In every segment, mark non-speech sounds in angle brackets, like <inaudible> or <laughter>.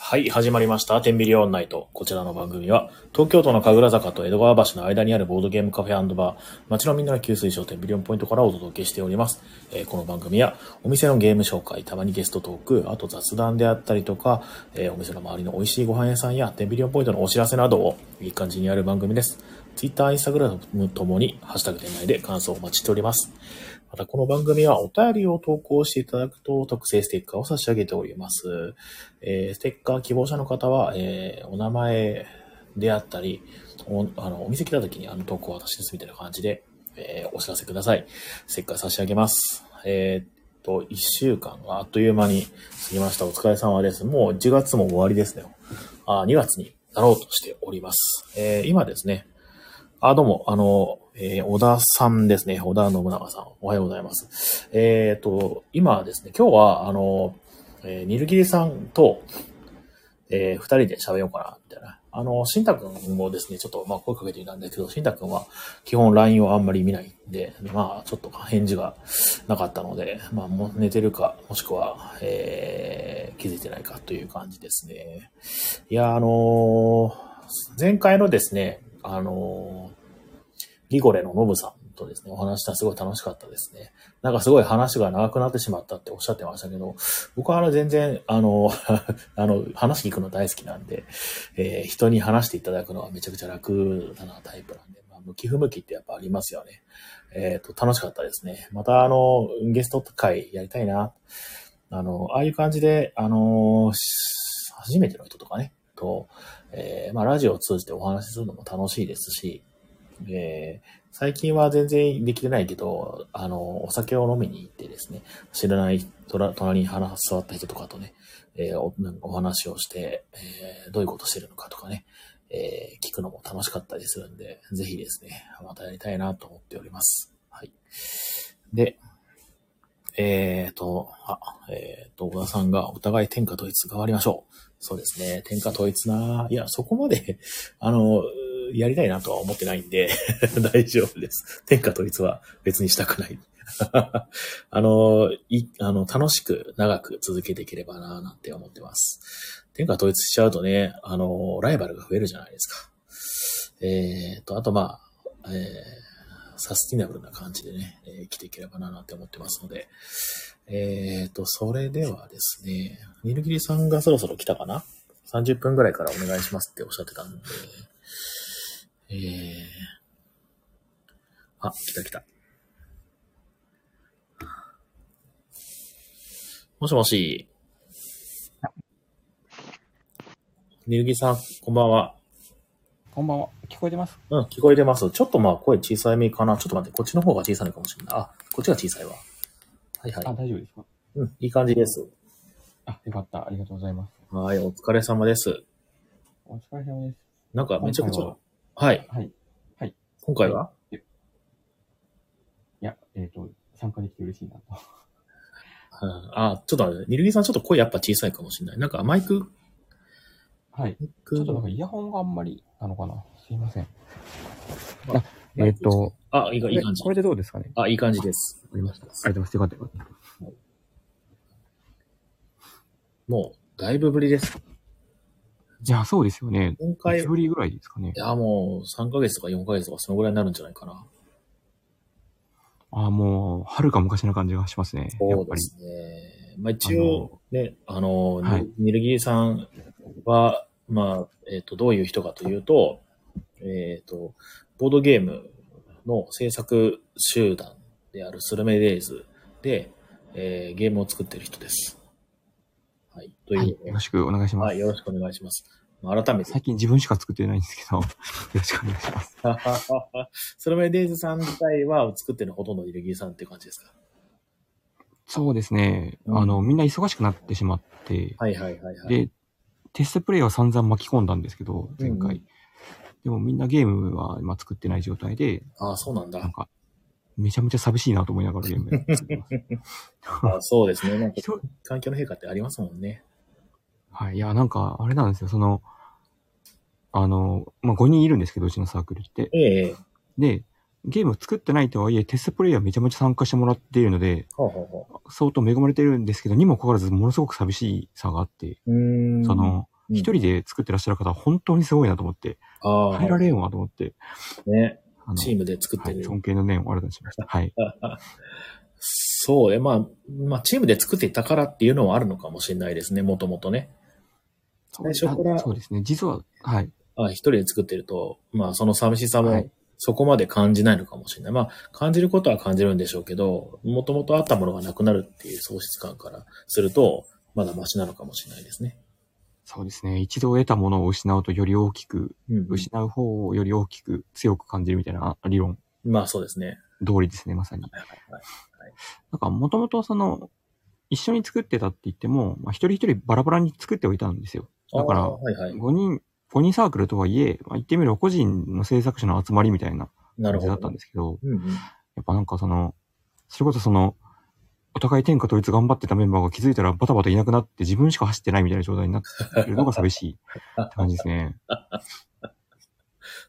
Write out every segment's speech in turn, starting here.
はい、始まりました。天秤リオンナイト。こちらの番組は、東京都の神楽坂と江戸川橋の間にあるボードゲームカフェバー、街のみんなの給水所天秤リオンポイントからお届けしております、えーこの番組は、お店のゲーム紹介、たまにゲストトーク、あと雑談であったりとか、えーお店の周りの美味しいご飯屋さんや、天秤リオンポイントのお知らせなどを、いい感じにやる番組です。Twitter、Instagram ともに、ハッシュタグ店内で感想をお待ちしております。また、この番組はお便りを投稿していただくと、特製ステッカーを差し上げております。えーステッカー希望者の方は、えーお名前であったり、おあのお店来た時にあの投稿は私ですみたいな感じで、えーお知らせください。ステッカー差し上げます。えーっと、1週間があっという間に過ぎました。お疲れ様です。もう1月も終わりですね。あ2月になろうとしております。えー今ですね、あ、どうも、あの、えー小田さんですね。小田信長さん。おはようございます。えっ、と、今ですね、今日は、あの、えー、ニルギリさんと、えー二人で喋ろうかな、みたいな。あの、シンタ君もですね、ちょっと、まあ、声かけていたんだけど、シンタ君は、基本 LINE をあんまり見ないんで、まあ、ちょっと返事がなかったので、まあ、もう寝てるか、もしくは、えー気づいてないかという感じですね。いや、あのー前回のですね、あのーリゴレのノブさんとですね、お話したすごい楽しかったですね。なんかすごい話が長くなってしまったっておっしゃってましたけど、僕はあの全然、あの、 <laughs> あの、話聞くの大好きなんで、えー人に話していただくのはめちゃくちゃ楽なタイプなんで、まあ、向き不向きってやっぱありますよね。えっ、と、楽しかったですね。またあの、ゲスト会やりたいな。あの、ああいう感じで、あの、し初めての人とかね、と、えーまあ、ラジオを通じてお話しするのも楽しいですし、えー最近は全然できてないけど、あの、お酒を飲みに行ってですね、知らない隣隣に話座った人とかとね、えーおなんかお話をして、えーどういうことしてるのかとかね、えー聞くのも楽しかったりするんで、ぜひですね、またやりたいなと思っております。はい。で、えっ、と、あ、えっ、と、小田さんがお互い天下統一頑張りましょう。そうですね、天下統一ないや、そこまで、 <laughs> あの、やりたいなとは思ってないんで、 <laughs> 大丈夫です。天下統一は別にしたくない。 <laughs> あの、い、あの、楽しく長く続けていければな、なんて思ってます。天下統一しちゃうとね、あの、ライバルが増えるじゃないですか。えー、と、あとまあ、えー、サスティナブルな感じでね、えー生きていければな、なんて思ってますので。えー、と、それではですね、ニルギリさんがそろそろ来たかな ?30 分ぐらいからお願いしますっておっしゃってたんで、えー、あ、来た来た。もしもし。ニルギさん、こんばんは。こんばんは。聞こえてますうん、聞こえてます。ちょっとまあ声小さいめかな。ちょっと待って、こっちの方が小さいのかもしれない。あ、こっちが小さいわ。はいあ、は大丈夫ですかい。うん、いい感じです。あ、よかった。ありがとうございます。はい、お疲れ様です。お疲れ様です。なんかめちゃくち今回ゃは。はい、はい。い今回はや、えっ、と、参加できて嬉しいなと。うんあ、ちょっと待って、ニルギさんちょっと声やっぱ小さいかもしれない。なんかマイク、はい。マイちクょっとなんかイヤホンがあんまりなのかな。すいません。ああ、えっ、と、あ、いいかいい感じこ。れでどうですかねあ、いい感じです。ありました。ありがとうございます。よかったよかった。もう、だいぶぶりです。じゃあ、そうですよね。今回、 1いぶりぐらいですかね。や、もう3ヶ月とか4ヶ月とかそのぐらいになるんじゃないかな。あ、もう、はるか昔な感じがしますね。やそっうぱでり。すね。まあ一応、ね、あの、はいニルギーさんは、まあ、えっ、と、どういう人かというと、えっ、と、ボードゲームの制作集団であるスルメデイズで、えーゲームを作ってる人です。はい。というはこい。とでよろしくお願いしまはす。い、よろしくお願いします。まあ改めて最、近自分しか作ってないんですけど、よ <laughs> ろしくお願いしま <laughs> す。スルメデイズさん自体は作ってるのほとんどニルギーさんっていう感じですかそうですね。うんあの、みんな忙しくなってしまって、はいはいはいはい。で、テストプレイは散々巻き込んだんですけど、前回。うんでもみんなゲームは今作ってない状態で、ああ、そうなんだなん。か、めちゃめちゃ寂しいなと思いながらゲ <laughs> ームやってます。ああそうですね。なんかひと環境の変化ってありますもんね。はい。いや、なんか、あれなんですよ。その、あの、まあ、5人いるんですけど、うちのサークルって。ええで、ゲーム作ってないとはいえ、テストプレイはめちゃめちゃ参加してもらっているので、ほうほうほ相当恵まれてるんですけど、にもかかわらず、ものすごく寂しさがあって、う。うーん。その、うん一人で作ってらっしゃる方は本当にすごいなと思って、ああ変え、られんわと思って、ね。あのチームで作ってはい、る。尊敬の念を新たにしました。はい。そうね。まあ、まあ、チームで作っていたからっていうのはあるのかもしれないですね、もともとね。最初からあそうですね。実は、はい。あ一人で作ってると、まあ、その寂しさはもいそこまで感じないのかもしれない。まあ、感じることは感じるんでしょうけど、もともとあったものがなくなるっていう喪失感からすると、まだマシなのかもしれないですね。そうですね。一度得たものを失うとより大きく、うん、失う方をより大きく強く感じるみたいな理論まあ、そうですね。通りですね、まさに。はいはいはい。なんか、もともとその、一緒に作ってたって言っても、まあ、一人一人バラバラに作っておいたんですよ。だからあーはいはい。 5人、5人サークルとはいえ、まあ、言ってみれば個人の制作者の集まりみたいななる感じほどだったんですけど、うんうん。やっぱなんかその、それこそその、お互い天下統一頑張ってたメンバーが気づいたらバタバタいなくなって自分しか走ってないみたいな状態になってるのが寂しいって感じですね。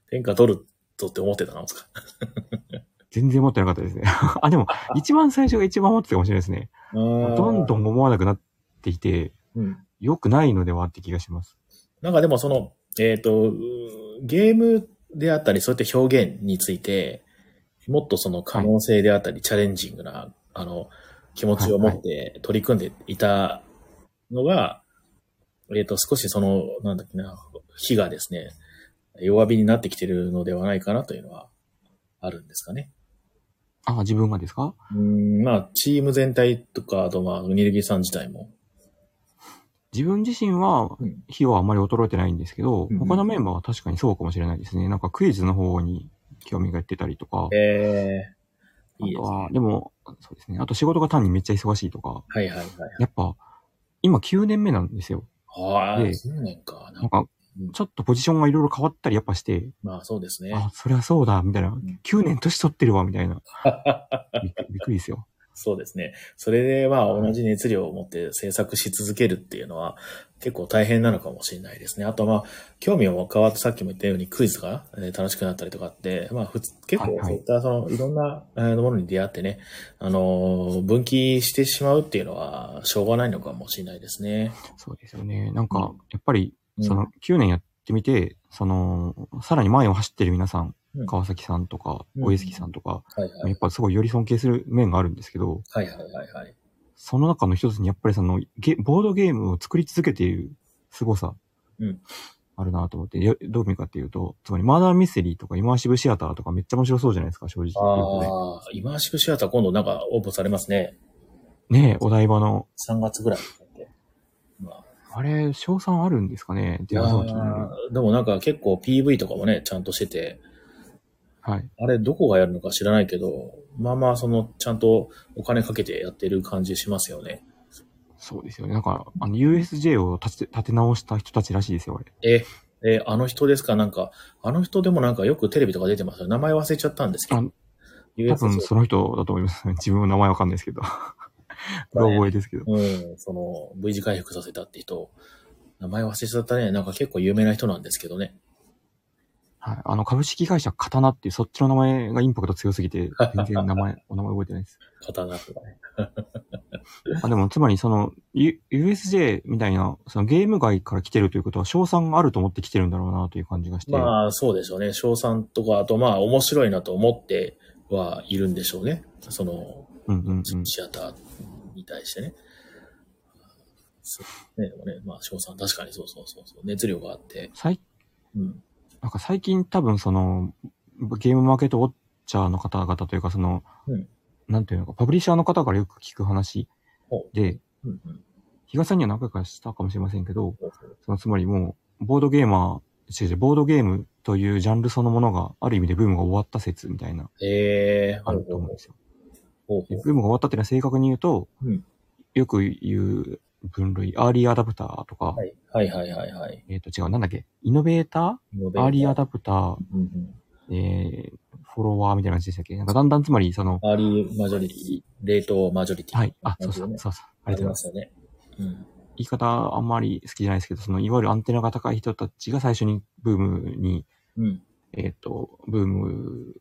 天下取るとって思ってたな、つか。全然思ってなかったですね。 <laughs> あ、でも、一番最初が一番思ってたかもしれないですね。どどんどん思わなくなっていて、うん。良くないのではって気がします。なんかでもその、えっ、と、うーゲームであったり、そういった表現について、もっとその可能性であったり、チャレンジングな、あの、気持ちを持って取り組んでいたのが、えっ、と、少しその、なんだっけな、火がですね、弱火になってきてるのではないかなというのは、あるんですかね。あ、自分がですかうーん、まあ、チーム全体とか、あとまあ、ウニルギさん自体も。自分自身はうん、費用はあまり衰えてないんですけど、うんうん他のメンバーは確かにそうかもしれないですね。なんかクイズの方に興味がいってたりとか、ええいいであとすね。は、でも、そうですね。あと仕事が単にめっちゃ忙しいとか、はいはいはい。やっぱ、今9年目なんですよ。はあ、で10年か。ななんか、ちょっとポジションがいろいろ変わったりやっぱして、まあそうですね。あ、そりゃそうだ、みたいな。9年年取ってるわ、みた <laughs> いな。びっくりびっくりですよ。そうですね。それでまあ同じ熱量を持って制作し続けるっていうのは結構大変なのかもしれないですね。あとまあ興味を変わってさっきも言ったようにクイズがえー楽しくなったりとかって、まあ普通結は構いはいそういったそのいろんなえーものに出会ってね、あのー、分岐してしまうっていうのはしょうがないのかもしれないですね。そうですよね。なんかう、やっぱり、うんその9年やってみて、その、さらに前を走ってる皆さんうん、川崎さんとか、うん大江月さんとか、はいはやいっ。ぱすごいより尊敬する面があるんですけど、はいはいはいはい。その中の一つにやっぱりそのゲ、ボードゲームを作り続けている凄さうん、あるなと思って、よどういう意味かっていうと、つまりマーダーミステリーとかイマーシブシアターとかめっちゃ面白そうじゃないですか、正直。ああ、イマーシブシアター今度なんかオープンされますね。ねえ、お台場の、 3月ぐらいだっけ。まああれ、賞賛あるんですかねっていや話も気になる。ーでもなんか結構 PV とかもね、ちゃんとしてて、はい。あれどこがやるのか知らないけど、まあまあその、ちゃんとお金かけてやってる感じしますよね。そうですよね。なんか、あの、USJ を立て立て直した人たちらしいですよ、あれ。え、え、あの人ですかなんか、あの人でもなんかよくテレビとか出てますよ。名前忘れちゃったんですけあど。多 USJ 分その人だと思います。 <laughs> 自分の名前わかんないですけ <laughs> ど。うろ覚えですけど。うん、その、V 字回復させたって人、名前忘れちゃったね。なんか結構有名な人なんですけどね。はい。あの、株式会社刀っていう、そっちの名前がインパクト強す <laughs> ぎて、全然名前、お名前覚えてないです。刀とかね。あでも、つまりその、U、USJ みたいな、そのゲーム外から来てるということは、賞賛があると思って来てるんだろうなという感じがして。まあ、そうでしょうね。賞賛とか、あとまあ、面白いなと思ってはいるんでしょうね。その、うんうんうん。シアターに対してね。そうね、でもね、まあ、翔さん確かにそうそうそうそう、熱量があって、最、うん。なんか最近多分その、ゲームマーケットウォッチャーの方々というか、その、うんなんていうのか、パブリッシャーの方からよく聞く話ほうで、うんうん比嘉さんには何回かしたかもしれませんけど、そうそうそのつまりもう、ボードゲーマー、違う違う、ボードゲームというジャンルそのものが、ある意味でブームが終わった説みたいな、えー、あると思うんですよ。ほうほでうブームが終わったっていうのは正確に言うと、うんよく言う分類、アーリーアダプターとか、はいはいはいはいはい。えっ、と違う、なんだっけ、イノベータイノベーアーリーアタダプター、うんうんえー、フォロワーみたいな感じでしたっけなんかだんだんつまり、その、アーリーマジョリティ、冷凍マジョリティ。はい、あ、そうそそうう、そうそう、あありがとりうございまます。すよね。うん。言い方あんまり好きじゃないですけど、その、いわゆるアンテナが高い人たちが最初にブームに、うん。えっ、と、ブーム、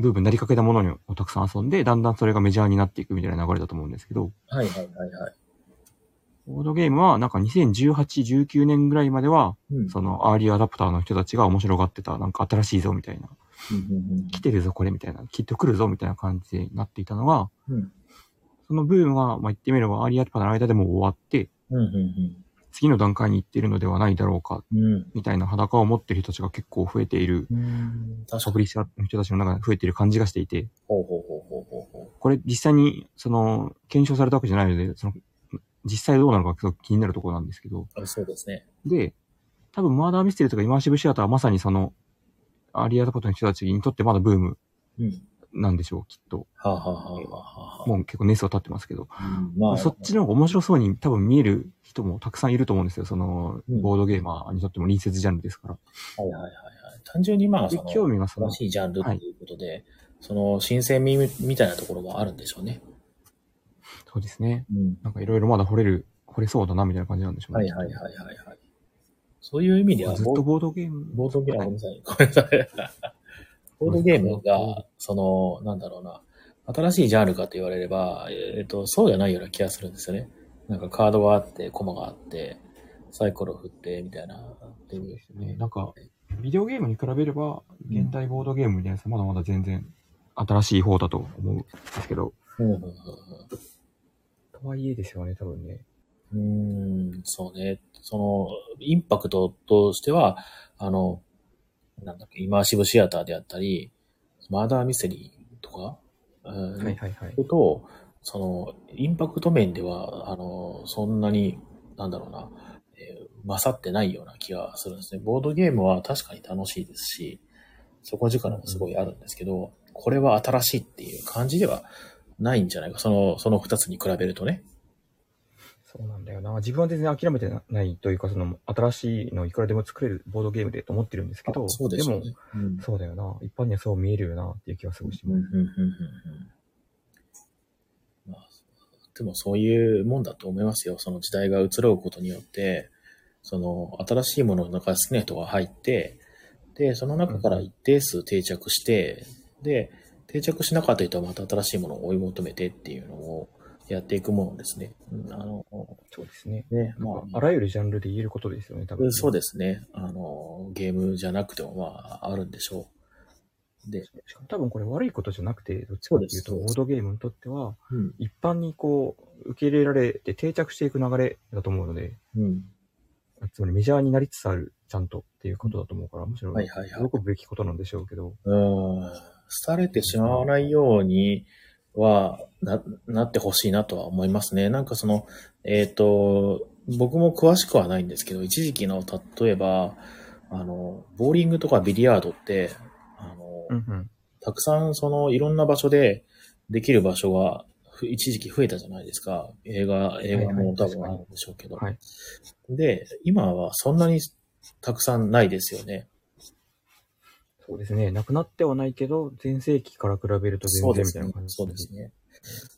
ブームになりかけたものにをたくさん遊んで、だんだんそれがメジャーになっていくみたいな流れだと思うんですけど、はいはいはいはい。ボードゲームは、なんか2018、19年ぐらいまでは、うんその、アーリーアダプターの人たちが面白がってた、なんか新しいぞ、みたいな。うん来てるぞ、これ、みたいな。きっと来るぞ、みたいな感じになっていたのが、うんそのブームは、まあ、言ってみれば、アーリーアダプターの間でも終わって、うんうん次の段階に行ってるのではないだろうか、うんうんみたいな裸を持ってる人たちが結構増えている、うん確かサにブリスの人たちの中で増えている感じがしていて、ほうほうほうほうほうほこれ実際に、その、検証されたわけじゃないので、その、実際どうなのかすごく気になるところなんですけど、う。あそうですね。で、多分マーダーミステリーとかイマーシブシアターはまさにその、アーリーアダプトの人たちにとってまだブームうん。なんでしょう、きっと。はあ、はあはあはあはあもう結構ネスは立ってますけど。うんまあ、そっちの方が面白そうに多分見える人もたくさんいると思うんですよ。その、うんボードゲーマーにとっても隣接ジャンルですから。はいはいはいはい。単純にまあ、そでの、興味がその新、しいジャンルっていうことで、その、新鮮味みたいなところもあるんでしょうね。そうですね。うん。なんかいろいろまだ掘れる、掘れそうだなみたいな感じなんでしょうはね。いはいはいはいはい。そういう意味では、ずっとボードゲーム。ボードゲーム、はあごめいんなさい。ごめんなさい。 <laughs> ボードゲームが、その、なんだろうな、新しいジャンルかと言われれば、えっ、と、そうじゃないような気がするんですよね。なんかカードがあって、コマがあって、サイコロ振って、みたいな。ってそういでうすね。なんか、ビデオゲームに比べれば、現代ボードゲームみたいなやつはまだまだ全然新しい方だと思うんですけど。うんうんうんとはいえですよね、多分ね。うん、うーん、そうね。その、インパクトとしては、あの、なんだっけ、イマーシブシアターであったり、マーダーミステリーとか、うんはいはいそ。れと、その、インパクト面では、あの、そんなに、なんだろうな、えー勝ってないような気がするんですね。ボードゲームは確かに楽しいですし、底力もすごいあるんですけど、これは新しいっていう感じではないんじゃないか。その、その二つに比べるとね。そうなんだよな。自分は全然諦めてなないというか、その、新しいのいくらでも作れるボードゲームでと思ってるんですけど、そうですよもね、。うんそうだよな。一般にはそう見えるよな、っていう気がすごいしうんまうす。んうんうんうんまあでもそういうもんだと思いますよ。その時代が移ろうことによって、その新しいものの中に好きな人が入って、で、その中から一定数定着して、で、定着しなかった人はまた新しいものを追い求めてっていうのをやっていくものですね。うんあの、そうですね。ね、ままああ、あ、らゆるジャンルで言えることですよね、多分、うんそうでですね。あの、ゲームじゃなくてもまあ、あるんでしょう。で、す。しかも多分これ悪いことじゃなくて、どっちかっていうそと、うですボードゲームにとっては、うん。一般にこう、受け入れられて定着していく流れだと思うので、うん。つまりメジャーになりつつある、ちゃんとっていうことだと思うから、むしろ、はい喜はいはい。ぶべきことなんでしょうけど、うん、廃れてしまわないようにはな、なってほしいなとは思いますね。なんかその、えっ、と、僕も詳しくはないんですけど、一時期の、例えば、あの、ボーリングとかビリヤードって、あの、うんうん。たくさんその、いろんな場所でできる場所が、ふ一時期増えたじゃないですか。映画、映画はいはもい多分あ確かるにんでしょうけど。はいで、今はそんなにたくさんないですよね。そうですね。なくなってはないけど、前世紀から比べるとそ全うで然みすたいねな感。じそうですね。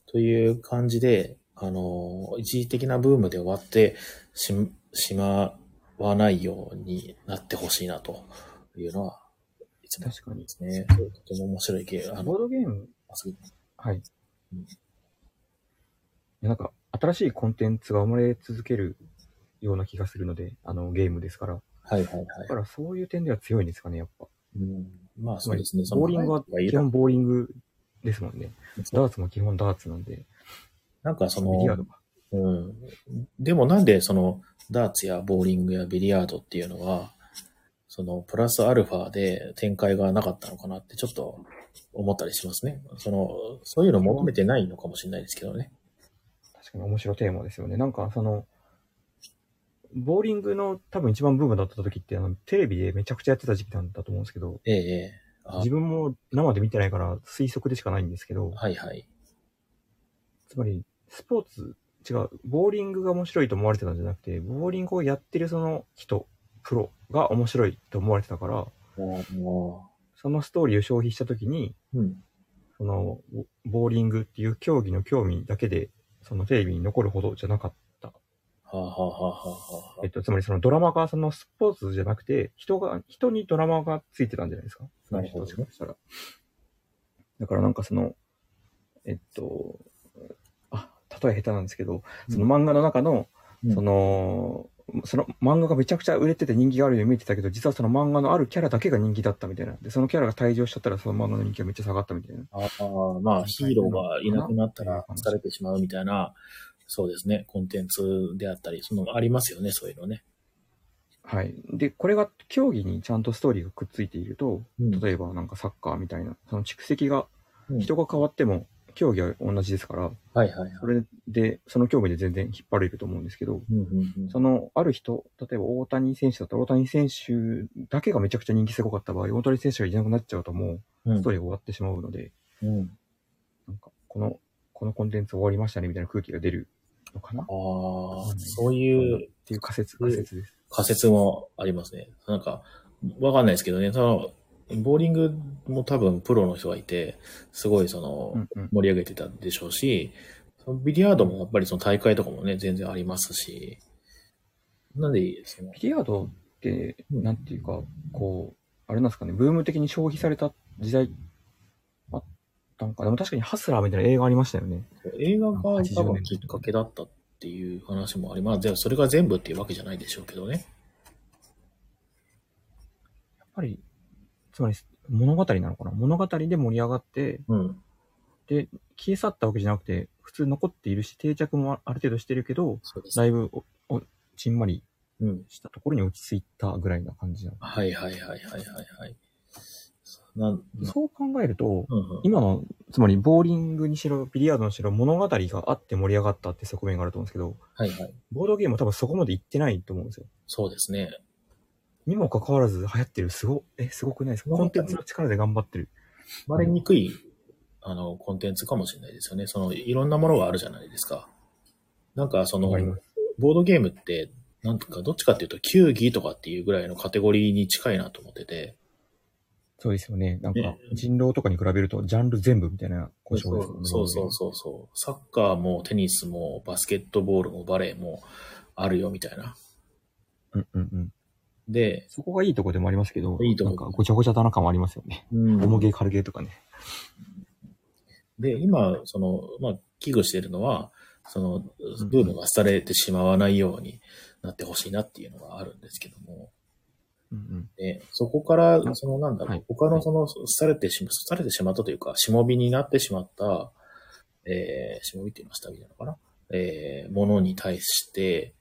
という感じで、あの、一時的なブームで終わってししまわないようになってほしいなというのは、いつもで確かに。すね。とても面白いゲーム。あボの、ードゲーム、あすぐはい。うんいやなんか、新しいコンテンツが生まれ続けるような気がするので、あの、ゲームですから。はいはいはいだから、そういう点では強いんですかね、やっぱ。うん。まあそうですね。そのボーリングは前基とかいろ本ボーリングですもんね。ダーツも基本ダーツなんで、なんかそビリヤードの、か。うん。でもなんでその、ダーツやボーリングやビリヤードっていうのは、その、プラスアルファで展開がなかったのかなってちょっと思ったりしますね。その、そういうの求めてないのかもしれないですけどね。確かに面白いテーマですよね。なんか、その、ボーリングの多分一番ブームだった時って、あの、テレビでめちゃくちゃやってた時期なんだと思うんですけど、ええええあ自分も生で見てないから推測でしかないんですけど、はいはい。つまり、スポーツ、違う、ボーリングが面白いと思われてたんじゃなくて、ボーリングをやってるその人、プロが面白いと思われてたから、そのストーリーを消費した時に、うん。その、ボボーリングっていう競技の興味だけで、そのテレビに残るほどじゃなかった。はあ、はあはあはあはえっと、つまりそのドラマがそのスポーツじゃなくて、人が、人にドラマがついてたんじゃないですか。その人たちからしたら。だからなんかその、えっと、あ、例え下手なんですけど、うんその漫画の中の、うんその、その漫画がめちゃくちゃ売れてて人気があるように見えてたけど、実はその漫画のあるキャラだけが人気だったみたいな。で、そのキャラが退場しちゃったら、その漫画の人気がめっちゃ下がったみたいな。ああ、まあ、ヒーローがいなくなったら疲れてしまうみたいな、そうですね、コンテンツであったり、そのありますよね、そういうのね。はい。で、これが競技にちゃんとストーリーがくっついていると、うん例えばなんかサッカーみたいな、その蓄積がうん、人が変わっても競技は同じですから、はいはいはい。それで、その競技で全然引っ張れると思うんですけど、うんうんうんそのある人、例えば大谷選手だったら大谷選手だけがめちゃくちゃ人気すごかった場合、大谷選手がいなくなっちゃうともうう、んストーリーが終わってしまうので、うんなんか、この、このコンテンツ終わりましたねみたいな空気が出るのかなっああ、そういうていう仮説、仮説です。仮説もありますね。なんか、わかんないですけどね、その、ボーリングも多分プロの人がいて、すごいその、うんうん。盛り上げてたでしょうし、そのビリヤードもやっぱりその大会とかもね、全然ありますし、なんで、その、ビリヤードって、うんなんていうか、こう、あれなんですかね、ブーム的に消費された時代、あったんか。でも確かにハスラーみたいな映画ありましたよね。映画が多80分年きっかけだったっていう話もあります。でもそれが全部っていうわけじゃないでしょうけどね。やっぱり、つまり物語なのかな物語で盛り上がって、うん。消え去ったわけじゃなくて、普通残っているし、定着もあある程度してるけど、そうです。だいぶお、お、ちんまりうん。したところに落ち着いたぐらいな感じなの。はいはいはいはいはいはい。なん、なそう考えると、うんうん今の、つまりボーリングにしろ、ビリヤードにしろ、物語があって盛り上がったって側面があると思うんですけど、はいはい。ボードゲームは多分そこまで行ってないと思うんですよ。そうですね。にもかかわらず流行ってる、すご、え、すごくないですか物コ語ンテンツの力で頑張ってる。生まれにくい、あの、コンテンツかもしれないですよね。その、いろんなものがあるじゃないですか。なんか、その、わかりボまードゲームって、なんとか、どっちかっていうと、球技とかっていうぐらいのカテゴリーに近いなと思ってて、そうですよね。なんかね、人狼とかに比べると、ジャンル全部みたいな故障ですよね。そうそうそうそう。サッカーもテニスもバスケットボールもバレーもあるよみたいな。うんうんうん。で、そこがいいとこでもありますけど、いいとこなんかごちゃごちゃだな感はありますよね。重げ軽げとかね。で、今、その、まあ、危惧してるのは、そのう、んブームが廃れてしまわないようになってほしいなっていうのがあるんですけども、うんうん。で、そこから、その、なんだろはうい、他のその、廃れてしま、廃れてしまったというか、しもびになってしまった、えー、しもびって言いましたみたいなのかなえー、ものに対して、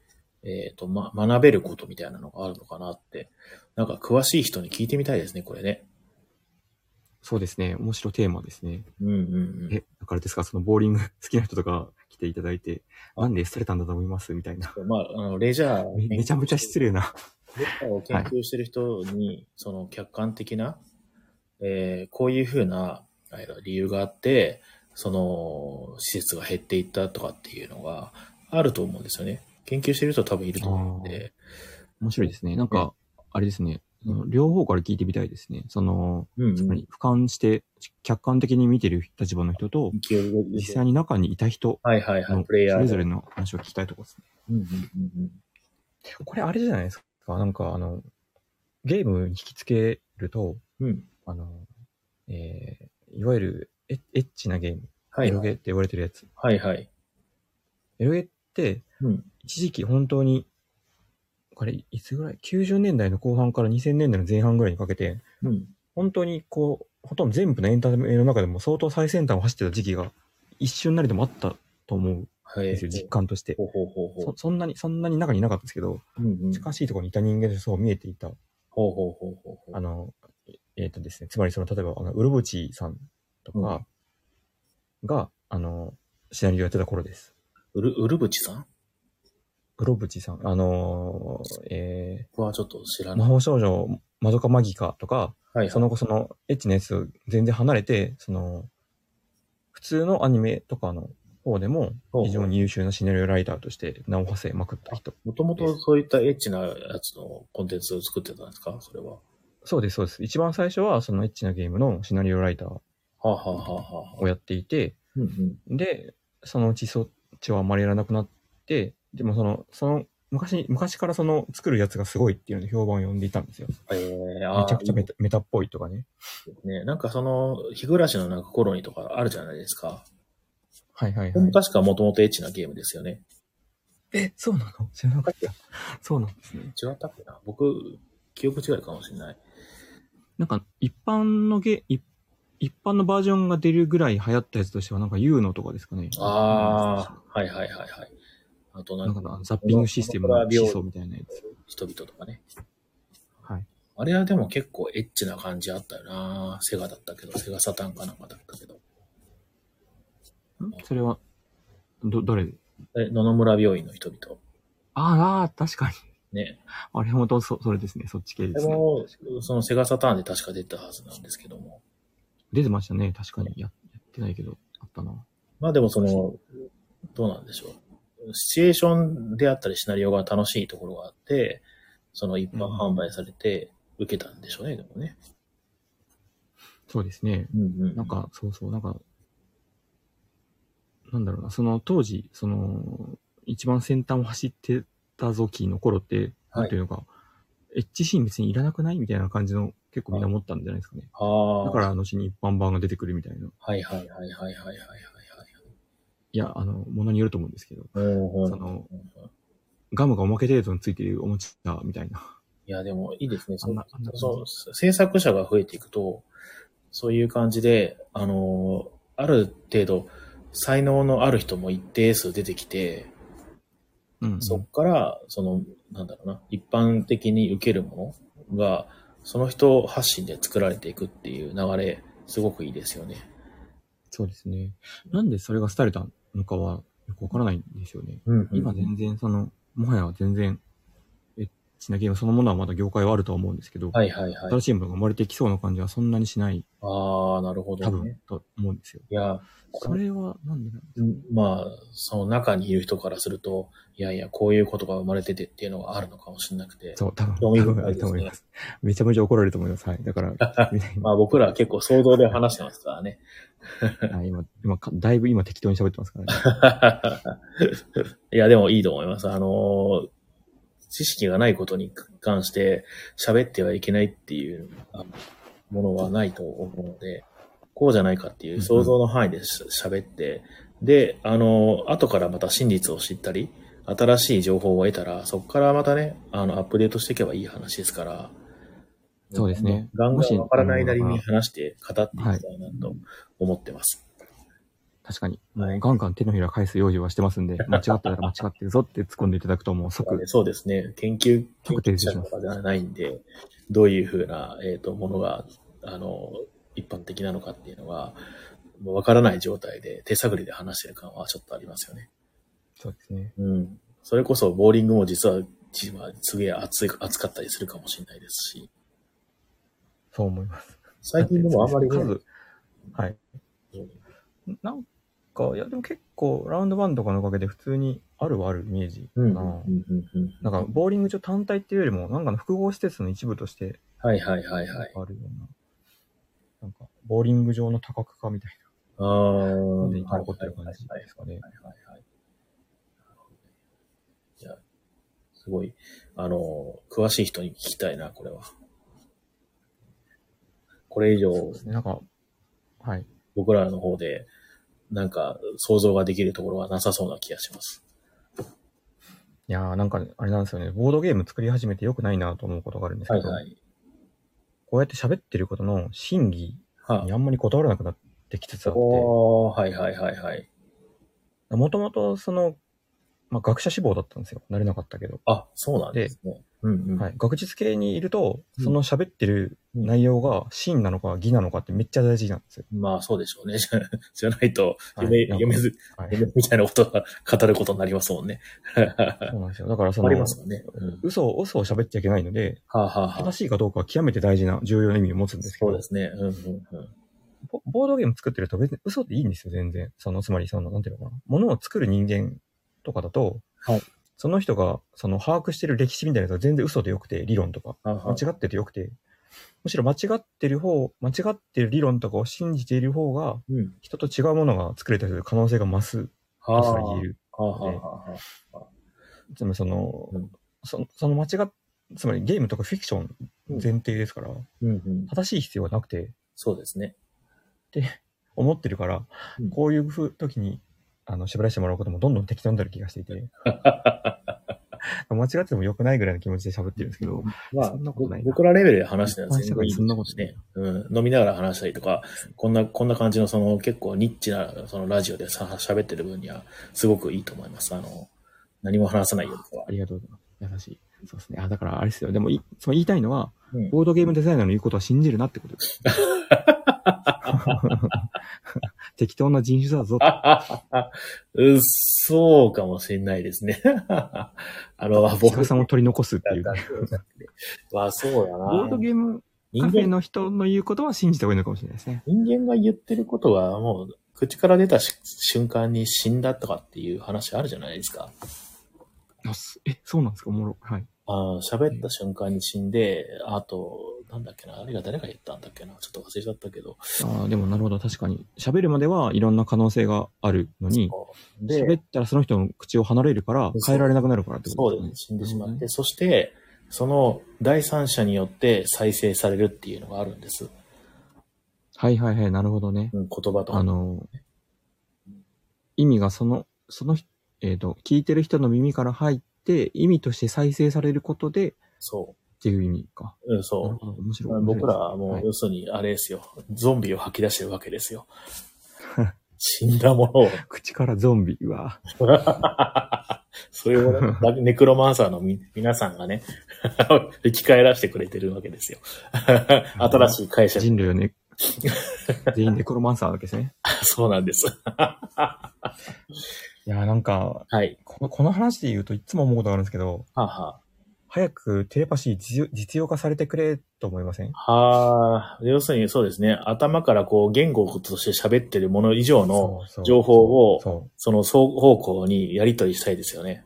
えっ、と、ま、学べることみたいなのがあるのかなって、なんか詳しい人に聞いてみたいですね、これね。そうですね。面白いテーマですね。うんうんえ、だからですか、そのボーリング好きな人とか来ていただいて、なんで廃れたんだと思いますみたいな。うん。まあ、あの、レジャー。めめちゃめちゃ失礼な。データを研究してる人に、その客観的な、えーこういうふうなあれだ理由があって、その施設が減っていったとかっていうのがあると思うんですよね。研究してる人多分いると思うんで。面白いですね。なんか、あれですね。その両方から聞いてみたいですね。その、うん、つうまん。り俯瞰して、客観的に見てる立場の人と、勢いを実際に中にいた人はいはいはのい。そプレイヤーれで。ぞれの話を聞きたいところですね。うんうんうんこれあれじゃないですか。なんか、あの、ゲームに引きつけると、うん。うん。あの、えーいわゆるエッエッチなゲーム、はいエロはい。ゲって言われてるやつ。はいはい。エロゲって、うん。一時期本当に、これ、いつぐらい ?90 年代の後半から2000年代の前半ぐらいにかけて、うん。本当にこう、ほとんど全部のエンタメの中でも相当最先端を走ってた時期が、一瞬なりでもあったと思うんはい。ですよ、実感として。ほうほうほうほそそんなに、そんなに中にいなかったんですけど、う。うんうん。近しいところにいた人間とそう見えていた、ほうほうほうほうほあう。の、えっ、とですね、つまりその、例えば、あの、ウルブチさんとかが、あの、シナリオやってた頃です。うる、うるぶちさんウロブチさん、あのー、え僕はちょっと知らー、な魔い。法少女、マドカマギカとか、はい。その後その、エッチなやつを全然離れて、その、普通のアニメとかの方でも、ほうほう非常に優秀なシナリオライターとして名を馳せまくった人。もともとそういったエッチなやつのコンテンツを作ってたんですかそれは。はそうです、そうです。一番最初は、そのエッチなゲームのシナリオライターあ、はあはあはあ、をやっていて、うんうん。で、そのうちそっちはあまりやらなくなって、でもその、その、昔、昔からその作るやつがすごいっていうので評判を呼んでいたんですよ。めええああちゃくちゃいメいでタメタっぽいとかね。すね。なんかその、日暮らしのなんかコロニーとかあるじゃないですか。はいはいこはれも。い確かもともとエッチなゲームですよね。え、そうなの知らなかった。そうなんですね。違ったっけな僕、記憶違いかもしれない。なんか、一般のゲ、一一般のバージョンが出るぐらい流行ったやつとしては、なんか U のとかですかね。ああ、はいはいはいはい。あとあななんんかか、なザッピングシステムの思想みたいなやつ。人々とかね。はい。あれはでも結構エッチな感じあったよなセガだったけど、セガサタンかなんかだったけど。んそれは、ど、どれえ、野々村病院の人々。あーあー、確かに。ね。あれ本当そ、それですね。そっち系でですね。も、そのセガサターンで確か出たはずなんですけども。出てましたね。確かに。ややってないけど、あったな。まあでもその、どうなんでしょう。シチュエーションであったりシナリオが楽しいところがあって、その一般販売されて受けたんでしょうね、でもね。そうですね。うんうん。なん、か、そうそう、なんか、なんだろうな、その当時、その、一番先端を走ってたぞ期の頃って、はいなんていうのか、エッジシーン別にいらなくないみたいな感じの、結構みんな思ったんじゃないですかね。ああ。だから、後に一般版が出てくるみたいな。はいはいはいはいはいはいはいいや、あの、ものによると思うんですけど、はい。うんうんその、ガムがおまけ程度についてるおもちゃみたいな。いや、でもいいですね。そあんなのあんな感じそう制作者が増えていくと、そういう感じで、あのー、ある程度、才能のある人も一定数出てきて、うん。そっから、その、なんだろうな、一般的に受けるものが、その人発信で作られていくっていう流れ、すごくいいですよね。そうですね。なんでそれが廃れたのかは、よくわからないんですよね。うん、今全然その、もはや全然、エッチなゲームそのものはまだ業界はあるとは思うんですけど、はいはいはい。新しいものが生まれてきそうな感じはそんなにしない、ああ、なるほど、多ね。分、と思うんですよ。いや、それは、なんでなんですうんまあ、その中にいる人からすると、いやいや、こういうことが生まれててっていうのがあるのかもしれなくて。かそう、多分、興味多深い分あると思います。めちゃめちゃ怒られると思います。はい。だ <laughs> から、みんな今まあ僕らは結構想像で話してますからね。はい今、今か、だいぶ今適当に喋ってますからね。 <laughs> いや、でもいいと思います。あのー知識がないことに関して喋ってはいけないっていうあものはないと思うので、こうじゃないかっていう想像の範囲でし喋って、で、あのー後からまた真実を知ったり、新しい情報を得たら、そこからまたね、あの、アップデートしていけばいい話ですから、そうですねガンもガンしわからないなりあのに話して語っていきたいなと思ってます。確かに。はいガンガン手のひら返す用意はしてますんで、間違ったら間違ってるぞって突っ込んでいただくともう即、そうですね。研究、研特定究しま者すとかではないんで、どういうふうな、えー、とものがあの一般的なのかっていうのは、もうわからない状態で手探りで話してる感はちょっとありますよね。そうですね。うん。それこそ、ボーリングも実は、実はすげえ熱い、熱かったりするかもしれないですし、そう思います。最近でもあんまりね、数、はい。なんか、いや、でも結構、ラウンドワンとかのおかげで普通にあるはあるイメージかうな。ん。うんうんうんなんか、ボーリング場単体っていうよりも、なんかの複合施設の一部としてはいはいはいはい。あるような、なんか、ボーリング場の多角化みたいあなあ。ので、今残ってる感じはいはいはいはいですかね。はいはいはい。いや、すごい、あの、詳しい人に聞きたいな、これは。これ以上、そうですね。なんか、はい。僕らの方で、なんか、想像ができるところはなさそうな気がします。いやー、なんか、あれなんですよね。ボードゲーム作り始めて良くないなと思うことがあるんですはけいど、はい。こうやって喋ってることの真偽はにあんまりこだわらなくなってきつつあ、あって、おーはいはいはいはい。もともと、その、まあ、学者志望だったんですよ。なれなかったけど。あ、そうなんですね。うんうん。、はいい、学術系にいると、うんその喋ってる内容が真なのか偽なのかってめっちゃ大事なんですよ。まあ、そうでしょうね。 <laughs> じゃじゃないと、はい夢、なんか夢ず、はい、夢みたいなことが語ることになりますもんね。そうなんですよ。だからそあのり、ますよね。うん、嘘を嘘を喋っちゃいけないので、はあ、はあはあ正しいかどうかは極めて大事な、重要な意味を持つんですけそうどで、すね。うんうんうん。ボボードゲーム作ってると別に嘘でいいんですよ、全然。その、つまりその、なんていうのかな。物を作る人間とかだと、はいその人が、その、把握してる歴史みたいなやつは全然嘘でよくて、理論とか。はあはあ間違っててよくて。むしろ間違ってる方、間違ってる理論とかを信じている方が、うん。人と違うものが作れたりする可能性が増すはとあすら言える。はあはあはあはあつまりその、うんそその間違っ、つまりゲームとかフィクション前提ですから、うんうん。正しい必要はなくて、そうですね。思ってるから、うんこういうふう時に、あの、縛らせてもらうこともどんどん適当になる気がして <laughs> いて。間違っても良くないぐらいの気持ちで喋ってるんですけど、まあそんなことないな僕らレベルで話してるのは一全般社然会いいそんなことなねい。うん。飲みながら話したりとか、こんな、こんな感じのその結構ニッチなそのラジオでさ喋ってる分にはすごくいいと思います。あの、何も話さないよりかはあ。りがとうございます。優しい。そうですね。あ、だからあれですよ。でもい、その言いたいのは、うんボードゲームデザイナーの言うことは信じるなってこと <laughs> です。適当な人種だぞ。うっそうかもしれないですね。 <laughs> あの、鹿さんを取り残すっていう。はそうだボーな。ドゲーム人カフェ間の人の言うことは信じた方がいいのかもしれないですね。人間が言ってることはもう、口から出たし瞬間に死んだとかっていう話あるじゃないですか。あすえ、そうなんですかおもろ。はい。あー喋った瞬間に死んで、あと、なんだっけな、あれが誰が言ったんだっけな、ちょっと忘れちゃったけど。ああ、でもなるほど。確かに。喋るまではいろんな可能性があるのに、で、喋ったらその人の口を離れるからそう、変えられなくなるからってそこうでとすね、死んでですしねまって、そして、その第三者によって再生されるっていうのがあるんです。はいはいはい。なるほどね。うん、言葉とか。あの、意味がその、その人、えっ、と、聞いてる人の耳から入って、意味として再生されることで、っそていう意味か。う。うん、なるそう。ほど面白い。面白いです僕らはもはう、い要するに、あれですよ、ゾンビを吐き出してるわけですよ。死んだものを。口からゾンビは、 <laughs> それをね、 <laughs> ネクロマンサーのみ皆さんがね、 <laughs> 生き返らせてくれてるわけですよ。新しい解釈。人類を <laughs> ね、全員ネクロマンサーなわけですね。そうなんです。いやー、なんか、はい。このこの話で言うといつも思うことがあるんですけど、はあ、早くテレパシー実用実用化されてくれと思いませんはあ、はあ、要するにそうですね、頭からこう言語として喋ってるもの以上のそうそう情報を、そうその双方向にやり取りしたいですよね。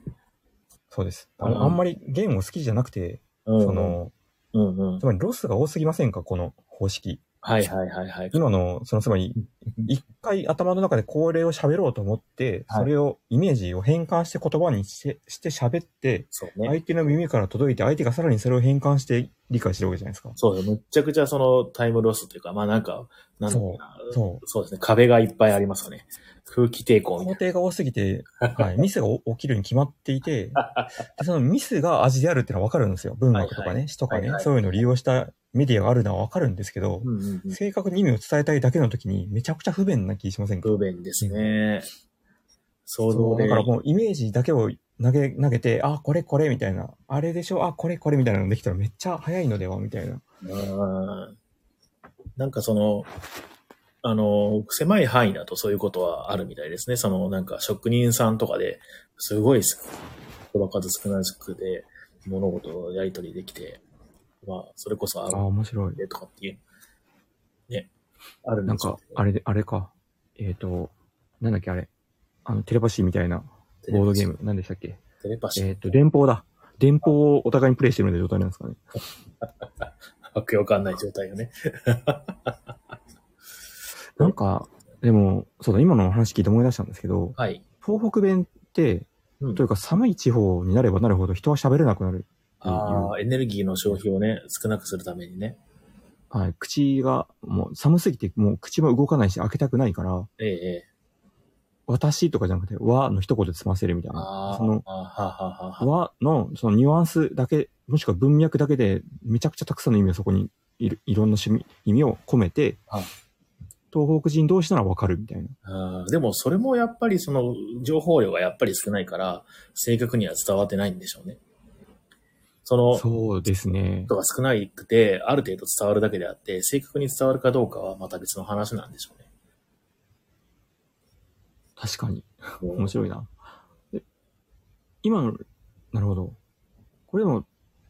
そうですあうんの。あんまりゲームを好きじゃなくて、うん。そ、の、うんうんつ。まりロスが多すぎませんかこの方式。はいはいはいはい。今の、そのつまり、一回頭の中でこれを喋ろうと思って、はいそれを、イメージを変換して言葉にして、して喋って、そうね。相手の耳から届いて、相手がさらにそれを変換して理解してるわけじゃないですか。そうよ。むっちゃくちゃそのタイムロスというか、まあなんか、なんだろうなそそうですね。壁がいっぱいありますよね。空気抵抗みう。た工い程が多す <laughs> ぎて、はい、ミスが起きるに決まっていて、でそのミスが味であるってのはわかるんですよ。文学とはかいはね、詩とかはいねは、いそういうのを利用したメディアがあるのはわかるんですけどな。、うんうんうん。正確に意味を伝えたいだけの時に、めちゃくちゃ不便な気しませんか不便ですね。想そ像う、で。だからもうイメージだけを投げ、投げて、あ、これこれみたいな、あれでしょ、あ、これこれみたいなのできたらめっちゃ早いのではみたいな。うんなんかその、あの、狭い範囲だとそういうことはあるみたいですね。その、なんか職人さんとかで、すごい言葉数少なくで、物事をやり取りできて、まあ、それこそ、ああ、の、面白い。でとかっていう、ね、あるなんですか、あれで、あれか。えっ、と、なんだっけ、あれ。あの、テレパシーみたいなボードゲーム。ム。なんでしたっけテレパシえーっ、。と、電報だ。電報をお互いにプレイしてるみたいな状態なんですかね。わけわかんない状態よね。なんか、でも、そうだ、今の話聞いて思い出したんですけど、はい。東北弁って、うんというか寒い地方になればなるほど人は喋れなくなる。ああ、エネルギーの消費をね、少なくするためにね。はい、口が、もう寒すぎて、もう口も動かないし開けたくないから、ええ、ええ。私とかじゃなくて、和の一言で済ませるみたいあなあ。、その、あーはあはあはあ和のそのニュアンスだけ、もしくは文脈だけで、めちゃくちゃたくさんの意味をそこにいる、いろんな趣味意味を込めてはい、東北人同士ならわかるみたいな。あーでもそれもやっぱりその情報量がやっぱり少ないから正確には伝わってないんでしょうね。そのそうですね。人が少ないくてある程度伝わるだけであって正確に伝わるかどうかはまた別の話なんでしょうね。確かに。うん面白いな。で今の、なるほど。これでも、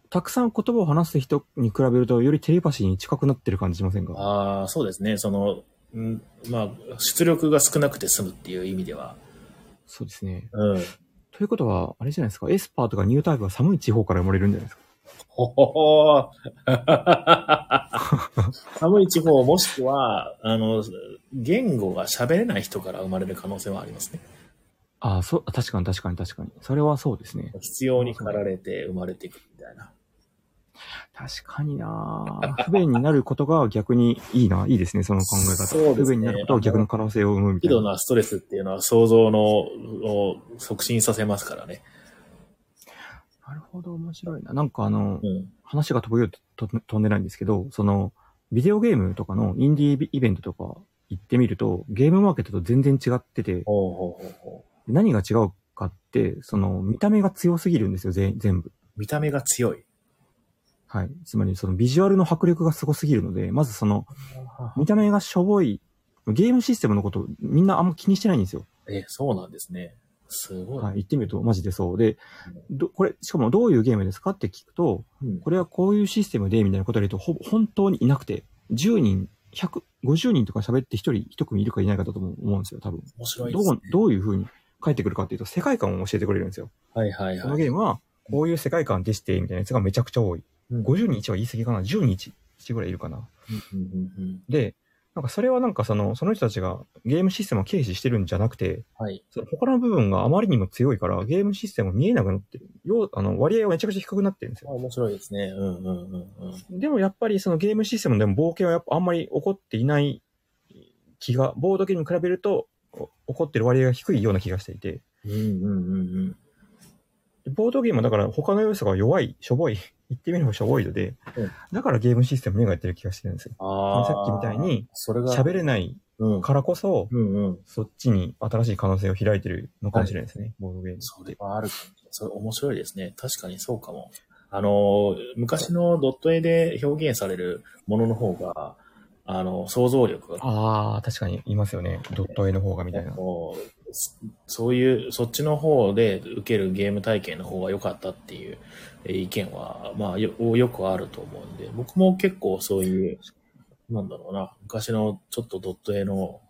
たくさん言葉を話す人に比べると、よりテレパシーに近くなってる感じしませんかああ、そうですね。その、うん、まあ、出力が少なくて済むっていう意味では。そうですね。うん。ということは、あれじゃないですか、エスパーとかニュータイプは寒い地方から生まれるんじゃないですかほほほー寒い地方もしくは、あの、言語が喋れない人から生まれる可能性はありますね。ああ、そう、確かに確かに確かに。それはそうですね。必要に駆られて生まれていくみたいな。確か <laughs> にな不便になることが逆にいいな。いいですね、その考え方。そうですね不便になることは逆の可能性を生むみた適い度な。なストレスっていうのは想像のを促進させますからね。なるほど、面白いな。なんかあの、うん。話が飛ぶようでとと飛んでないんですけど、その、ビデオゲームとかのインディーイベントとか行ってみると、ゲームマーケットと全然違ってて、ほうほうほうほ何が違うかって、その、見た目が強すぎるんですよ、全全部。う。見た目が強い。はい。つまり、そのビジュアルの迫力がすごすぎるので、まずその、見た目がしょぼい、ゲームシステムのこと、みんなあんま気にしてないんですよ。え、そうなんですね。すごい。はい。言ってみると、マジでそう。で、ど、これ、しかもどういうゲームですかって聞くと、うんこれはこういうシステムで、みたいなことを言うと、ほぼ、本当にいなくて、10人、150人とか喋って1人1組いるかいないかだと思うんですよ、多分。面白いどですねう、。どういう風に書いてくるかっていうと、世界観を教えてくれるんですよ。はいはいこのはい。ゲームは、こういう世界観でして、みたいなやつがめちゃくちゃ多い。うん50人1は言い過ぎかな ?10 人1ぐらいいるかなうんうんうんうんで、なんかそれはなんかその、その人たちがゲームシステムを軽視してるんじゃなくて、はい。その他の部分があまりにも強いから、ゲームシステムが見えなくなってる。よう、あの、割合がめちゃくちゃ低くなってるんですあよ。面白いですね。うんうんうんうん。でもやっぱりそのゲームシステムでも冒険はやっぱあんまり起こっていない気が、ボードゲームに比べるとお起こってる割合が低いような気がしていて、うんうんうんうん。ボードゲームはだから他の要素が弱い、しょぼい、 <laughs> 言ってみればしょぼいので、うんだからゲームシステムに目がやってる気がしてるんですよ。ああ。さっきみたいに、それが、喋れないうん。からこそ、うんうん。そっちに新しい可能性を開いてるのかもしれないですね、ボードゲームそっれて。はあるかも。それ面白いですね。確かにそうかも。あの、昔のドット絵で表現されるものの方が、あの、想像力が、ああ、確かにいますよね。ドット絵の方がみたいな。こうそそういう、そっちの方で受けるゲーム体験の方が良かったっていうえー意見は、まあよ、よくあると思うんで、僕も結構そういう、なんだろうな、昔のちょっとドット絵の、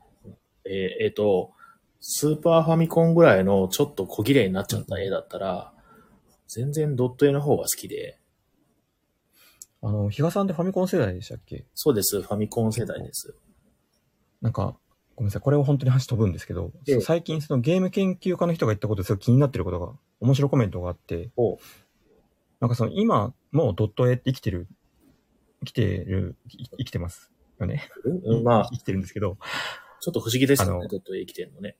えー、えーと、スーパーファミコンぐらいのちょっと小切れになっちゃった絵だったら、全然ドット絵の方が好きで、あの、比嘉さんってファミコン世代でしたっけそうです、ファミコン世代です。なんか、ごめんなさい、これは本当に話飛ぶんですけど、ええ最近そのゲーム研究家の人が言ったことですごい気になってることが、面白いコメントがあっておう、なんかその今もドット絵って生きてる、生きてる、い生きてますよね。うん、まあ、 <laughs> 生きてるんですけど、ちょっと不思議ですあよねの、ドット絵生きてるのね。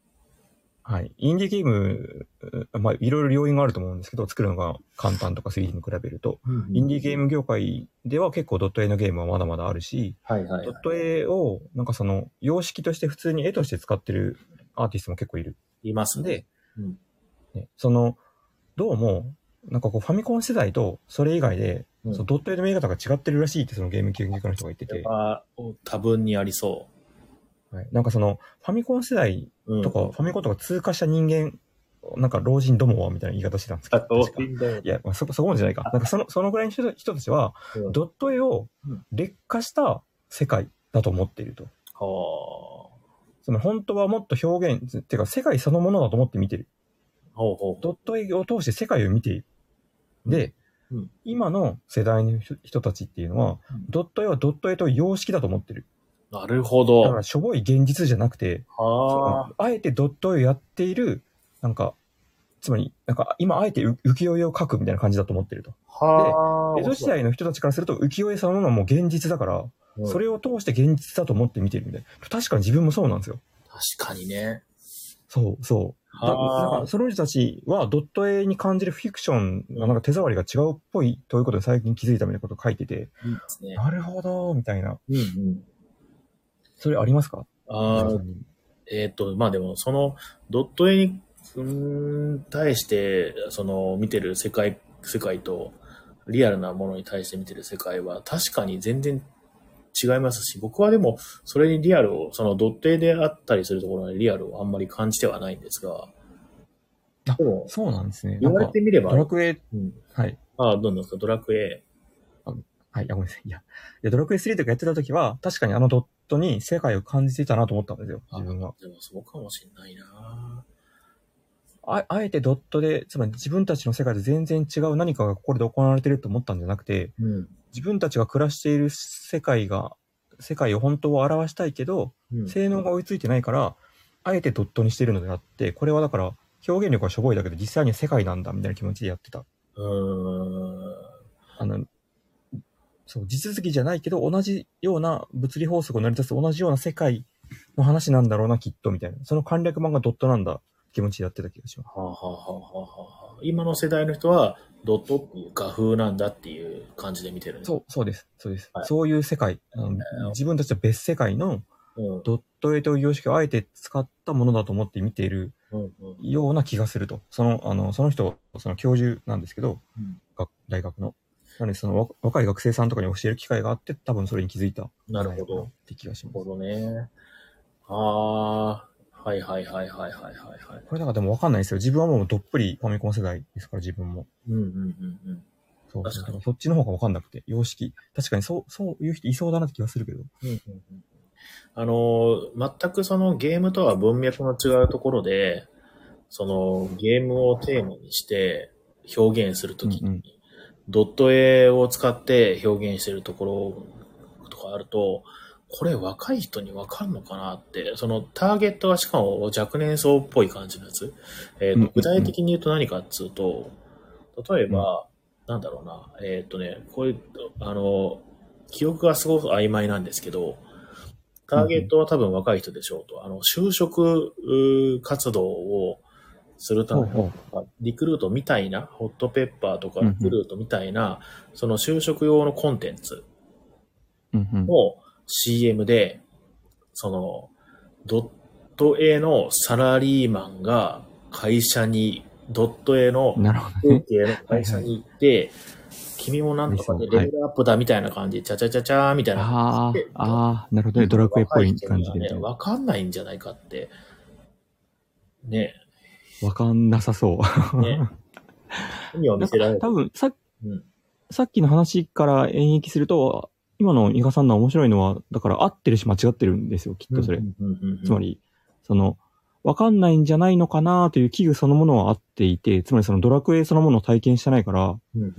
はい。インディーゲーム、うまあいろいろ要因があると思うんですけど、作るのが簡単とか 3D に比べると、インディーゲームム業界では結構ドット絵のゲームはまだまだあるし、はいはいドはいッ。ト絵をなんかその様式として普通に絵として使ってるアーティストも結構いる。いますね。で、うんねその、どうも、なんかこうファミコン世代とそれ以外で、うんそのドット絵の見え方が違ってるらしいってそのゲーム研究家の人が言って、やってぱ多分にありそはい、なんかそのファミコン世代う。うんとか、ファミコンとか通過した人間、なんか老人どもはみたいな言い方してたんですけあど、と確かいや、まあ、そこ、そこもじゃないか。なんかその、そのぐらいの人人たちは、うんドット絵をうん劣化した世界だと思っていると。ほその本当はもっと表現、っていうか世界そのものだと思って見てる。うほうほう。ドット絵を通して世界を見ている。で、うん今の世代の人人たちっていうのは、うんドット絵はドット絵と様式だと思ってる。なるほだかど。らしょぼい現実じゃなくて、そはあ。のあえてドット絵をやっている、なんか、つまり、なんか今あえて浮浮世絵を描くみたいな感じだと思ってると。はあ。江戸時代の人たちからすると浮世絵そのものはもう現実だから、うんそれを通して現実だと思って見てるみたいな。確かに自分もそうなんですよ。確かにね。そう、そう。だだかはら、その人たちはドット絵に感じるフィクションがなんか手触りが違うっぽいということで最近気づいたみたいなことを書いてて、あ。いいですね。なるほど、みたいな。うんうん。それありますかあ皆あさ、んにえっ、と、まあでも、その、ドット絵に、うーん、対して、その、見てる世界、世界と、リアルなものに対して見てる世界は、確かに全然違いますし、僕はでも、それにリアルを、その、ドット絵であったりするところにリアルをあんまり感じてはないんですが、あでも、そうなんですね。な言んわれかてみればド、ラクエ、うん、はい。ああ、どんどんですか、ドラクエ。はい、あごめんなさい。いや、いやドラクエ3とかやってた時は、確かにあのドットに世界を感じてたなと思ったんですよ、自分は。でも、そうかもしんないなああえてドットで、つまり自分たちの世界で全然違う何かがここで行われてると思ったんじゃなくて、うん。自分たちが暮らしている世界が、世界を本当は表したいけど、うん、性能が追いついてないから、あえてドットにしてるのであって、これはだから、表現力はしょぼいだけど、実際には世界なんだ、みたいな気持ちでやってた。うーん。あの、そう、地続きじゃないけど、同じような物理法則を成り立つ同じような世界の話なんだろうな、きっと、みたいな。その簡略版がドットなんだ、気持ちでやってた気がします。はあはあはあはあはあ今の世代の人は、ドットっていう画風なんだっていう感じで見てるね。そう、そうです。そうです。はいそういう世界、あの自分たちと別世界のうん。ドット絵という様式をあえて使ったものだと思って見ているうんうん。ような気がすると。その、あの、その人、その教授なんですけど、うん学大学の。なので、そのわ若い学生さんとかに教える機会があって、多分それに気づいた。なるほど。。って気がしなまるほす。どね。ああ、はいはいはいはいはいはいはい。これだからでもわかんないですよ。自分はもうどっぷりファミコン世代ですから、自分も。うんうんうんうん。そう。確かにだらそっちの方がわかんなくて、様式。確かにそう、そういう人いそうだなって気がするけど。あの、全くそのゲームとは文脈の違うところで、そのゲームをテーマにして表現するときに、うんうんドット絵を使って表現してるところとかあると、これ若い人にわかるのかなって、そのターゲットがしかも若年層っぽい感じのやつ。えーとうんうんうん具体的に言うと何かっつうと、例えば、なんだろうな、えーっとね、こういう、あの、記憶がすごく曖昧なんですけど、ターゲットは多分若い人でしょうと。あの、就職うー活動をするためのほうリクルートみたいな、ホットペッパーとかうんうんリクルートみたいな、その就職用のコンテンツうんうん。を CM で、その、ドット A のサラリーマンが会社に、ドット A のなるほど風ね。景の会社に行って、君もなんとかでレベルアップだみたいな感じ、ちゃちゃちゃちゃーみたいなああ、ああ、なるほどね。ドラクエっぽい感じでみたいね。な。わかんないんじゃないかって。 <laughs> ねわかんなさそう。ね意味を見せられる <laughs> 多。分さうんさっきの話から演繹すると、今の伊賀さんの面白いのは、だから合ってるし間違ってるんですよ、きっとそれ。うんうんうんうんつまり、その、わかんないんじゃないのかなという器具そのものは合っていて、つまりそのドラクエそのものを体験してないから、うんうん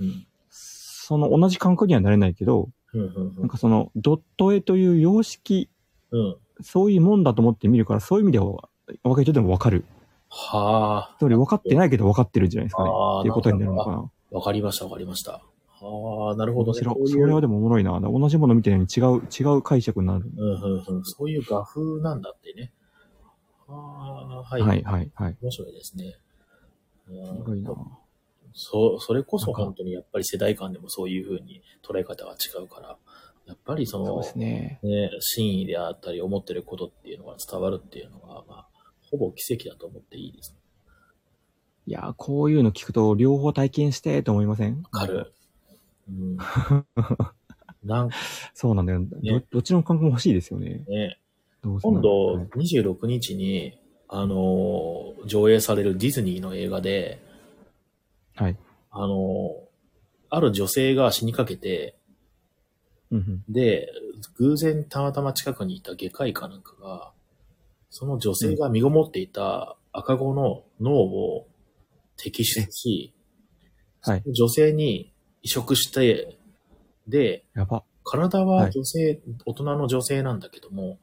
その同じ感覚にはなれないけど、うんうんなんかそのドット絵という様式、うんうんそういうもんだと思って見るから、そういう意味では、若い人でもわかる。はあ、つまり分かってないけど分かってるんじゃないですかねあー。っていうことになるのかな。わかりました、わかりました。はあ、なるほど面ね。白こうい。そいうれはでもおもろいな。同じもの見てるのに違う、違う解釈になる。うんうんうんそういう画風なんだってね。はあ、はい。はい、はい、はい。面白いですね。うんすごいな。そう、それこそなんか本当にやっぱり世代間でもそういうふうに捉え方が違うから、やっぱりそそうので、すね。ね、真意であったり思ってることっていうのが伝わるっていうのは、まあ、ほぼ奇跡だと思っていいです。いやー、こういうの聞くと、両方体験して、と思いませんわかる。 <laughs> うん。なんかそうなんだよ。どどっちの感覚も欲しいですよね。ね、どうせな今ら度はい26日に、あのー上映されるディズニーの映画で、はい。あのーある女性が死にかけて、うんうん。で、偶然たまたま近くにいた外科医かなんかが、その女性が身ごもっていた赤子の脳を摘出し、はい。女性に移植して、で、やば。体は女性、大人の女性なんだけども、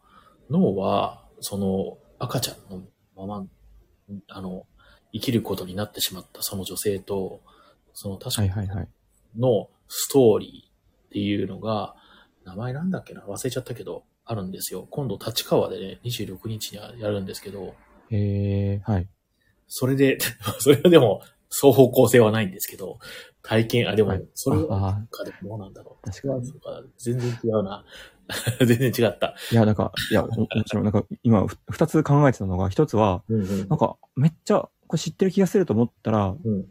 脳は、その赤ちゃんのまま、あの、生きることになってしまったその女性と、その確かはいはいはい。のストーリーっていうのが、名前なんだっけな忘れちゃったけど、あるんですよ。今度立川でね、26日にやるんですけど、えー、はい。それで、 <laughs> それはでも、双方向性はないんですけど、体験、あ、ではもい、それあはあ、かでもどうなんだろう。確かにそうか全然違うな。 <laughs> 全然違った。いや、なんか、いや、おもちろん、なんか、今、ふ二つ考えてたのが、一つは、うんうんなんか、めっちゃ、これ知ってる気がすると思ったら、うん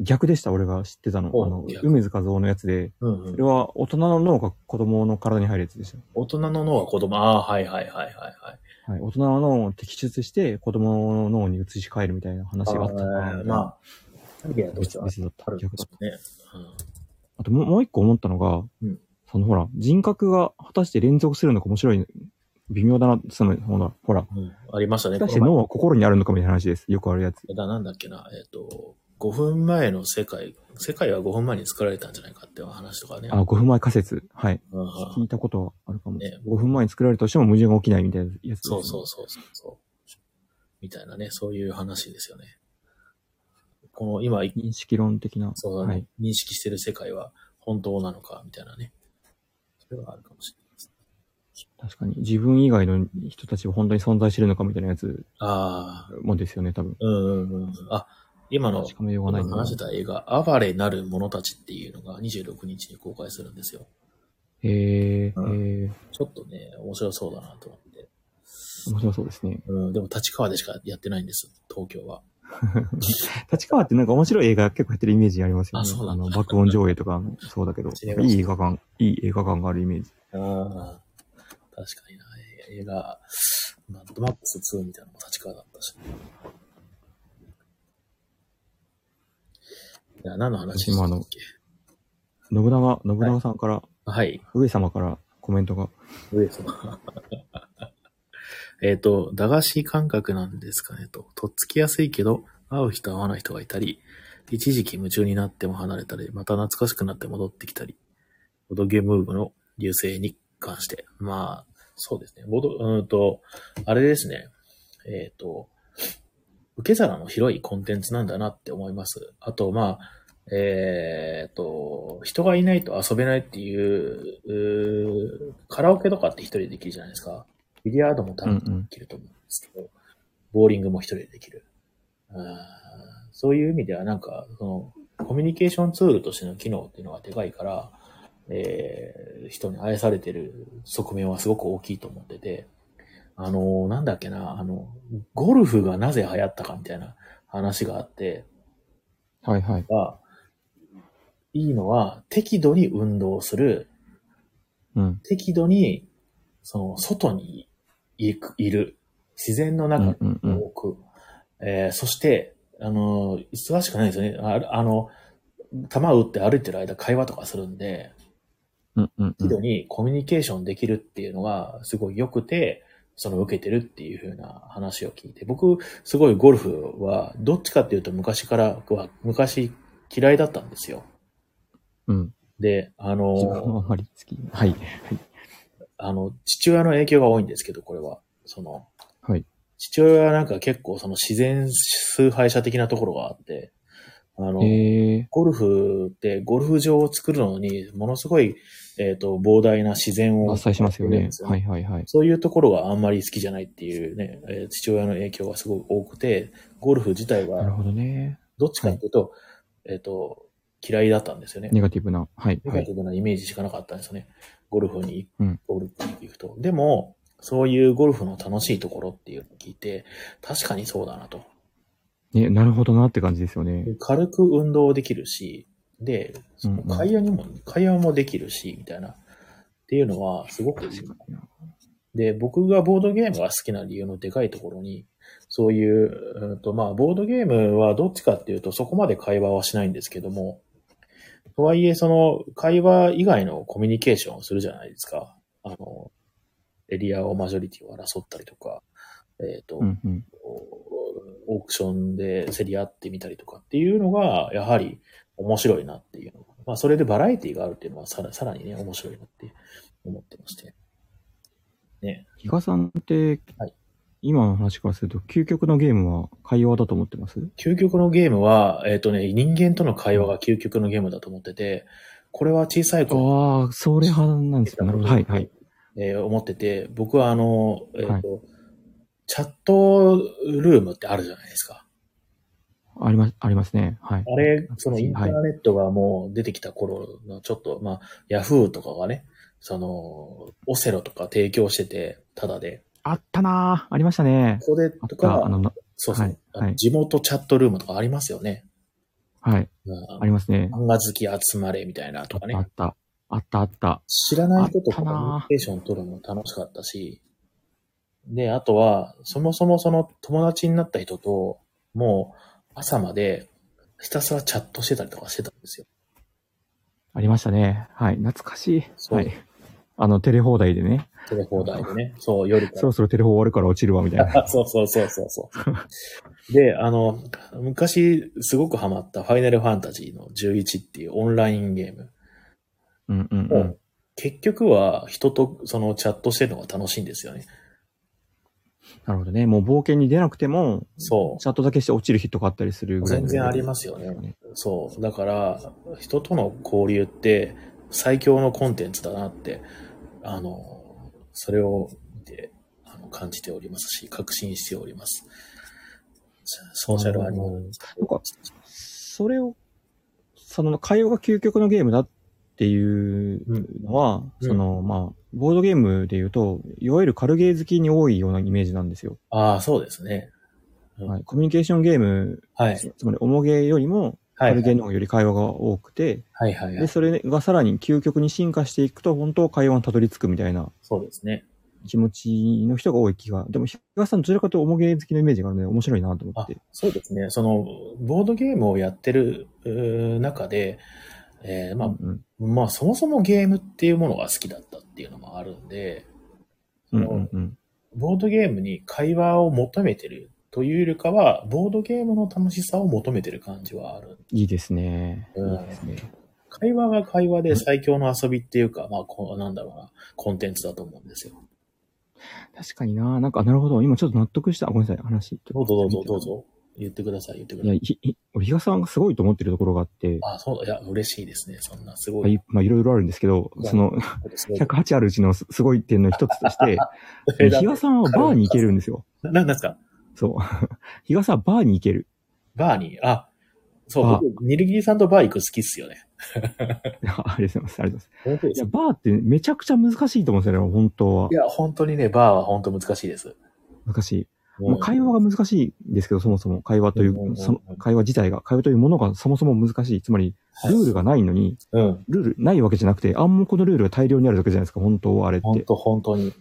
逆でした、俺が知ってたの。おあの逆、梅津和夫のやつで、うんうそんれは大人の脳が子供の体に入るやつでした。大人の脳は子供。ああ、はいはいはいはいはい。はい、大人の脳を摘出して子供の脳に移し替えるみたいな話があったのかあなーまあ、アイデアとして別は別だったあるんで逆だすった。ね。あともうもう一個思ったのが、うんそのほら、人格が果たして連続するのか面白い、微妙だな、そのほら、ほら、うんうんありましたね。果たしてこの前脳は心にあるのかみたいな話です。よくあるやつ。だ、なんだっけな、えっ、と、5分前の世界、世界は5分前に作られたんじゃないかっていう話とかね。あ、5分前仮説。はい。うん聞いたことはあるかも。ね5分前に作られたとしても矛盾が起きないみたいなやつです、そうそうそうそうそう。みたいなね、そういう話ですよね。この今、い認識論的な。そうだねはい。認識してる世界は本当なのか、みたいなね。それはあるかもしれないです。確かに。自分以外の人たちは本当に存在してるのかみたいなやつああ、もですよね、多分。うんうんうん。あ、今の、確かめようがない今んだな話してた映画、哀れなる者たちっていうのが26日に公開するんですよ。へえ、うへえ、ちょっとね、面白そうだなと思って。面白そうですね。うん、でも立川でしかやってないんです、東京は。立川ってなんか面白い映画結構やってるイメージありますよね。あそうなあんだの、爆音上映とかもそうだけど違い、ますいい映画館、いい映画館があるイメージ。ああ、確かにな。映画、マッドマックス2みたいなのも立川だったし。いや、何の話今の信長、信長さんから、はい。上様からコメントが、上様。えっと、駄菓子感覚なんですかねと。とっつきやすいけど、会う人会わない人がいたり、一時期夢中になっても離れたり、また懐かしくなって戻ってきたり、ボードゲームブームの流星に関して。まあ、そうですね。ボード、うーんと、あれですね。えっ、と、受け皿の広いコンテンツなんだなって思います。あと、まあ、えっ、と、人がいないと遊べないっていううー、カラオケとかって一人でできるじゃないですか。ビリヤードも多分できると思うんですけど、ボーリングも一人でできる。あーそういう意味ではなんか、その、コミュニケーションツールとしての機能っていうのがでかいから、えー人に愛されてる側面はすごく大きいと思ってて、あのーなんだっけな、あの、ゴルフがなぜ流行ったかみたいな話があって、はいはい。が、いいのは適度に運動する、うん。適度に、その、外にいくいる、自然のう中んうんうん。多く、えーそして、あの、忙しくないですよね。ああの、弾を打って歩いてる間会話とかするんで、うんうんう適度ん。にコミュニケーションできるっていうのがすごい良くて、その受けてるっていう風な話を聞いて、僕、すごいゴルフは、どっちかっていうと昔からは、昔嫌いだったんですよ。うん。で、あ自 <laughs> 分はあの、んまり好き。はい。はい。あの、父親の影響が多いんですけど、これは。その、はい。父親はなんか結構その自然崇拝者的なところがあって、あの、ええゴルフってゴルフ場を作るのに、ものすごい、えっ、と、膨大な自然を。。伐採しますよね。はいいはいはい。そういうところがあんまり好きじゃないっていうね、えー父親の影響がすごく多くて、ゴルフ自体なるはほどね。どっちかっていうと、えっ、と、嫌いだったんですよね。ネガティブな。はいネはガい。ティブなイメージしかなかったんですよね。ゴルフにうん、ゴルフに行くと。でも、そういうゴルフの楽しいところっていうのを聞いて、確かにそうだなと。ね、なるほどなって感じですよね。軽く運動できるし、でうんうん、会話にも、会話もできるし、みたいな。っていうのは、すごくいいで、僕がボードゲームが好きな理由のでかいところに、そういう、うんとまあ、ボードゲームはどっちかっていうとそこまで会話はしないんですけども、とはいえ、その会話以外のコミュニケーションをするじゃないですか。あの、エリアをマジョリティを争ったりとか、えっ、と、うんうん。オークションで競り合ってみたりとかっていうのが、やはり面白いなっていうのが。まあ、それでバラエティがあるっていうのはさらさらにね、面白いなって思ってまして。ね。比嘉さんって、はい今の話からすると、究極のゲームは会話だと思ってます究極のゲームは、えっ、とね、人間との会話が究極のゲームだと思ってて、これは小さい頃、ああ、それ派なんですか。なるほど。はいはい。えー思ってて、僕はあの、えっ、はいと、チャットルームってあるじゃないですか。あります、ありますね。はい。あれ、そのインタはいーネットがもう出てきた頃のちょっと、まあ、ヤフーとかがね、その、オセロとか提供してて、ただで、あったなーありましたね。ここであっとた、あか、の、なそうそう、はいあのはい地元チャットルームとかありますよね。はい、うんありますね。漫画好き集まれみたいなとかねあ。った、あった、あった。知らないこととあったコミなュニケーション取るのも楽しかったし、で、あとは、そもそもその友達になった人と、もう朝までひたすらチャットしてたりとかしてたんですよ。ありましたね。はい。懐かしい。そうはい。あの、テレ放題でね、テレ放題でね。そう、夜かそろそろテレ放終わるから落ちるわ、みたいな。ら。 <laughs> そうそうそうそう <laughs> そう。で、あの、昔すごくハマったファイナルファンタジーの11っていうオンラインゲーム。うんうんうもんう。結局は人とそのチャットしてるのが楽しいんですよね。なるほどね。もう冒険に出なくても、そう。チャットだけして落ちる日とかあったりするぐらいの。全然ありますよねね。そう。だから、人との交流って、最強のコンテンツだなって、あの、それを見て、あの、感じておりますし、確信しております。ソーシャルアニマル。なんか、それを、その会話が究極のゲームだっていうのは、うんその、まあ、ボードゲームで言うと、いわゆる軽ゲー好きに多いようなイメージなんですよ。ああ、そうですね。うんはい、コミュニケーションゲーム、はい。つつまり重ゲーよりもはい。軽ゲーの方より会話が多くて、はいはいはで、い。それがさらに究極に進化していくと、本当会話にたどり着くみたいなそうですね。気持ちの人が多い気が。でも、東さんどちらかというと重ゲー好きのイメージがあるので面白いなと思あって。そうですね。その、ボードゲームをやってるうー中で、えーまあうん、うんまあそもそもゲームっていうものが好きだったっていうのもあるんで、うんうんうん。ボードゲームに会話を求めてるというよりかは、ボードゲームの楽しさを求めてる感じはある。いいですね。いうんいですね。会話が会話で最強の遊びっていうか、まあこう、なんだろうな、コンテンツだと思うんですよ。確かにななんか、なるほど。今ちょっと納得した。ごめんなさい、話。どうぞどうぞどう。ぞ。言ってください、言ってくだいさや、い。いい俺、比嘉さんがすごいと思ってるところがあって、あ、そう、いや、嬉しいですね。そんな、すごまあいい。まあ、いろいろあるんですけどい、やその、ことすごい。 108あるうちのすすごい点の一つと <laughs> して、え比だ嘉さんはバーに行けるんですよ。ななんですかそう。 <laughs> 比嘉さんはバーに行ける。 <laughs> バーに、あ、そう、バー僕、ニルギリさんとバー行くの好きっすよね。ありがとうございます。ありがとうございます。本当でいすや、いバーってめちゃくちゃ難しいと思うんですよね、本当は。や、本当にね、バーは本当難しいです。難しい。もうまあ、会話が難しいんですけど、そもそも会話というんうんうんう、その会話自体が、会話というものがそもそも難しい。つまり、ルールがないのに、うん。ルールないわけじゃなくて、暗黙のルールが大量にあるだけじゃないですか、本当はあれっ本て。当本当に。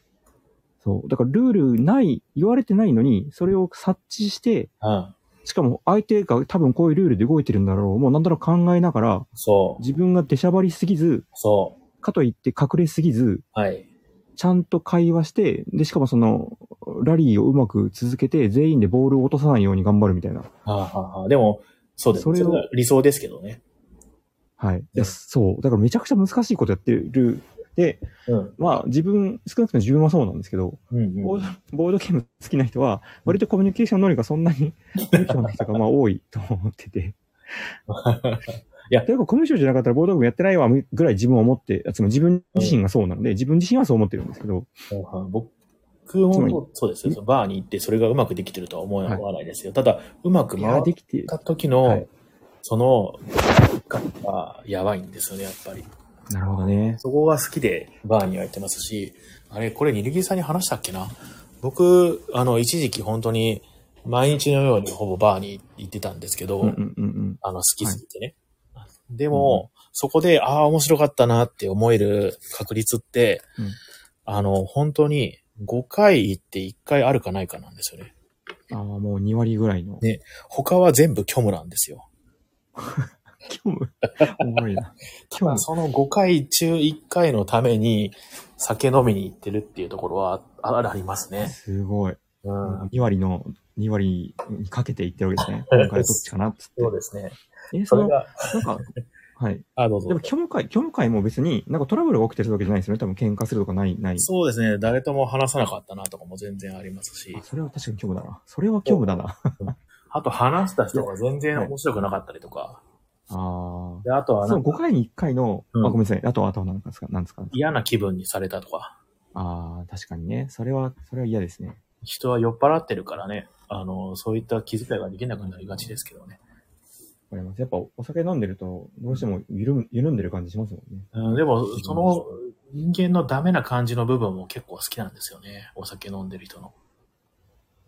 そう。だからルールない、言われてないのに、それを察知して、うん。しかも相手が多分こういうルールで動いてるんだろう、もうなんとなく考えながら、そう。自分が出しゃばりすぎず、そかといって隠れすぎず、う。はい。ちゃんと会話して、で、しかもその、ラリーをうまく続けて、全員でボールを落とさないように頑張るみたいな。はあ、はあはあ、でも、そうです。そそれれをが理想ですけどね。はい。いうんや、そう。だからめちゃくちゃ難しいことやってる。で、うん。まあ自分、少なくとも自分はそうなんですけど、うん、ボうーん。ドボードゲーム好きな人は、割とコミュニケーション能力がそんな <laughs> に、コミュニケーションの人がまあ多いと思って <laughs> て。いやというか、コミュニケーションじゃなかったらボードゲームやってないわぐらい自分は思って、つまり自分自身がそうなので、自分自身はそう思ってるんですけど、うん僕つまりもそうですよ。バーに行ってそれがうまくできてるとは思わないですよ。ただ、うまくい回や、っできて、た時の、はいその、感がやばいんですよね、やっぱり。なるほどね。そこが好きでバーには行ってますし、あれ、これ、ニルギーさんに話したっけな僕、あの、一時期本当に、毎日のようにほぼバーに行ってたんですけど、うんうんうんうん。あの、好きすぎてね。でも、そこで、ああ、面白かったなって思える確率って、うんあの、本当に5回行って1回あるかないかなんですよね。ああ、もう2割ぐら <laughs> いの。ね他は全部虚無なんですよ。今日も、おもろいな。ただその5回中1回のために酒飲みに行ってるっていうところはあありますね。すごい。うん。 2割の、2割にかけていってるわけです <laughs> ね。今回どっちかなっつっそうですね。て。え、そそれの、なんが、か、はい。あ、どうぞで。も、虚無会、虚無会も別に、なんかトラブルが起きてるわけじゃないですよね。多分、喧嘩するとかない、ない。そうですね。誰とも話さなかったなとかも全然ありますしあ、、それは確かに虚無だな。それは虚無だな。あと話した人が全然面白くなかったりとか、あで、あとあ。はそなのん5か回に1回の、うんあ、ごめんなさい。あとは、あとは何ですか何ですか嫌な気分にされたとか、ああ、確かにね。それは、それは嫌ですね。人は酔っ払ってるからね、あの、そういった気遣いができなくなりがちですけどね。わかります。やっぱ、お酒飲んでると、どうしても緩む、緩んでる感じしますもんね。うん、でも、その人間のダメな感じの部分も結構好きなんですよね。お酒飲んでる人の。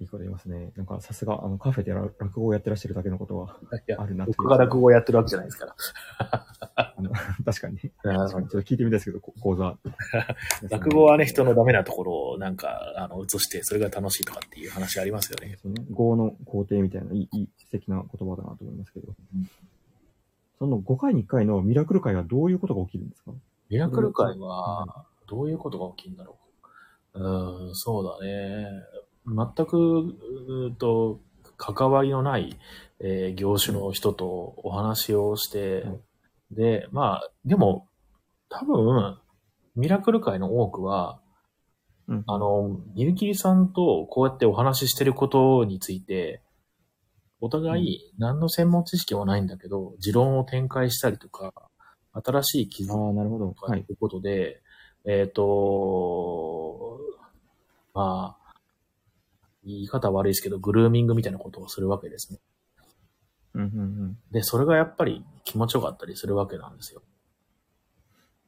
いいこと言いますね。なんか、さすが、あの、カフェでら落語をやってらっしゃるだけのことは、いやあるなという僕が落語をやってるわけじゃないですから。あの確かにね。うん確かにちょっと聞いてみたいですけど、こ講 <laughs> 座。落語はね、人のダメなところをなんか、あの、映して、それが楽しいとかっていう話ありますよね。そうね。語の工程みたいな、いい、いい素敵な言葉だなと思いますけど。うんその5回に1回のミラクル会はどういうことが起きるんですかミラクル会は、どういうことが起きるんだろう。うーん、そうだね。全く、うーんと、関わりのない、えー業種の人とお話をして、うんで、まあ、でも、多分、ミラクル会の多くは、うんあの、ニルキリさんとこうやってお話ししてることについて、お互い何の専門知識もないんだけど、持論を展開したりとか、新しい絆ああ、なるほど。とはい。いうことで、えっ、と、まあ、言い方悪いですけど、グルーミングみたいなことをするわけですね。うんうんうん。で、それがやっぱり気持ちよかったりするわけなんですよ。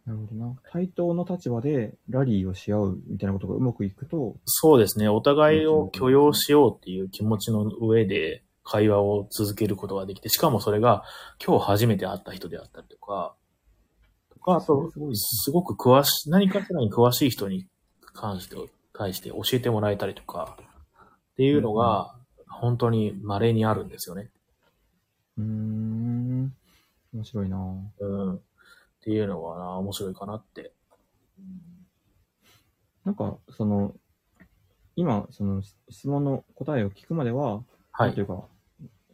なるほどな。対等の立場でラリーをし合うみたいなことがうまくいくと、そうですね。お互いを許容しようっていう気持ちの上で会話を続けることができて、しかもそれが今日初めて会った人であったりとか、とか、あそれとすごい、ですすごく詳し、何かしらに詳しい人に関して、対して教えてもらえたりとか、っていうのが、本当に稀にあるんですよね。うーん。面白いなうん。っていうのはな、面白いかなって。なんか、その、今、その質問の答えを聞くまでは、はなんていい。うか、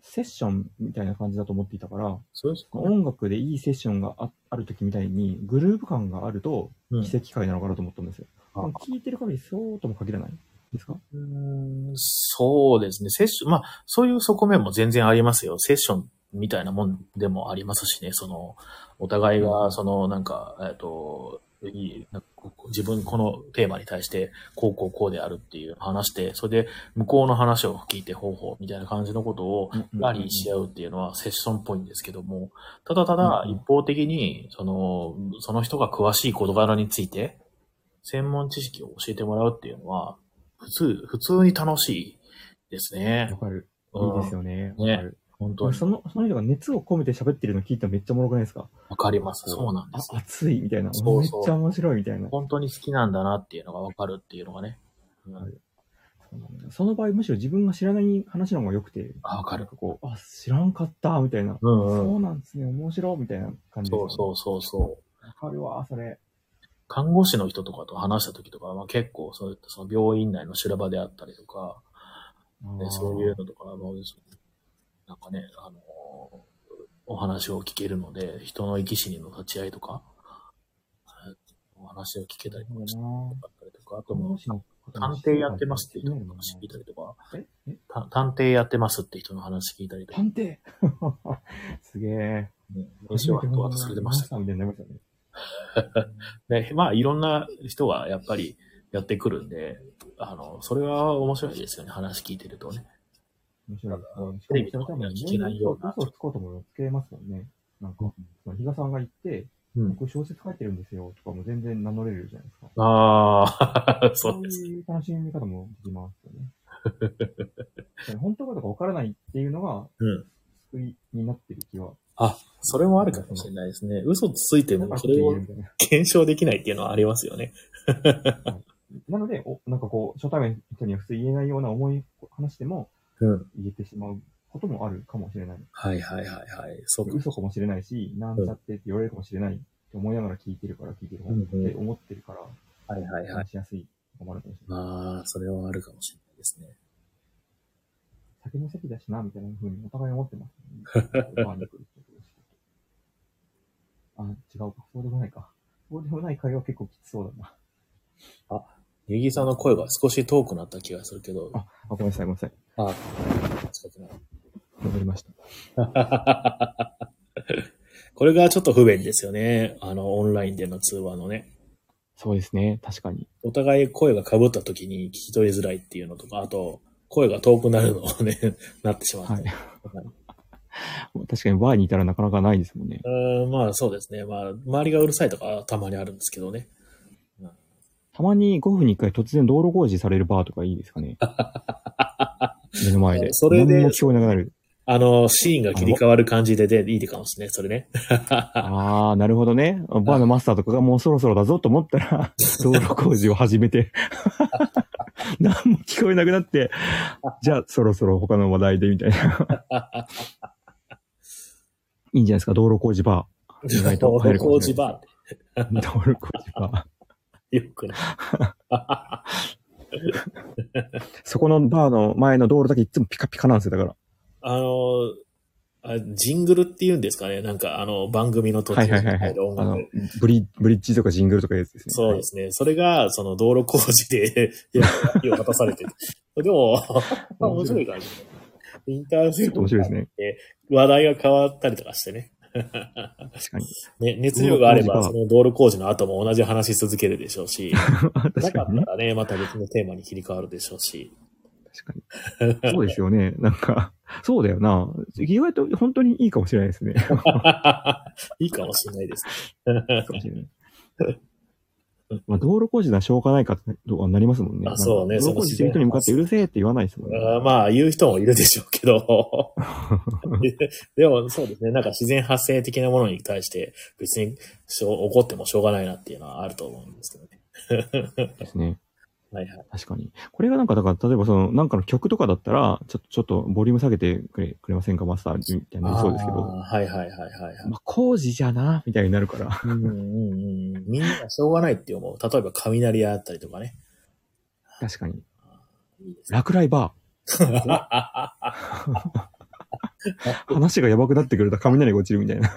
セッションみたいな感じだと思っていたから、そうですかね。音楽でいいセッションがあある時みたいに、グループ感があると、うん奇跡会なのかなと思ったんですよ。あでも聞いてる限り、そうとも限らないですかうーんそうですね。セッション、まあ、そういう側面も全然ありますよ。セッションみたいなもんでもありますしね。その、お互いが、その、なんか、えっと、いいなんかここ自分このテーマに対して、こうこうこうであるっていう話して、それで向こうの話を聞いて方法みたいな感じのことをラリーし合うっていうのはセッションっぽいんですけども、ただただうんうん一方的に、その、その人が詳しい事柄について、専門知識を教えてもらうっていうのは、普通、普通に楽しいですねわ。かる。いうんいですよね。ねわかる。本当にその、その人が熱を込めて喋ってるの聞いたらめっちゃおもろくないですかわかります。そうなんですあ、。熱いみたいな。そうそうめっちゃ面白いみたいな。本当に好きなんだなっていうのがわかるっていうのがね。うんはいその場合、むしろ自分が知らない話の方が良くて、あわかなんる。かこう、あ、知らんかった、みたいな。うんうんそうなんですね、面白い、みたいな感じでそす、ね。うそうそうそう。う。わかるわ、それ。看護師の人とかと話した時とかは、まあ、結構そういったその病院内の修羅場であったりとか、ね、そういうのとか、あのなんかね、あのお話を聞けるので、人の生き死にの立ち会いとか、お話を聞けたりとかしそたうだりとか、あとなもう、探偵やってますっていう人の話聞いたりとか、ええた探偵やってますって人の話聞いたりとか、探偵すげえ。ね、名刺をあと渡されてましたた。みたいになりましたね。ね、まあ、いろんな人がやっぱりやってくるんで、あの、それは面白いですよね、話聞いてるとね。面白い。うんしテかレビともそれか多には分、聞けないような嘘をつこうともつけますもんね。なんか、その比嘉さんが言って、うん。僕小説書いてるんですよ、とかも全然名乗れるじゃないですか。ああ、 <laughs> そうです。いう楽しみ方もできますよ <laughs> ね。本当かどうかわからないっていうのが、うん。救いになってる気は。あ、それもあるかもしれないですね。嘘ついてだかもらそ聞いれていをるみたいな。検証できないっていうのはありますよね。なので、おなんかこう、初対面の人には普通言えないような思い話でもうん。言えてしまうこともあるかもしれない。はいはいはいはい。そうか。嘘かもしれないし、なんちゃってって言われるかもしれないって思いながら聞いてるから聞いてる方うんうんって思ってるから、はいはいはい。話しやすいのもあるかもしれない。まあ、それはあるかもしれないですね。酒の席だしな、みたいな風にお互い思って <laughs> ます、ね。バーに来る人とあ、違うか。そうでもないか。そうでもない会話結構きつそうだな。ゆぎさんの声が少し遠くなった気がするけど。あ、ごめんなさい、ごめんなさい。あ、近くない。戻りました。 <laughs> これがちょっと不便ですよね。あの、オンラインでの通話のね。そうですね、確かに。お互い声が被った時に聞き取りづらいっていうのとか、あと、声が遠くなるのをね、 <laughs> なってしまったはりい。確かにバーにいたらなかなかないですもんね。うーんまあそうですね。まあ、周りがうるさいとかたまにあるんですけどね。たまに5分に1回突然道路工事されるバーとかいいですか <laughs> ね。目の前で。それで何も聞こえなくなる。あの、シーンが切り替わる感じででいいかもしれない。それね。 <laughs> ああ、なるほどね。バーのマスターとかがもうそろそろだぞと思った <laughs> ら、道路工事を始め <laughs> て、何も聞こえなくなって、じゃあそろそろ他の話題でみたいな。 <laughs> いいんじゃないですか、道路工事バ意外と入るか工もし事れバーってー。道路工事バー。よくない。そこのバーの前の道路だけいつもピカピカなんですよ、だから。あの、あジングルって言うんですかね。なんかあの、番組の途中に入る音あ楽の。、ブリ、ブリッジとかジングルとかいうやつですね。そうですね。それが、その道路工事で <laughs> 役割を果たされてる。でも、 <laughs> 面白い感じ。インターンちょっと面白いですね。話題が変わったりとかしてね。確かに。ね、熱量があれば、その道路工事の後も同じ話し続けるでしょうし、な確かかっにねた。らね、また別のテーマに切り替わるでしょう <laughs> し。確かに。そうですよね。なんか、そうだよな。意外と本当にいいかもしれな <laughs> いですね。いいかもしれないです。かもしれない。まあ、道路工事ならしょうがないかってなりますもんね。あそうね道路工事してる人に向かってうるせえって言わないですもんね。あーまあ、言う人もいるでしょうけ <laughs> ど。でも、そうですね。なんか自然発生的なものに対して、別にしょう怒ってもしょうがないなっていうのはあると思うんですけどね。ですね。はいはい。確かに。これがなんか、だから、例えばその、なんかの曲とかだったら、ちょっと、ちょっとボリューム下げてくれ、くれませんか、マスターみたいになりそうですけあど。ーはいはいはいはい、はいまあ、工事じゃな、みたいになるから。うんうんうん。みんながしょうがないって思う。例えば雷屋あったりとかね。確かに。いいです <laughs> ね。落雷バー。話がやばくなってくると雷が落ちるみたいな。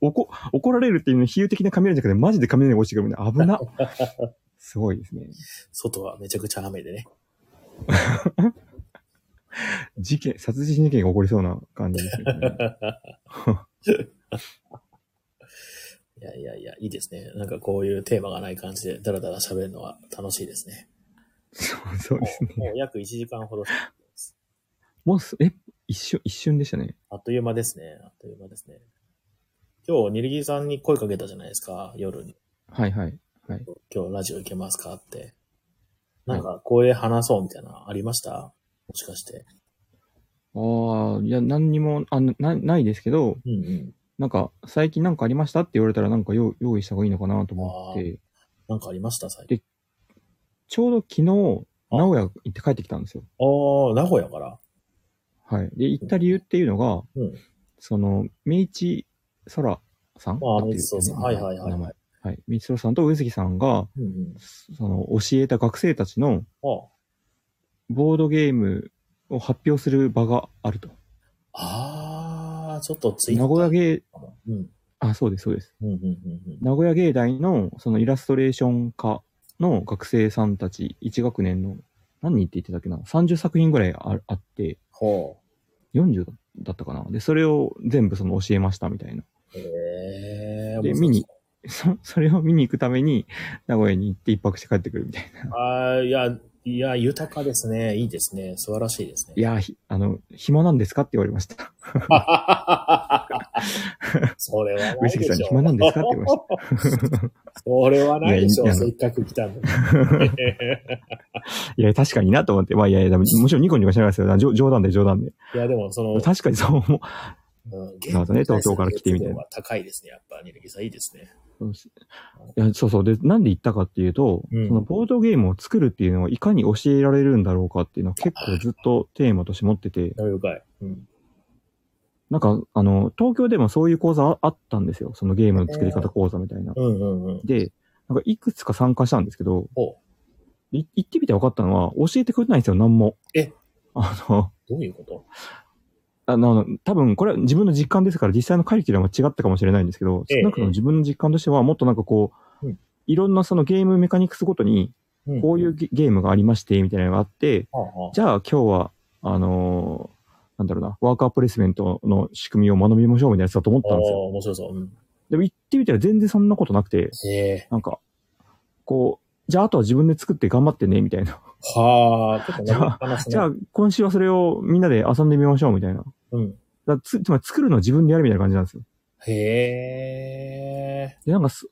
おこ怒られるっていうのは比喩的な雷じゃなくて、マジで雷が落ちてくるみたいな。危な。すごいですね。外はめちゃくちゃ雨でね。事件、殺人事件が起こりそうな感じですよね。いやいやいや、いいですね。なんかこういうテーマがない感じで、だらだら喋るのは楽しいですね。そうそうですね。もう約1時間ほど。もうす、え、一瞬、一瞬でしたね。あっという間ですね。あっという間ですね。今日、ニルギーさんに声かけたじゃないですか、夜に。はいはい。今日ラジオ行けますかって。なんか、これ話そうみたいなのありましたもしかして。ああ、いや、何にも、あ、な、ないですけど、うんうん。なんか、最近なんかありましたって言われたら、なんか用用意した方がいいのかなと思って、なんかありました最で近。ちょうど昨日、あ名古屋行って帰ってきたんですよ。ああ、名古屋から。はい。で、行った理由っていうのが、うんその、明治空さんああ合ってる明治空さんはいはいはい名前。はい。明治空さんと上杉さんが、うんうん。その、教えた学生たちのあボードゲームを発表する場があると。ああー、ちょっとツイッタ名ー古屋芸、かも。うん。あ、そうです、そうです。うんうんうんうん。名古屋芸大のそのイラストレーション科の学生さんたち、1学年の何人って言ってたっけな ?30 作品ぐらいああって、ほ40だったかなで、それを全部その教えましたみたいな。う。へえ。面白でそう見にそ <laughs> それを見に行くために名古屋に行って一泊して帰ってくるみたいな。ああ、いや、いや、豊かですね。いいですね。素晴らしいですね。いやーひあの、暇なんですかって言われました。それはな上いで杉しさょん暇なんですかって言われました。 <laughs> それはないでしょいやう。いやせっかく来たの <laughs> に。いや、確かになと思って。まあいやい <laughs> や、でももちろんニコニコしながらですよ。冗冗談で冗談で。いや、でも、そ <laughs> の、確かにそう <laughs> 思う。うんなるほどね東京から来てみたいな。高いですね、やっぱ、ニルギさん。いいですね。そうですいやそうそう。で、なんで言ったかっていうと、うんそのボードゲームを作るっていうのをいかに教えられるんだろうかっていうのは結構ずっとテーマとして持ってて、興味深い。うん。なんか、あの、東京でもそういう講座ああったんですよ。そのゲームの作り方講座みたいな。うんうんうん。で、なんかいくつか参加したんですけど、おどい行ってみて分かったのは、教えてくれないんですよ、何も。えあの、ういうことあの、多分これは自分の実感ですから、実際のカリキュラムは違ったかもしれないんですけど、ええ少なくとも自分の実感としては、もっとなんかこう、うん。いろんなそのゲームメカニクスごとに、こういううゲゲームがありまして、みたいなのがあって、はあはあじゃあ今日は、あのーなんだろうな、ワーカープレイスメントの仕組みを学びましょうみたいなやつだと思っあたんですあ、よ。面白そう。うん。でも行ってみたら全然そんなことなくて、へえ。なんか、こう、じゃああとは自分で作って頑張ってね、みたいな。はあ、ちょっと飲みっぱなしねじゃあ今週はそれをみんなで遊んでみましょう、みたいな。だかうん。らつ、つまり作るのは自分でやるみたいな感じなんですよ。へえ。で、なんかそ、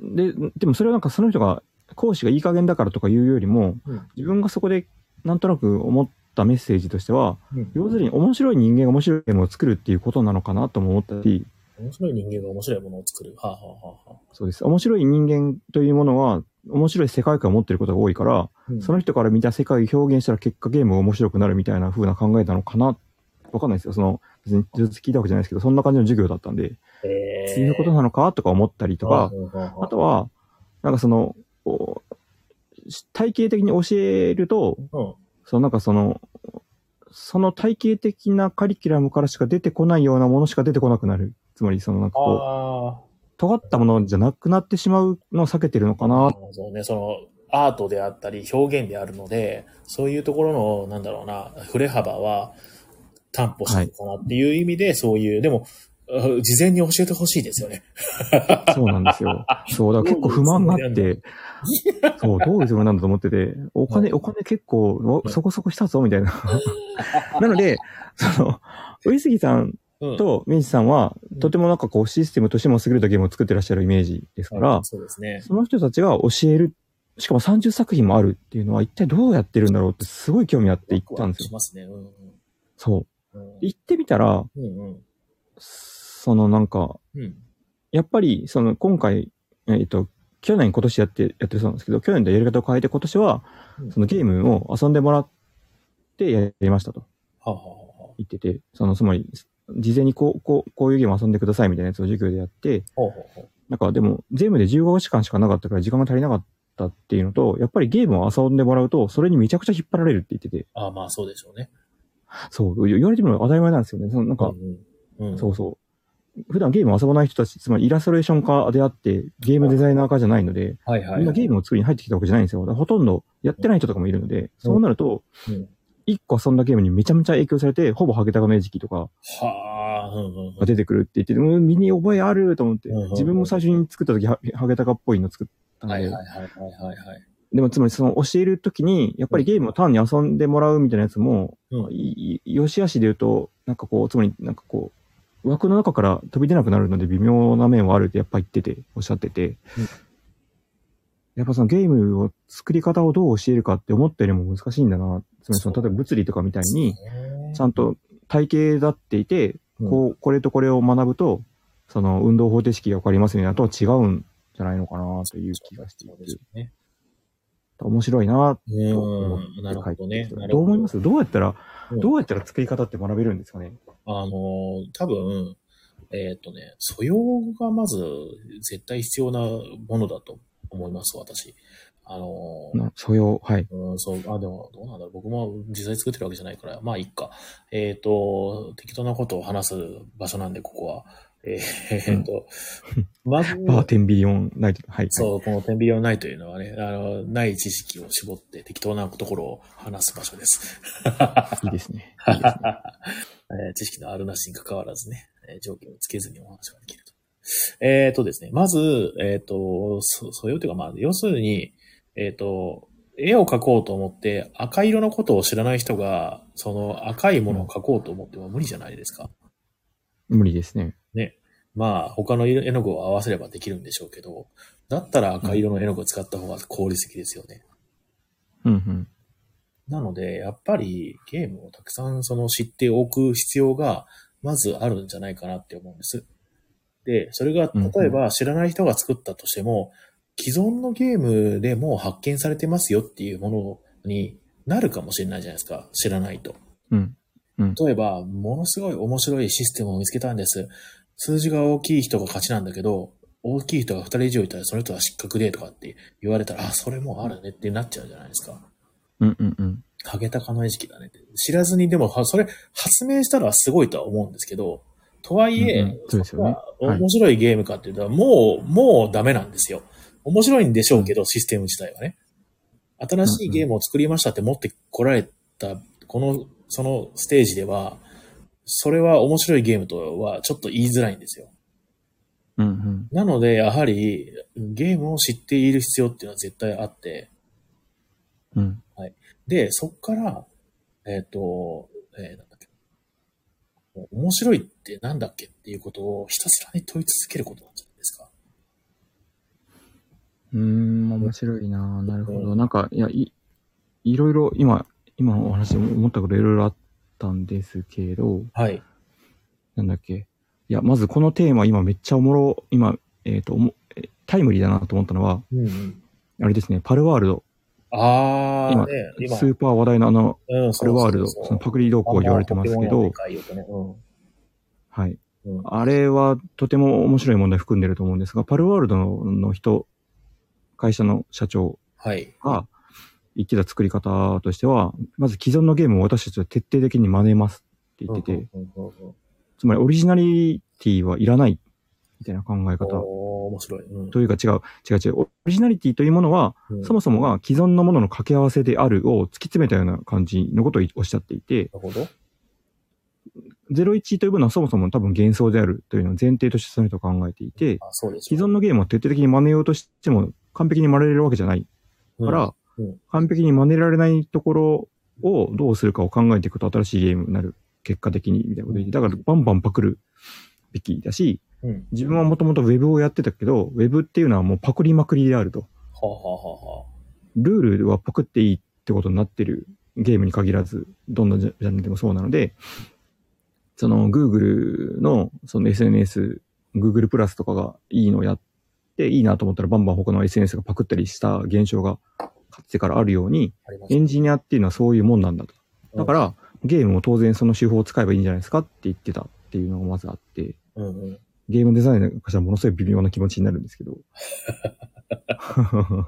で、でもそれはなんかその人が、講師がいい加減だからとか言うよりも、うん自分がそこでなんとなく思ったメッセージとしては、うん要するに面白い人間が面白いゲームを作るっていうことなのかなとも思ったし、面白い人間が面白いものを作る。はあはあはあはそうです。面白い人間というものは、面白い世界観を持ってることが多いから、あ。うんその人から見た世界を表現したら結果ゲームが面白くなるみたいな風な考えなのかな。わかんないですよ。その、別にずっと聞いたわけじゃないですけど、そんな感じの授業だったんで、へえそういうことなのかとか思ったりとか、うんうんうんうんあとは、なんかその、こうし体系的に教えると、うんそのなんかその、その体系的なカリキュラムからしか出てこないようなものしか出てこなくなる。つまりそのなんかこあう、尖ったものじゃなくなってしまうのを避けてるのかあな。。そうね、その、アートであったり、表現であるので、そういうところの、なんだろうな、触れ幅は、担保してるかなっていう意味で、そういう、でも、あ事前に教えてほしいですよね。そうなんですよ。そう、だから結構不満があって、そう、どういうつもりなんだと思ってて、お金、お金結構、はいそこそこしたぞ、みたいな。なので、その、上杉さんうん。と明治さんはうん、とてもなんかこう、システムとしても優れたゲームを作ってらっしゃるイメージですから、そうですね。その人たちが教える、しかも30作品もあるっていうのは、一体どうやってるんだろうってすごい興味あって行ったんですしよ。ますね。うんそうう。ん。行ってみたら、うんうん。そのなんか、うん。やっぱり、その、今回、えっと、去年、今年やって、やってるそうなんですけど、去年とやり方を変えて、今年はうん、そのゲームを遊んでもらってやりましたとはあはあはあ。言ってて、その、つまり、事前にこう、こう、こういうゲーム遊んでくださいみたいなやつを授業でやって、ほうほうほう。なんかでも、全部で15時間しかなかったから時間が足りなかったっていうのと、やっぱりゲームを遊んでもらうと、それにめちゃくちゃ引っ張られるって言ってて、ああ、まあそうでしょうね。そう、言われてみれば当たり前なんですよね。そのなんか、うんうん。そうそう。普段ゲームを遊ばない人たち、つまりイラストレーション家であって、ゲームデザイナー家じゃないので、はいはいはい。みんなゲームを作りに入ってきたわけじゃないんですよ。だからほとんどやってない人とかもいるので、そうなるとうん、一個遊んだゲームにめちゃめちゃ影響されて、ほぼハゲタカメ時期とかはあ、うんうんうん。が出てくるって言って、うん、身に覚えあると思ってうんうんうん、自分も最初に作った時、ハハゲタカっぽいの作ったのはいはいで、はいはいはいはい。でもつまりその教える時に、やっぱりゲームを単に遊んでもらうみたいなやつも、うんいいよしあしで言うと、なんかこう、つまりなんかこう、枠の中から飛び出なくなるので微妙な面はあるってやっぱ言ってて、おっしゃってて、うんやっぱそのゲームを作り方をどう教えるかって思ったよりも難しいんだな。つまりその、例えば物理とかみたいに、ちゃんと体系だっていて、うんこう、これとこれを学ぶと、その運動方程式がわかりますみたいなのとは違うんじゃないのかなという気がしていそうてで。すよね。面白いなっうん。なるほどね。なるほどう思いますどうやったら、うんどうやったら作り方って学べるんですかねあのー、多分、えーっとね、素養がまず絶対必要なものだと思います、私。あのー、な素養、はい。うん、そう、あ、でも、どうなんだろう。僕も実際作ってるわけじゃないから、まあ、いっか。えっ、と、適当なことを話す場所なんで、ここは。えーえっと、ま <laughs> ず、バーテンビリオンナイト、はい。そう、この天秤をないというのはね、あの、ない知識を絞って適当なところを話す場所です。いいですね。いいですねえー知識のあるなしに関わらずね、えー条件をつけずにお話ができると。えっ、とですね、まず、えっ、と、そ素養というか、まあ、要するに、えっ、と、絵を描こうと思って赤色のことを知らない人が、その赤いものを描こうと思っても無理じゃないですか。無理ですね。まあ、他の色絵の具を合わせればできるんでしょうけど、だったら赤色の絵の具を使った方が効率的ですよね。うんうん。なので、やっぱりゲームをたくさんその知っておく必要が、まずあるんじゃないかなって思うんです。で、それが、うんうん例えば知らない人が作ったとしても、既存のゲームでもう発見されてますよっていうものになるかもしれないじゃないですか。知らないと。うん。例えば、ものすごい面白いシステムを見つけたんです。数字が大きい人が勝ちなんだけど、大きい人が2人以上いたらその人は失格でとかって言われたら、あ、それもうあるねってなっちゃうじゃないですか。うんうんうん。ハゲタカの意識だねって。知らずに、でも、はそれ、発明したのはすごいとは思うんですけど、とはいえ、うんうんそうですよねそれははい面白いゲームかっていうと、もう、もうダメなんですよ。面白いんでしょうけど、システム自体はね。新しいゲームを作りましたって持ってこられた、この、そのステージでは、それは面白いゲームとはちょっと言いづらいんですよ。うんうん。なので、やはり、ゲームを知っている必要っていうのは絶対あって、うん。で、そっから、えっ、と、えーなんだっけ。面白いってなんだっけっていうことをひたすらに問い続けることなんじゃないですか。うーん、面白いななるほど。なんか、いや、い、いろいろ、今、今のお話で思ったこといろいろあったんですけど、はい。なんだっけ。いや、まずこのテーマ、今めっちゃおもろ、今、えっ、と、おもえタイムリーだなと思ったのは、うんうん。あれですね、パルワールド。あー、今ね、今、スーパー話題のあの、うん、パルワールド、そのパクリ動向言われてますけど、はい。うんあれはとても面白い問題含んでると思うんですが、パルワールドのの人、会社の社長はい。が言ってた作り方としては、まず既存のゲームを私たちは徹底的に真似ますって言ってて、うんうんうんうんつまりオリジナリティはいらないみたいな考え方。おー面白い。うんというか違う、違う違う。オリジナリティというものは、うんそもそもが既存のものの掛け合わせであるを突き詰めたような感じのことをおっしゃっていて、なるほど。 01というものはそもそも多分幻想であるというのを前提としてその人は考えていて、あそうです既存のゲームを徹底的に真似ようとしても完璧に真似れるわけじゃないかから、うんうん完璧に真似られないところをどうするかを考えていくと新しいゲームになる。結果的に、みたいなこと言って、だからバンバンパクるべきだし、うん。うん。自分はもともと Web をやってたけど、Web っていうのはもうパクりまくりであると。はあ、はあはあはあ、ルールはパクっていいってことになってるゲームに限らず、どんなジャジャンルでもそうなので、その Google のその SNS、Google プラスとかがいいのをやって、いいなと思ったらバンバン他の SNS がパクったりした現象がかつてからあるように、ありますエンジニアっていうのはそういうもんなんだと。うんだから、ゲームも当然その手法を使えばいいんじゃないですかって言ってたっていうのがまずあって、うんうん。ゲームデザイナーからしたらものすごい微妙な気持ちになるんですけど。うん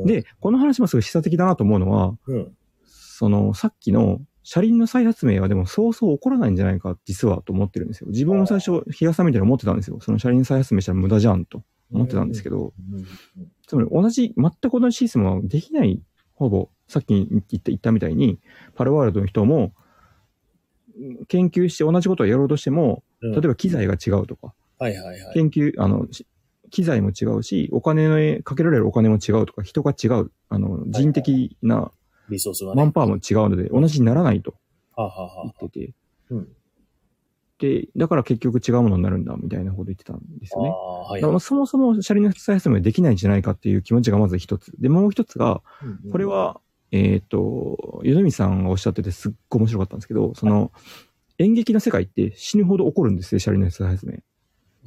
うん、で、この話もすごい示唆的だなと思うのは、うん。そのさっきの車輪の再発明はでもそうそう起こらないんじゃないか実はと思ってるんですよ。自分も最初、日傘みたいなの思ってたんですよ。その車輪再発明したら無駄じゃんと思ってたんですけど、うんつまり同じ、全く同じシステムはできない、ほぼ、さっき言った言ったみたいに、パルワールドの人も、うん研究して同じことをやろうとしても、うん。例えば、ば機材が違うとか、はいはいはい。研究、あの、し機材も違うし、お金のかけられるお金も違うとか、人が違う、あの、人的なリソースがね。マンパワーも違うので、同じにならないとはあ、はあは言あってて、うんで、だから結局違うものになるんだ、みたいなこと言ってたんですよね。あーはいだからそもそも車輪の再発明はできないんじゃないかっていう気持ちがまず一つ。で、もう一つが、これ、は、えっ、と、ゆずみさんがおっしゃっててすっごい面白かったんですけど、その、演劇の世界って死ぬほど起こるんですね、シャリの再発明。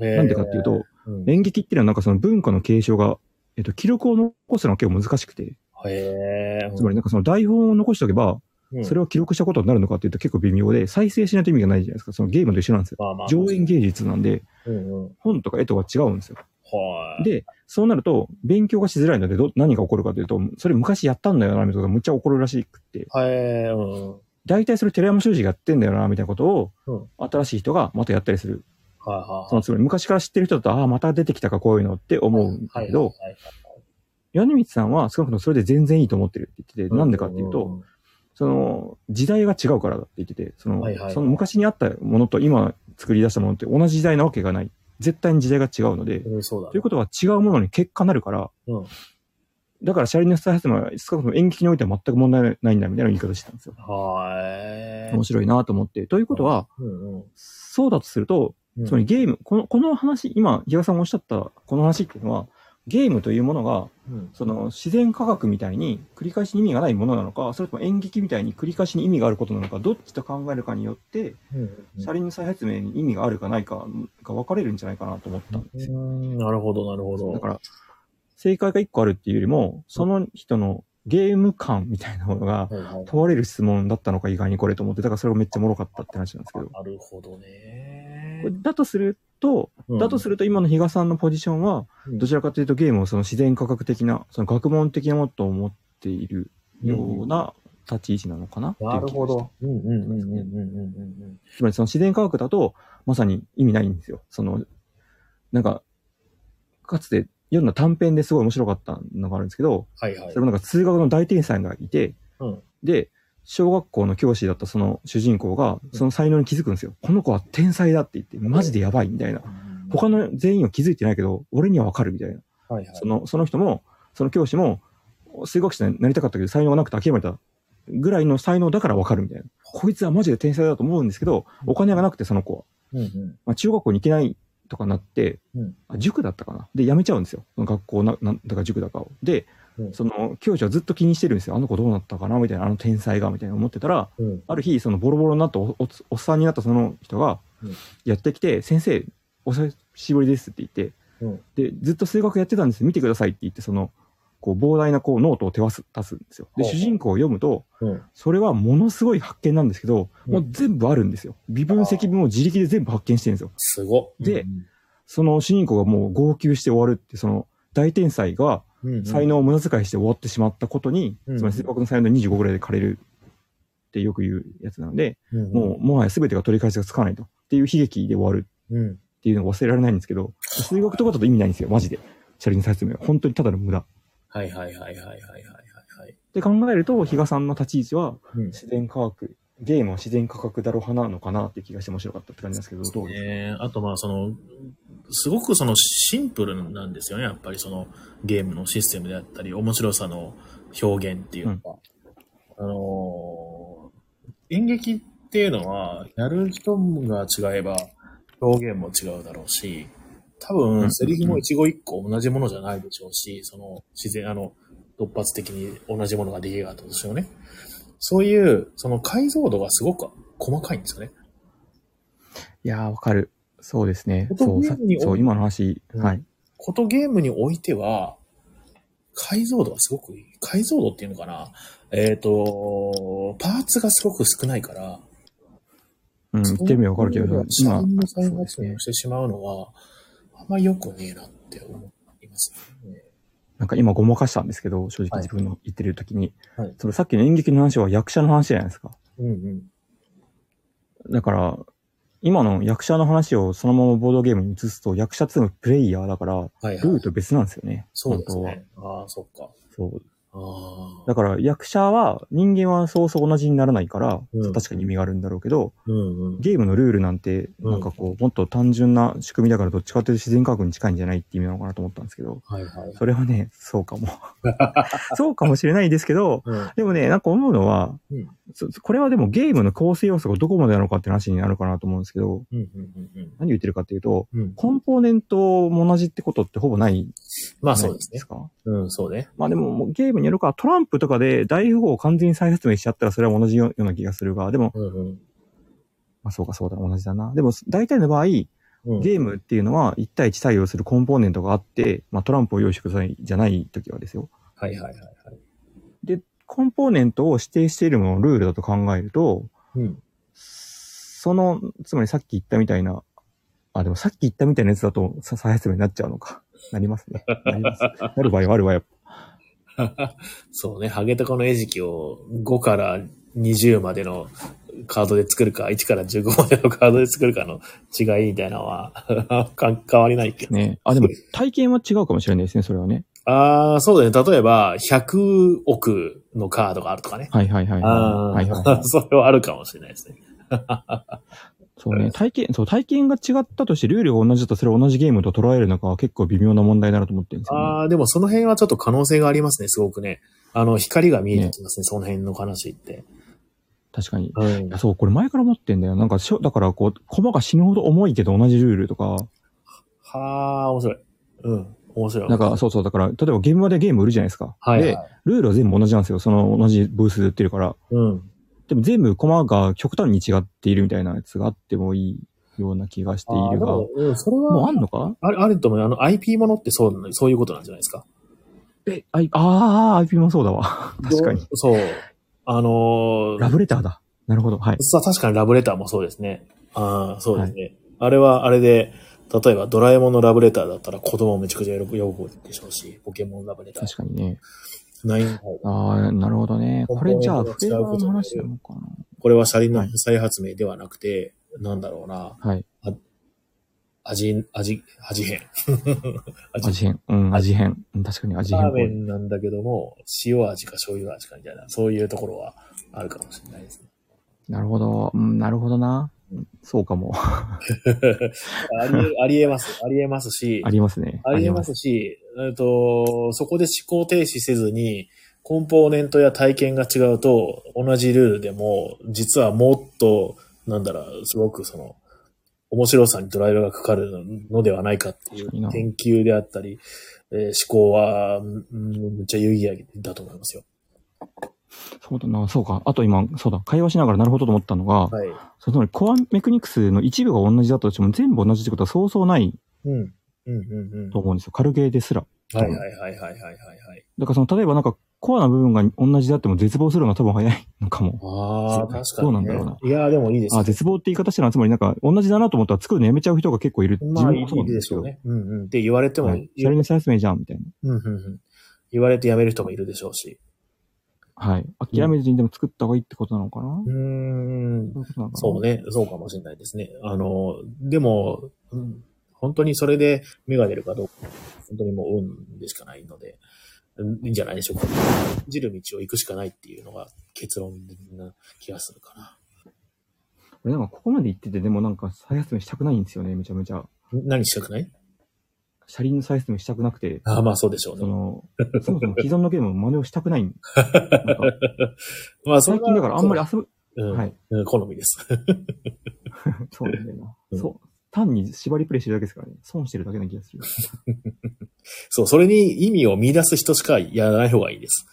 ななんでかっていう、と、うん演劇っていうのはなんかその文化の継承が、えっ、と、記録を残すのが結構難しくて、へえ。つまりなんかその台本を残しておけば、りそれを、を記録したことになるのかっていうと結構微妙で、再生しないと意味がないじゃないですか。そのゲームと一緒なんですよ。まあまあ、上演芸術なんで、うんうん。本とか絵とか違うんですよ。はい。で、そうなると、勉強がしづらいのでど、何が起こるかというと、それ昔やったんだよな、みたいなことがむっちゃ起こるらしくって、はい、うんうん。大体それ寺山修司がやってんだよな、みたいなことを、うん新しい人がまたやったりする。はいはそのつまり昔から知ってる人だと、ああ、また出てきたか、こういうのって思うんいはだい。けど、はいはい米光さんは少なくともそれで全然いいと思ってるって言ってて、はい、なんでかっていうと、その時代が違うからだって言ってて、そのはいはいはいその昔にあったものと今作り出したものって同じ時代なわけがない。絶対に時代が違うので、うんうん、うんそうだね。ということは違うものに結果なるから、うんだから車輪の再発明は少なくとも演劇においては全く問題ないんだみたいな言い方してたんですよ。はーい。面白いなと思って。ということは、うんうんそうだとすると、うん。つまりゲーム、この、この話、今、比嘉さんがおっしゃったこの話っていうのは、ゲームというものが、うん、その自然科学みたいに繰り返しに意味がないものなのか、それとも演劇みたいに繰り返しに意味があることなのか、どっちと考えるかによって、うんうんうん車輪の再発明に意味があるかないかが分かれるんじゃないかなと思ったんですようーんなるほど、なるほど。だから、正解が一個あるっていうよりも、その人のゲーム感みたいなものはがいはい問われる質問だったのか意外にこれと思って、だからそれがめっちゃおもろかったって話なんですけど。こなるほどね。れだとすると、だとすると今の比嘉さんのポジションは、うんどちらかというとゲームをその自然科学的な、その学問的なものと思っているような立ち位置なのかなっていう気ながるしたほど。。うんうんうんうんうんうんうんつまりその自然科学だと、まさに意味ないんですよ。その、なんか、かつて読んだ短編ですごい面白かったのがあるんですけど、はいはいそれ。もなんか数学の大天才がいて、うんで、小学校の教師だったその主人公が、その才能に気づくんですよ。この子は天才だって言って、マジでやばいみたいな。他の全員は気づいてないけど、俺にはわかるみたいな。はいはいその、その人も、その教師も、数学者になりたかったけど、才能がなくて諦めたぐらいの才能だからわかるみたいな。こいつはマジで天才だと思うんですけど、お金がなくてその子は。うんうんまあ、中学校に行けないとかなって、うんあ塾だったかなで辞めちゃうんですよその学校ななんだか塾だかをで、うんその教師はずっと気にしてるんですよあの子どうなったかなみたいなあの天才がみたいな思ってたらうんある日そのボロボロになったおおおっさんになったその人がうんやってきて「先生お久しぶりです」って言って、うんでずっと数学やってたんです見てくださいって言ってそのこう膨大なこうノートを手渡す出すんですよでほう主人公を読むとうんそれはものすごい発見なんですけど、うんもう全部あるんですよ微分積分を自力で全部発見してるんですよすごっ。でうんその主人公がもう号泣して終わるって、その大天才がうんうん、才能を無駄遣いして終わってしまったことに、うんつまり数学の才能25ぐらいで枯れるってよく言うやつなので、うん、もうもはや全てが取り返しがつかないと。っていう悲劇で終わるうん、うん。っていうのが忘れられないんですけど、数学とかだと意味ないんですよ、マジで。シャリの説明は。本当にただの無駄。っはいはいはいはいはいはいはい。て考えると、比嘉さんの立ち位置はうん自然科学ゲームは自然価格だろ派なのかなって気がして面白かったって感じなんですけど、どうですか、えーあとまあその、すごくそのシンプルなんですよね、やっぱりそのゲームのシステムであったり、面白さの表現っていうか。あのー演劇っていうのは、やる人が違えば表現も違うだろうし、多う分んセリフも一語一個同じものじゃないでしょうし、その自然、あの、突発的に同じものができるかったんですよね。そういう、その解像度がすごく細かいんですよね。いやー、わかる。そうですね。言そう、葉さにそう、今の話、うんはい。ことゲームにおいては、解像度がすごくいい。解像度っていうのかなえっ、と、パーツがすごく少ないから、うん、言ってみようわかるけど、自今、分の再そうです発ねを。してしまうのは、あんまり良くねえなって思いますね。なんか今ごまかしたんですけど、正直はい自分の言ってる時に。はいそのさっきの演劇の話は役者の話じゃないですか。うんうん。だから、今の役者の話をそのままボードゲームに移すと、役者っていうのはプレイヤーだから、はいはルいー。ト別なんですよね。そうです本ね。ああ、そっか。当は。そう。ああ。だから役者は、人間はそうそう同じにならないから、うん確かに意味があるんだろうけど、うんうん。ゲームのルールなんて、うんなんかこう、もっと単純な仕組みだから、どっちかというと自然科学に近いんじゃないって意味なのかなと思ったんですけど、はいはい。それはね、そうかも。 <laughs> そうかもしれないですけど、うんでもね、なんか思うのは、うんそこれはでもゲームの構成要素がどこまでなのかって話になるかなと思うんですけど、うんうんうんうん何言ってるかっていうと、うん。コンポーネントも同じってことってほぼない。まあないそうですね。かうん、そうね。まあでももうゲームによるか、トランプとかで大富豪を完全に再説明しちゃったらそれは同じような気がするが、でも、うんうんまあそうかそうだ、同じだな。でも大体の場合、うん。ゲームっていうのは1対1対応するコンポーネントがあって、まあ、トランプを用意してくださいじゃない時はですよ。はいはいはいはい。コンポーネントを指定しているものをルールだと考えると、うん。その、つまりさっき言ったみたいな、あ、でもさっき言ったみたいなやつだとさ再発明になっちゃうのか。なりますね。なります。なる場合はあるわやっぱ。そうね、ハゲタカの餌食を5から20までのカードで作るか、1から15までのカードで作るかの違いみたいなのは <laughs> か変わりないけど。ね。あ、でも体験は違うかもしれないですね、それはね。ああ、そうだね。例えば、100億のカードがあるとかね。はいはいはい。ああ、。はいはいはい <laughs> それはあるかもしれないですね。そうね。体験、そう、体験が違ったとして、ルールが同じだとそれを同じゲームと捉えるのかは結構微妙な問題だなと思ってるんですよね。ああ、でもその辺はちょっと可能性がありますね、すごくね。あの、光が見えてきますね、その辺の話って。確かに。うんいや、そう、これ前から持ってんだよ。なんかしょ、だからこう、駒が死ぬほど重いけど同じルールとか、はあ、面白い。うん、面白い。なんか、そうそう、だから、例えば現場でゲーム売るじゃないですか。はい、では、い。ルールは全部同じなんですよ。その同じブースで売ってるから。うん。でも全部駒が極端に違っているみたいなやつがあってもいいような気がしていあーるでが、ももうん、それは、うあんのかある、あると思うよ。あの、IP ものってそうなの、そういうことなんじゃないですか。え、あい、あー、IP もそうだわ。確かに。そう。あのーラブレターだ。なるほど。はい。さ確かにラブレターもそうですね。ああ、そうですね。あれは、あれで、例えばドラえもんのラブレターだったら子供もめちゃくちゃ喜ぶでしょうし、ポケモンラブレター確。かにね。ナインホールああ、なるほどね。これじゃあ、フレーバーの話なのかなこれは車輪はのい再発明ではなくて、なんだろうな。はい。味、味、味変。味変。うん、味変。うん確かに味ラ変っーぽメい。ンなんだけども、塩味か醤油味かみたいな、そういうところはあるかもしれないですね。なるほど。うん、なるほどな。そうかも。ありえ、ありえます。ありえますし、ありますね。ありえますし、えっと、そこで思考停止せずに、コンポーネントや体験が違うと、同じルールでも、実はもっと、なんだろう、すごくその、面白さにドライバーがかかるのではないかっていう確かにな研究であったり、えー思考は、うんうんめっちゃ有意義だと思いますよ。そうだな、そうか。あと今、そうだ、会話しながらなるほどと思ったのが、はい。そのコアメクニクスの一部が同じだとしても全部同じってことはそうそうないうん。うんうんうんと。思うんですよ。軽ゲーですら。はいはいはいはいはいはいはい。だからその、例えばなんかコアな部分が同じであっても絶望するのが多分早いのかも。ああ、確かに、ね。そうなんだろうな。いやー、でもいいですあ、ね。絶望って言い方したら、つまりなんか同じだなと思ったら作るのやめちゃう人が結構いる。まあ、いもいでしょうね。うんうん。って言われてでも、はい。それの再発明じゃん、みたいな。うんうんうん。言われて辞める人もいるでしょうし。はい。諦めずにでも作った方がいいってことなのかな、うーんそ。ういうことなのかなそうね。そうかもしれないですね。あの、でも、うん本当にそれで芽が出るかどうか、本当にもう運でしかないので、うんいいんじゃないでしょうか。じる道を行くしかないっていうのが結論な気がするかな。俺なんかここまで行ってて、でもなんか再発明したくないんですよね、めちゃめちゃ。何したくない車輪の再発明したくなくて、ああ、まあそうでしょうそね。 <laughs> の、そもそも既存のゲームの真似をしたくない。なんかまあそ最れは近だからあんまり遊ぶ、うんはい。うん好みです。 <laughs> そうなんだようんな。そう。単に縛りプレイしてるだけですからね。損してるだけな気がする。そう、それに意味を見出す人しかやらない方がいいです。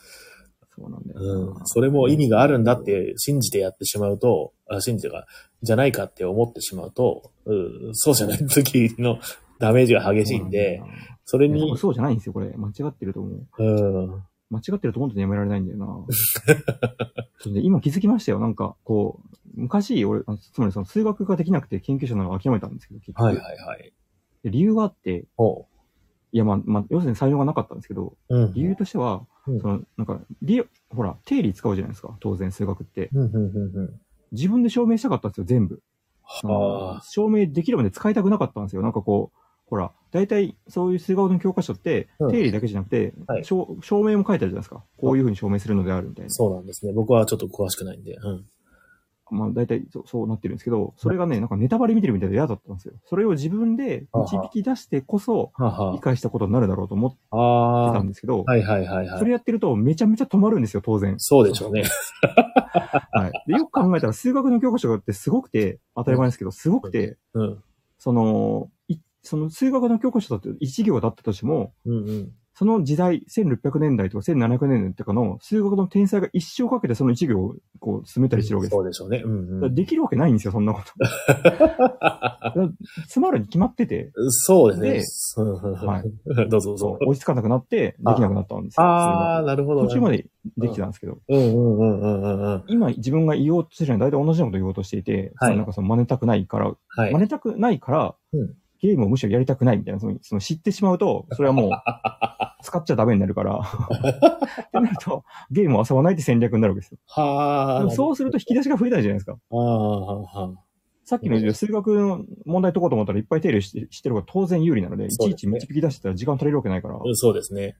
そうなんだようんな。。それも意味があるんだって信じてやってしまうと、あ信じてか、じゃないかって思ってしまうと、うん、そうじゃない時の <laughs> ダメージが激しいんでそう、なんだよな。それいや多に分、そうじゃないんですよ、これ。間違ってると思う。うん、間違ってると本当にやめられないんだ <laughs> よな。そうね、今気づきましたよ。なんか、こう、昔、俺、あつまりその数学ができなくて研究者なのを諦めたんですけど、結局。はいはいはい。で理由があって、おう。いや、まあ、まあ、要するに才能がなかったんですけど、うん。理由としては、うんその、なんか、理、ほら、定理使うじゃないですか、当然数学って。うん、うん、うん、うん。自分で証明したかったんですよ、全部。はあ。証明できるまで使いたくなかったんですよ。なんかこう、ほら、大体そういう数学の教科書ってう、ん定理だけじゃなくて、はい証証明も書いてあるじゃないですか。こういうふうに証明するのであるみたいな。そうなんですね。僕はちょっと詳しくないんで。うん。まあ、大体そうそうなってるんですけど、それがね、なんかネタバレ見てるみたいで嫌だったんですよ。それを自分で導き出してこそ、はは理解したことになるだろうと思ってあ。たあんですけどあ。、はいはいはいはそれい。やってるとめちゃめちゃ止まるんですよ、当然。そうでしょうね。はい。で、よく考えたら数学の教科書ってすごくて、当たり前ですけど、すごくて、うん。その、いその数学の教科書だと1行だったとしても、うんうん。その時代、1600年代とか1700年代とかの数学の天才が一生かけてその1行をこう進めたりしてるわけですそ。うでしょうね。うんだかうらん。できるわけないんですよ、そん <laughs> なこと。つまるに決まってて、そうですね。ははい、どうぞどうぞ。追いつかなくなって、できなくなったんですよ。ああ、なるほそれど、がね。途中までできてたんですけど、うんうんうんうんうんうん。今自分が言おうとしてるのは大体同じようなこと言おうとしていて、はいそのなんかその真似たくないから、はい真。似たくないからうん、ゲームをむしろやりたくないみたいな、そのその知ってしま <laughs> うと、それはもう、使っちゃダメになるから、ってなると、ゲームを遊ばないって戦略になるわけですよ。ではもあ。そうすると引き出しが増えないじゃないですか。ああ、はあはあ。さっきの言う数学の問題解こうと思ったらいっぱい定理してしてる方が当然有利なので、いそうでちいすちね導き出してたら時間取れるわけないから、うんそうですね。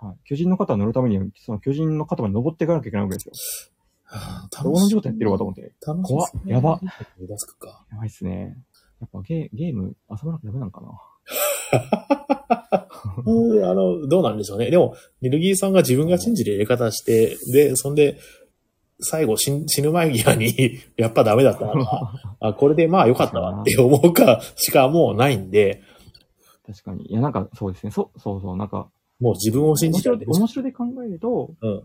はい、巨人の肩を乗るためには、その巨人の肩まで登っていかなきゃいけないわけですよ。はあどうの状態やってるわと思って。や楽しい。怖っやば。出すか。ばいっすね。やっぱゲゲーム遊ばなきゃダメなんかな。うん、あの、どうなんでしょうね。でも、ニルギーさんが自分が信じるやり方して、で、そんで、最後死ん死ぬ前際に <laughs> 、やっぱダメだったな。あ、これでまあ良かったわって思うかしかもうないんで、確かに。いや、なんかそうですね。そそうそう、なんか、もう自分を信面じて白るい面白いで考えると、うん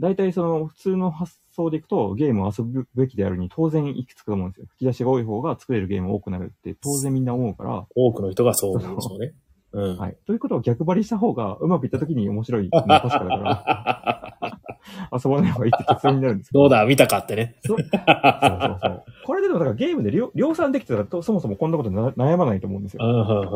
大体その普通の発想でいくと、ゲームを遊ぶべきであるに当然いくつかと思うんですよ。吹き出しが多い方が作れるゲーム多くなるって当然みんな思うから、多くの人がそう思うんでしょうね。うん。はい。ということは逆張りした方がうまくいった時に面白いのは確かだから、 <laughs> 遊ばない方がいいって結論になるんですけどうだ見たかってね。そうそうそうそう。これででもだからゲームで量量産できてたらとそもそもこんなことな悩まないと思うんですうよ。んうんうんうん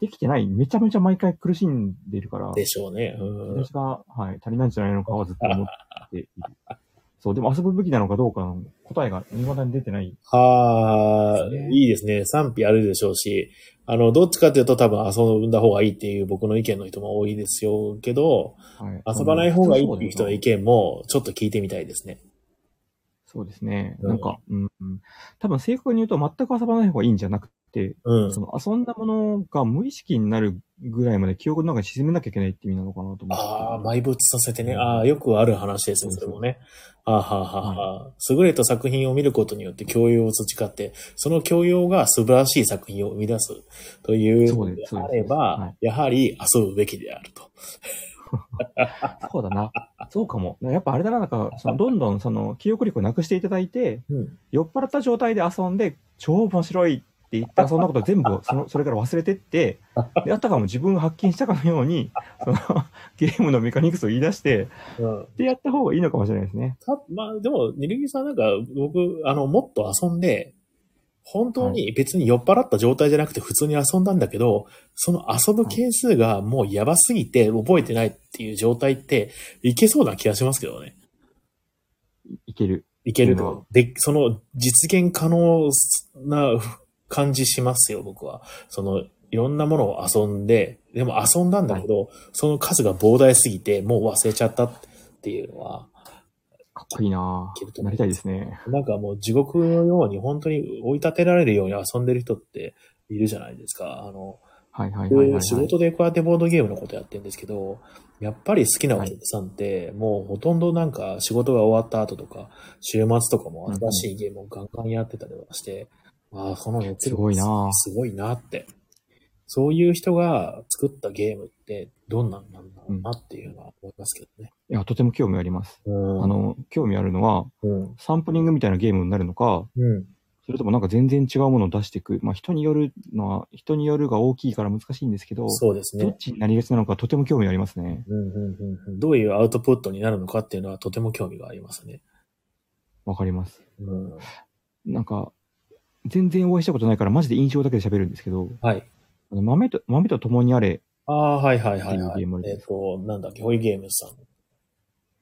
できてない、めちゃめちゃ毎回苦しんでいるからうん。、でしょうね。うん私が、はい、足りないんじゃないのかはずっと思っている。そう、でも遊ぶべきなのかどうかの答えが未だに出てない。はあです、ねいいですね。賛否あるでしょうし、あの、どっちかというと多分遊んだ方がいいっていう僕の意見の人も多いですよけど、はい、遊ばない方がいいっていう人そうのだよ意な見もちょっと聞いてみたいですね。そうですね。うんなんか、うん、うん。多分正確に言うと全く遊ばない方がいいんじゃなくて、うんそ。の遊んだものが無意識になるぐらいまで記憶の中に沈めなきゃいけないって意味なのかなと思って。ああ、埋没させてね。ああ、よくある話ですね、それもね。ああ、はあ、はあ、はあ。優れた作品を見ることによって教養を培って、その教養が素晴らしい作品を生み出すというそのうでですそうあですれはばい、やはり遊ぶべきであると。そうだな。そうかも。やっぱあれだな、なんか、そのどんどんその記憶力をなくしていただいて、うん。酔っ払った状態で遊んで、超面白いって言って、そんなこと全部その、それから忘れてって、であったかも自分が発見したかのように、そのゲームのメカニクスを言い出して、うんでやった方がいいのかもしれないですね。たまあでも、ニルギさんなんか、僕、あの、もっと遊んで、本当に別に酔っ払った状態じゃなくて普通に遊んだんだけど、その遊ぶ係数がもうやばすぎて覚えてないっていう状態って、いけそうな気がしますけどね。いける。いけるうんと。で、その実現可能な感じしますよ、僕は。その、いろんなものを遊んで、でも遊んだんだけど、その数が膨大すぎて、もう忘れちゃったっていうのは、かっこいいなけるとなりたいですね。なんかもう地獄のように本当に追い立てられるように遊んでる人っているじゃないですか。あの、はいはいはいはい、ではい。仕事でこうやってボードゲームのことやってるんですけど、やっぱり好きなお客さんって、もうほとんどなんか仕事が終わった後とか、週末とかも新しいゲームをガンガンやってたりはして、ああ、その熱すごいなすごいなって。そういう人が作ったゲームってどんなんなんだろうなっていうのは思いますけどね。いや、とても興味あります。うんあ、の、興味あるのは、うん。サンプリングみたいなゲームになるのか、うん。それともなんか全然違うものを出していく。まあ人によるのは、人によるが大きいから難しいんですけど、そうですどっね。ちになりがちなのかとても興味ありますね。うんうんうんうん、どういうアウトプットになるのかっていうのはとても興味がありますね。わかります。うん、なんか、全然お会いしたことないからマジで印象だけで喋るんですけど、はい。あの豆と、豆と共にあれ、ああ、はいはいはい、はっていいうゲーム。でえっ、と、なんだっけ、ホイゲームズさん。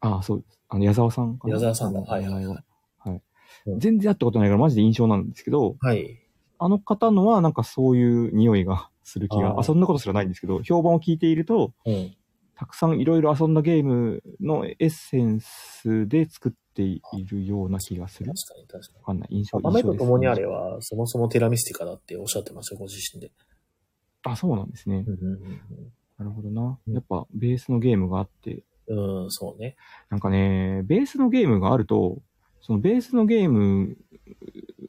ああ、そう、あの、矢沢さんかな矢沢さんだはいはいはい名前ははいうん全然会ったことないからマジで印象なんですけど、はい。あの方のはなんかそういう匂いがする気あが、ーあ、そんなことすらないんですけど、評判を聞いていると、うん。たくさんいろいろ遊んだゲームのエッセンスで作っているような気がす確る。かわに確かに。かんない。印象豆と共にあ。印象れですは、そもそもテラミスティカだっておっしゃってました、ご自身で。あ、そうなんですね。なるほどな。うんやっぱベースのゲームがあって、うん、そうね。なんかね、ベースのゲームがあると、そのベースのゲーム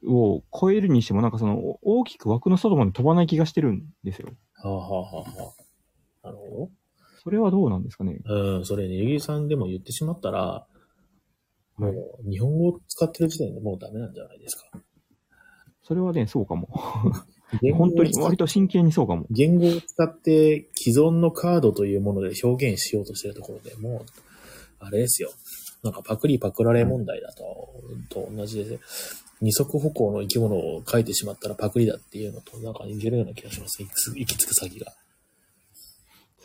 を超えるにしても、なんかその大きく枠の外まで飛ばない気がしてるんですよ。はあ、はあはあはあ、なるほそれはどうなんですかね。ど。うん、それね、ゆぎさんでも言ってしまったら、もう、日本語を使ってる時点でもうダメなんじゃないですか。それはね、そうかも。本当に割と真剣にそうかも。言語を使って既存のカードというもので表現しようとしているところでもう、あれですよ。なんかパクリパクられ問題だと、と同じで、二足歩行の生き物を書いてしまったらパクリだっていうのと、なんか似てるような気がします。行きつ行き着く先が。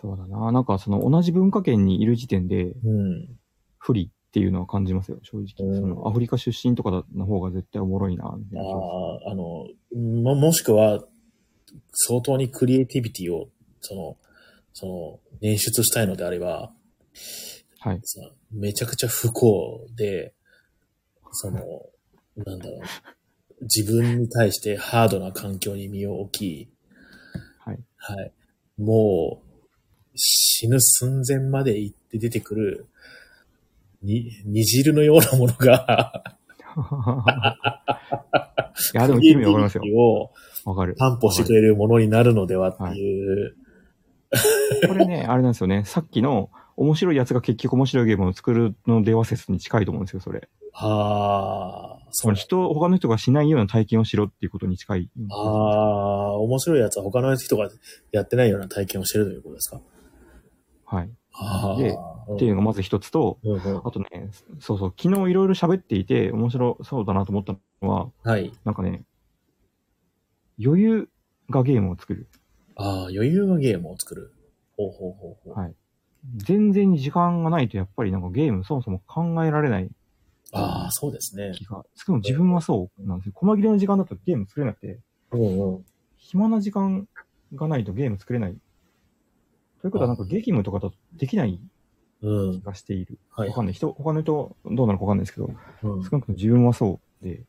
そうだな。なんかその同じ文化圏にいる時点でうん。不利っていうのは感じますよ、正直。うんそのアフリカ出身とかの方が絶対おもろいな、みたいな気がします。ああ、あの、も、もしくは、相当にクリエイティビティを、その、その、捻出したいのであれば、はい。さ、めちゃくちゃ不幸で、その、なんだろう、自分に対してハードな環境に身を置き、はい。 <laughs> はい。もう、死ぬ寸前まで行って出てくる、に、煮汁のようなものが、いや、でも、気味わかりますよクリエイティビテ。ィをわかる。担保してくれるものになるのではっていう、これね、あれなんですよね。さっきの面白いやつが結局面白いゲームを作るのでは説に近いと思うんですよ、それ。はあ、そそうの人、他の人がしないような体験をしろっていうことに近い。ああー、面白いやつは他の人がやってないような体験をしてるということですか。はい。っあであ、ていうのがまず一つと、うんうんあとね、そうそう、昨日いろいろ喋っていて、面白そうだなと思ったのは、はい。なんかね、余裕がゲームを作る。ああ、余裕がゲームを作る。ほうほうほうほう。はい全然時間がないと、やっぱりなんかゲームそもそも考えられないああ、そうですね。気が。しかも自分はそうなんですよ。細切れの時間だとゲーム作れなくて、うんうん。暇な時間がないとゲーム作れない。ということは、なんか激務とかだとできないうん気。がしている。はい。わかんない。人、他の人どうなのかわかんないですけど、うん少なくとも自分はそうで、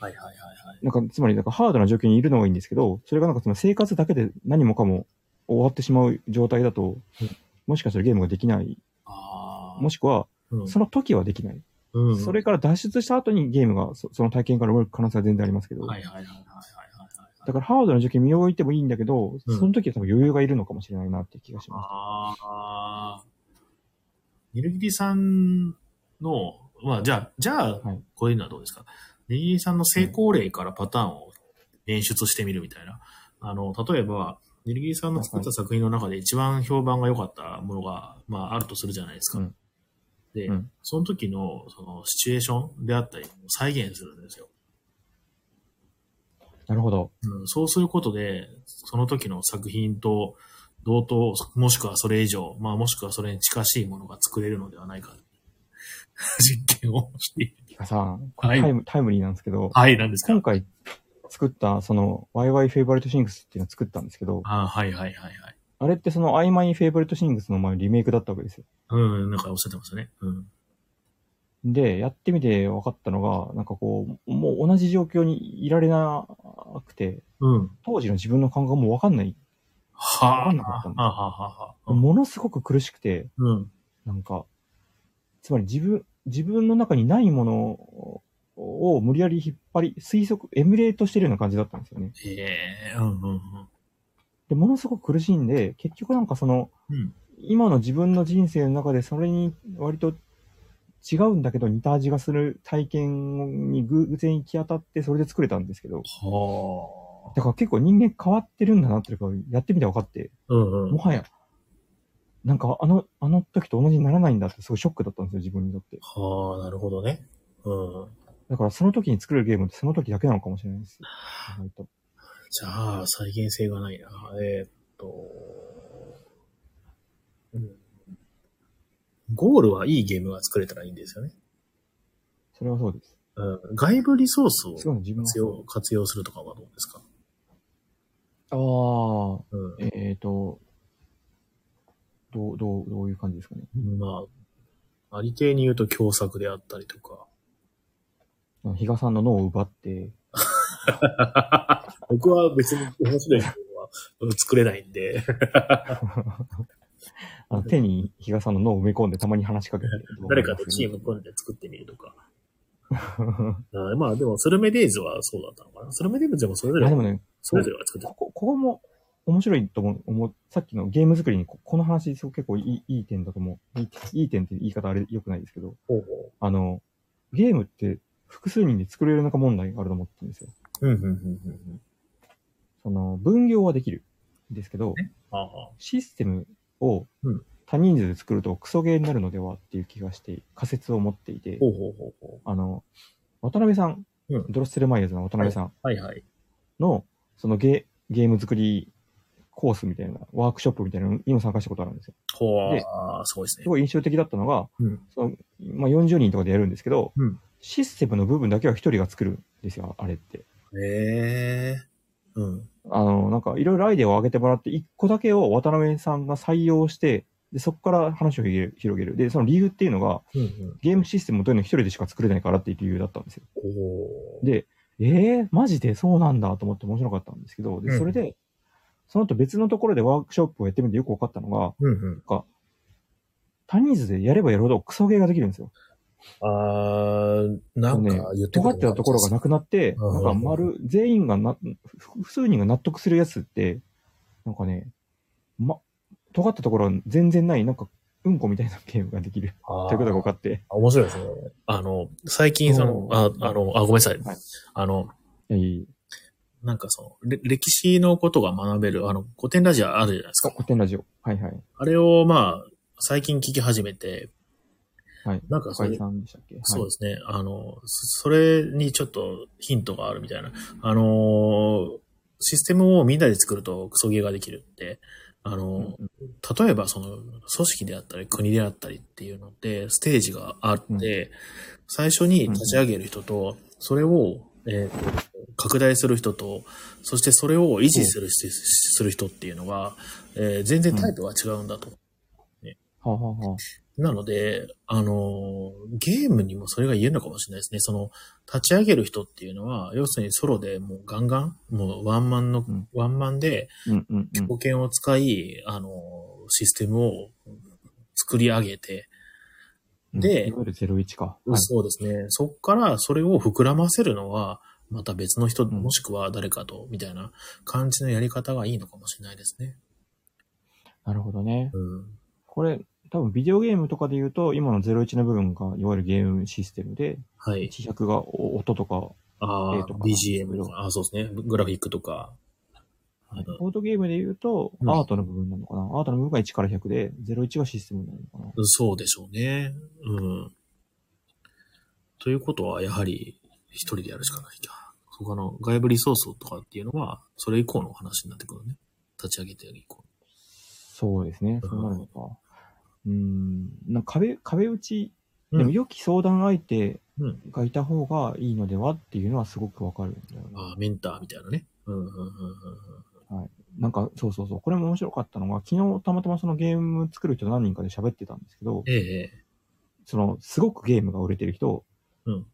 はいはいはいはい。なんか、つまり、なんかハードな状況にいるのはいいんですけど、それがなんかその生活だけで何もかも終わってしまう状態だとうん、もしかしたらゲームができない。ああ。もし、しくは、うんその時はできない。うん、それから脱出した後にゲームがそその体験から動く可能性は全然ありますけど、はいはいはいはいはいはい。だからハードな状況に身を置いてもいいんだけど、うんその時は多分余裕がいるのかもしれないなっていう気がします。ああ。ニルギリさんの、まあじゃあ、じゃあはい、こういうのはどうですか、ニルギリさんの成功例からパターンを演出してみるみたいな。あの、例えば、ニルギリさんの作った作品の中で一番評判が良かったものが、まああるとするじゃないですか。うんで、うんその時の、その、シチュエーションであったり、再現するんですよ。なるほど。うん、そうすることで、その時の作品と同等、もしくはそれ以上、まあもしくはそれに近しいものが作れるのではないか。 <laughs> 実験をしている。てかさ、こはいれタイム、タイムリーなんですけど、はい、なんですか今回作った、その、YY フェイバリットシングスっていうのを作ったんですけど、あはいはいはいはい。あれってその曖昧フェイバリットシングスの前リメイクだったわけですよ。うん、なんかおっしゃってましたね。うん。で、やってみて分かったのが、なんかこう、もう同じ状況にいられなくて、うん。当時の自分の感覚も分かんない。はわかぁ。んなかったんだはははものすごく苦しくて、うん。なんか、つまり自分、自分の中にないものを無理やり引っ張り、推測、エミュレートしてるような感じだったんですよね。ええ、うんうんうん。で、ものすごく苦しいんで、結局なんかその、うん。今の自分の人生の中でそれに割と違うんだけど似た味がする体験に偶然行き当たってそれで作れたんですけど、はぁ。だから結構人間変わってるんだなっていうか、やってみて分かって、うんうん。もはや、なんかあの、あの時と同じにならないんだってすごいショックだったんですよ、自分にとって。はぁ、なるほどね。うん。だからその時に作れるゲームってその時だけなのかもしれないです。意外とじゃあ、再現性がないな。えーっと、うん。ゴールはいいゲームが作れたらいいんですよね。それはそうです。うん。外部リソースをすごい自分は活用活用するとかはどうですかああ、うん。えっ、ー、と、どう、どう、どういう感じですかね。まあ、ありていに言うと共作であったりとか。比嘉さんの脳を奪って、僕は別に面白いゲームはうん作れないんで。 <laughs> あの手に比嘉さんの脳を埋め込んでたまに話しかけて。誰かとチーム組んで作ってみるとか。うんまあでも、スルメデイズはそうだったのかな。スルメデイズでもそれぞあれで、もね、それぞれが作ってたこ。こ、ここも面白いと思う思う。さっきのゲーム作りにこ、この話、すごく結構いい、いい点だと思う。いいいい点って言い方あれ良くないですけど、ほうほあの、ゲームって複数人で作れるのか問題があると思ってるんですよ。う。うん、うん、うん、うん。その、分業はできるんですけど、ああ。システムをうん多人数で作るとクソゲーになるのではっていう気がして、仮説を持っていて、ほうほうほうほあの、渡辺さん、うんドロッセルマイヤーズの渡辺さんう。はいはい。の、そのゲゲーム作りコースみたいな、ワークショップみたいなのにも参加したことあるんですよ。ほであ、すごいですすね。ごい印象的だったのが、うんそのまあ、40人とかでやるんですけど、うんシステムの部分だけは1人が作るんですよ、あれって。へえ。うん。あの、なんかいろいろアイデアを上げてもらって、1個だけを渡辺さんが採用して、でそこから話を広げる広げる。で、その理由っていうのが、うんうん。ゲームシステムというのは1人でしか作れないからっていう理由だったんですよ。おー。で、えー、マジでそうなんだと思って面白かったんですけど、うでんそれで、その後別のところでワークショップをやってみてよく分かったのが、うんうん。他人数でやればやるほどクソゲーができるんですよ。あー、なんねか言って尖ってたところがなくなって、うんなんか丸、全員がな、ふ複数人が納得するやつって、なんかね、ま、尖ったところは全然ない、なんか、うんこみたいなゲームができる。あということが分ーかって。面白いですね。あの、最近そのお、あーあの、あ、ごめんなさいはい。あの、いい。なんかその、れ歴史のことが学べる、あの、古典ラジオあるじゃないですあか。古典ラジオ。はいはい。あれを、まあ、最近聞き始めて、はい。なんかそ高れ井さんでしたっけそうですね。あの、そそれにちょっとヒントがあるみたいな。あのー、システムをみんなで作るとクソゲーができるって、あのー、はいうん例えばその組織であったり国であったりっていうのってステージがあって、うん最初に立ち上げる人と、それを、えーと拡大する人と、そしてそれを維持する,、する人っていうのが、えー全然タイプが違うんだと。はあはあはあなので、あの、ゲームにもそれが言えるのかもしれないですね。その、立ち上げる人っていうのは、要するにソロでもうガンガン、もうワンマンの、んワンマンでうんうんうん保。険を使い、あの、システムを作り上げて、でいわゆる01か。はいそうですね。そっからそれを膨らませるのは、また別の人、んもしくは誰かと、みたいな感じのやり方がいいのかもしれないですね。なるほどね。うん。これ、多分ビデオゲームとかで言うと、今の01の部分が、いわゆるゲームシステムで、はい。 100がお音とかああ、えーと BGM とか、あそうですね。グラフィックとか。うんボードゲームで言うと、うんアートの部分なのかな、アートの部分が1から100で、01がシステムになるのかなそうでしょうね。うん。ということは、やはり、一人でやるしかないか。他の外部リソースとかっていうのは、それ以降の話になってくるね。立ち上げて以降。そうですね。うんそうなるのか。うーん。なんか壁、壁打ち、うんでも良き相談相手うんがいた方がいいのではっていうのはすごくわかるんだよね。ああ、メンターみたいなね。うん、うん、うん、うんなんか、そうそうそう。これも面白かったのが、昨日たまたまそのゲーム作る人何人かで喋ってたんですけどうん。、ええ、その、すごくゲームが売れてる人、うん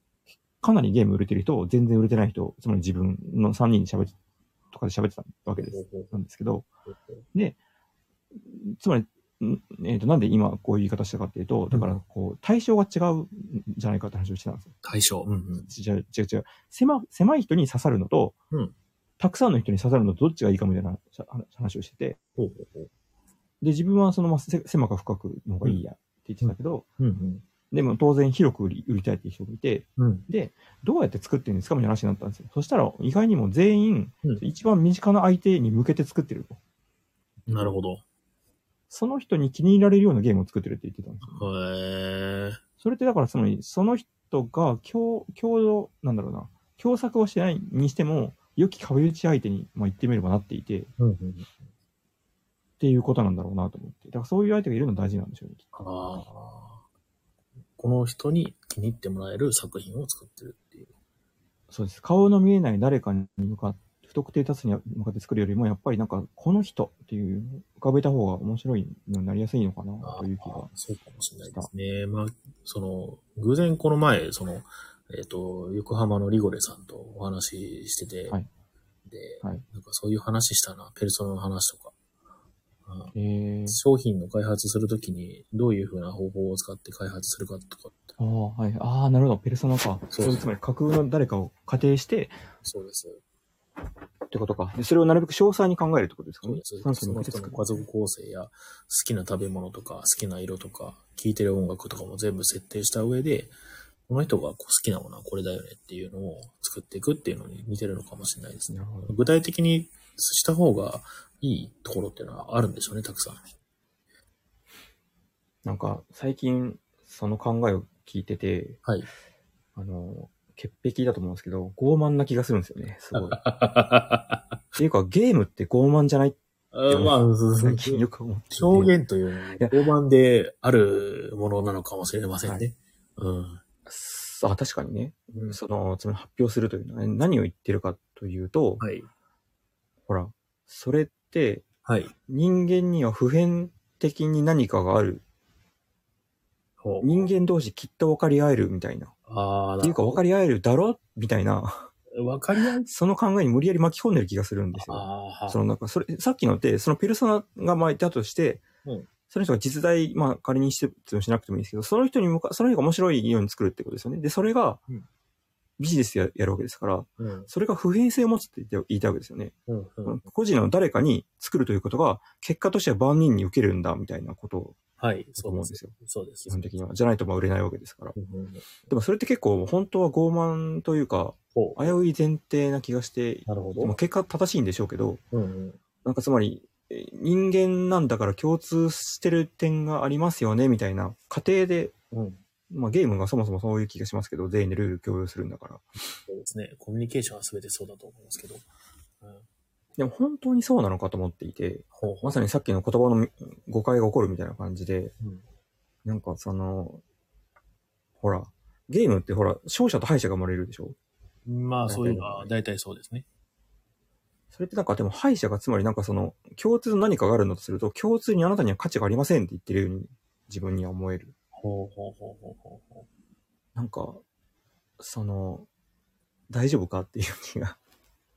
かなりゲーム売れてる人、全然売れてない人、つまり自分の3人で喋っとかで喋ってたわけです。なんですけど、つまり、んえっ、と、なんで今こういう言い方したかっていうと、だから、こう、対象が違うんじゃないかって話をしてたんですよ。対象。うんうん。違う違う違う。狭狭い人に刺さるのと、うんたくさんの人に刺さるのとどっちがいいかみたいな話話をしてて、ほうほうほう。で、自分はその、まあ、せ狭く深くの方がいいやって言ってたけど、うんでも当然広く売り売りたいっていう人もいて、うん。うん。で、どうやって作ってるんですかみたいな話になったんですよ。そしたら意外にも全員、うん一番身近な相手に向けて作ってると。なるほど。その人に気に入られるようなゲームを作ってるって言ってたんですよ。へえ。それってだからその、その人が共、共同、なんだろうな、共作をしてないにしても、良き壁打ち相手に、まあ、言ってみればなっていて、っうんうん。ていうことなんだろうなと思って。だからそういう相手がいるのは大事なんでしょうね。ああ。この人に気に入ってもらえる作品を作ってるっていう。そうです。顔の見えない誰かに向かって、不特定多数に向かって作るよりも、やっぱりなんか、この人っていう、浮かべた方が面白いのになりやすいのかな、という気が。そうかもしれないですね。まあ、その、偶然この前、その、えっ、と、横浜のリゴレさんとお話ししてて、はいで、はいなんかそういう話したな、ペルソナの話とか。うんえー、商品の開発するときにどういうふうな方法を使って開発するかとかって。ああ、はい。ああ、なるほど。ペルソナか。そうそれつまり架空の誰かを仮定して、そうです。ってことか。でそれをなるべく詳細に考えるってことですかそうねで。す。なんかその人の家族構成や好きな食べ物とか好きな色とか聴いてる音楽とかも全部設定した上で、この人がこう好きなものはこれだよねっていうのを作っていくっていうのに似てるのかもしれないですね。なるほど。具体的にした方がいいところっていうのはあるんでしょうね、たくさん。なんか、最近、その考えを聞いてて、はい。あの、潔癖だと思うんですけど、傲慢な気がするんですよね。<laughs> すごい。っていうか、ゲームって傲慢じゃないってあまあ、最近よく思っていて。表現というのは、評判であるものなのかもしれませんね。うん。あ、確かにね。うんその、つまり発表するというのは、何を言ってるかというと、はい。ほら、それって、はい。人間には普遍的に何かがある。ほう人間同士きっと分かり合えるみたいな。っああ、なていうか分かり合えるだろみたいな、わかりやすい。その考えに無理やり巻き込んでる気がするんですよ。ああそ、のなんかそれ、さっきのって、そのペルソナがまあいたとして、うんその人が実在、まあ仮にしてもしなくてもいいですけど、その人に向か、その人が面白いように作るってことですよね。で、それがうんビジネスややるわけですから、うん。それが普遍性を持つって言って言いたいわけですよね。うん。うん。個人の誰かに作るということが、結果としては万人に受けるんだみたいなことはい。だとそう思でうんすですよ。そうです。基本的には。じゃないとまあ売れないわけですから。うんうんでもそれって結構本当は傲慢というか、ほう。危うい前提な気がして、なるほまあど。結果正しいんでしょうけど、うんうん。なんかつまり、えー人間なんだから共通してる点がありますよね、みたいな過程で、うん。まあゲームがそもそもそういう気がしますけど、全員でルール共有するんだから。そうですね。コミュニケーションは全てそうだと思うんですけど。うん。でも本当にそうなのかと思っていて、ほうほまさにさっきの言葉の誤解が起こるみたいな感じで、う。うん。なんかその、ほら、ゲームってほら、勝者と敗者が生まれるでしょまあ、そういうのは大体そうですね。それってなんかでも敗者がつまりなんかその、共通の何かがあるんだとすると、共通にあなたには価値がありませんって言ってるように自分には思える。ほうほうほうほうほうほう。なんか、その、大丈夫かっていう気 <laughs> が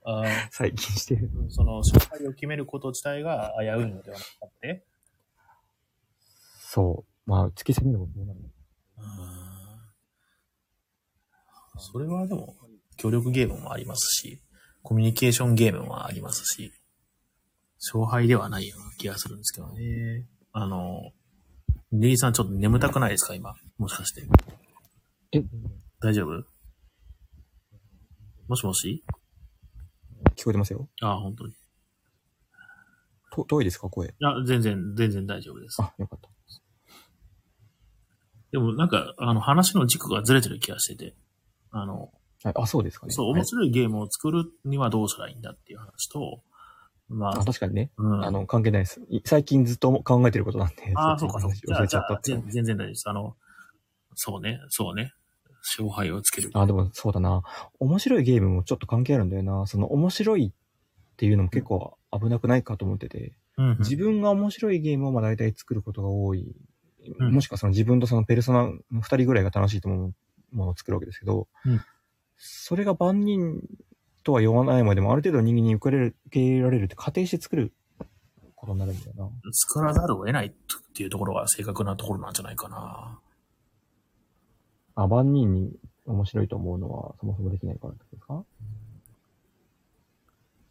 ああ、最近してる。その、勝敗を決めること自体が危ういのではなくて、そう。まあ、突き進めることもなんだそれはでも、協力ゲームもありますし、コミュニケーションゲームもありますし、勝敗ではないような気がするんですけどね。あの、ネリーさんちょっと眠たくないですか今。もしかして。え大丈夫もしもし聞こえてますよ。ああ、本当に。いと遠いですか声。や、全然、全然大丈夫です。あ、よかった。でもなんか、あの、話の軸がずれてる気がしてて、あの、はい、あ、そうですかね。そう、はい面白いゲームを作るにはどうしたらいいんだっていう話と、まああ、、確かにね。うん、あの、関係ないです。い最近ずっと考えてることなんで。ああ、そっうちのか、そうか話。じ忘ゃあ、れちじゃゃったあっ、てい全う。全然大丈夫です。あの、そうね、そうね。勝敗をつける。あ、でもそうだな。面白いゲームもちょっと関係あるんだよな。その面白いっていうのも結構危なくないかと思ってて。うんうん自分が面白いゲームをまあ大体作ることが多いうんもしくはその自分とそのペルソナの二人ぐらいが楽しいと思うものを作るわけですけど、うんそれが万人とは言わないまでも、ある程度人間に受け入れる受け入れられるって仮定して作ることになるんだよな。作らざるを得ないっていうところが正確なところなんじゃないかな。あ、万人に面白いと思うのはそもそもできないからってことですか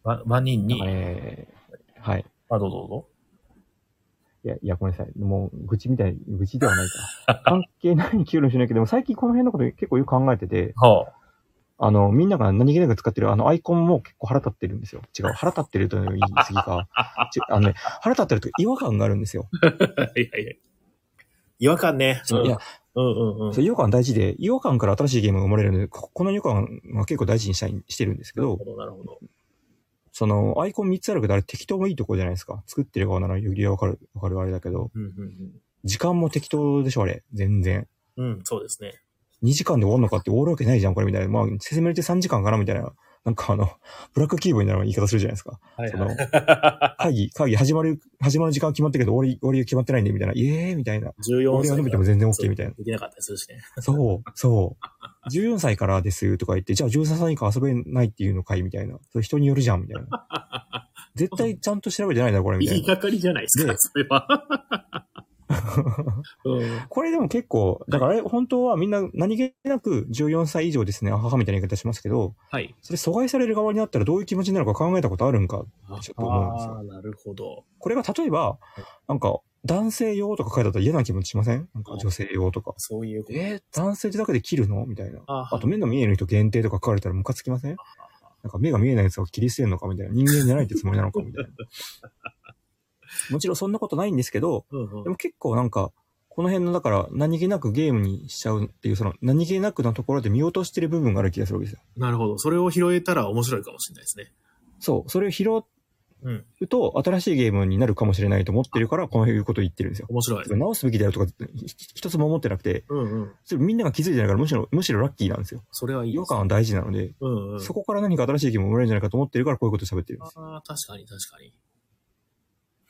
ば万人に、えー、はい。あ、どうぞどうぞ。いや、いや、ごめんなさい。もう、愚痴みたい、愚痴ではない <laughs> か。関係ないに給料しないけど、でも最近この辺のこと結構よく考えてて、はあ。あの、みんなが何気なく使ってるあのアイコンも結構腹立ってるんですよ。違う。腹立ってるという言い過ぎか。ちあのね、腹立ってると違和感があるんですよ。いやいや。違和感ね。いや、うんうんうん。そう違和感大事で、違和感から新しいゲームが生まれるので、ここの違和感は結構大事にしたい、してるんですけどなる、ほど、なるほど。その、アイコン3つあるけど、あれ適当もいいとこじゃないですか。作ってる側ならよりわかる、わかるあれだけど、うんうん時間も適当でしょ、あれ。全然。うん。うん、そうですね。 2時間で終わるのかって終わるわけないじゃん、これみたいな。まあ、説明って3時間かなみたいな。なんかあの、ブラックキーボーみたいな言い方するじゃないですか。はいそはのい。、 <laughs> 会議、会議始まる、始まる時間は決まったけど、終わり、終わりが決まってないんで、みたいな。イエーイみたいな。終14わりが歳伸びても全然 OK みたいできなかったりするしね。な。そう、そう。14歳からですとか言って、じゃあ13歳以下遊べないっていうのかいみたいな。それ人によるじゃんみたいな。 <laughs> 絶対ちゃんと調べてないだろ、これみた言いいな。がかりじゃないですか、でそれ <laughs> は。うん。これでも結構、だからあれ本当はみんな何気なく14歳以上ですね、あははみたいな言い方しますけど、はい。それ阻害される側になったらどういう気持ちになるか考えたことあるんか。ちょっと思うんですよああ、なるほど。これが例えば、なんか男性用とか書いてあったら嫌な気持ちしませんなんか女性用とか。そういうこと。えー、男性ってだけで切るのみたいな。ああと、目の見える人限定とか書かれたらムカつきませんなんか目が見えないやつを切り捨てるのかみたいな。人間じゃないってつもりなのかみたいな。もちろんそんなことないんですけど、うんうんでも結構なんか、この辺のだから何気なくゲームにしちゃうっていう、その何気なくなところで見落としてる部分がある気がするわけですよ。なるほど。それを拾えたら面白いかもしれないですね。そう。それを拾うん。うと新しいゲームになるかもしれないと思ってるから、こういうこと言ってるんですよ。面白い。直すべきだよとかひひ一つも思ってなくて、うんうん。それみんなが気づいてないからむしろ、むしろラッキーなんですよ。それはいい違で和す。感は大事なので、うんうん。そこから何か新しいゲームが生まれるんじゃないかと思ってるから、こういうこと喋ってるんですよ。ああ、確かに確かに。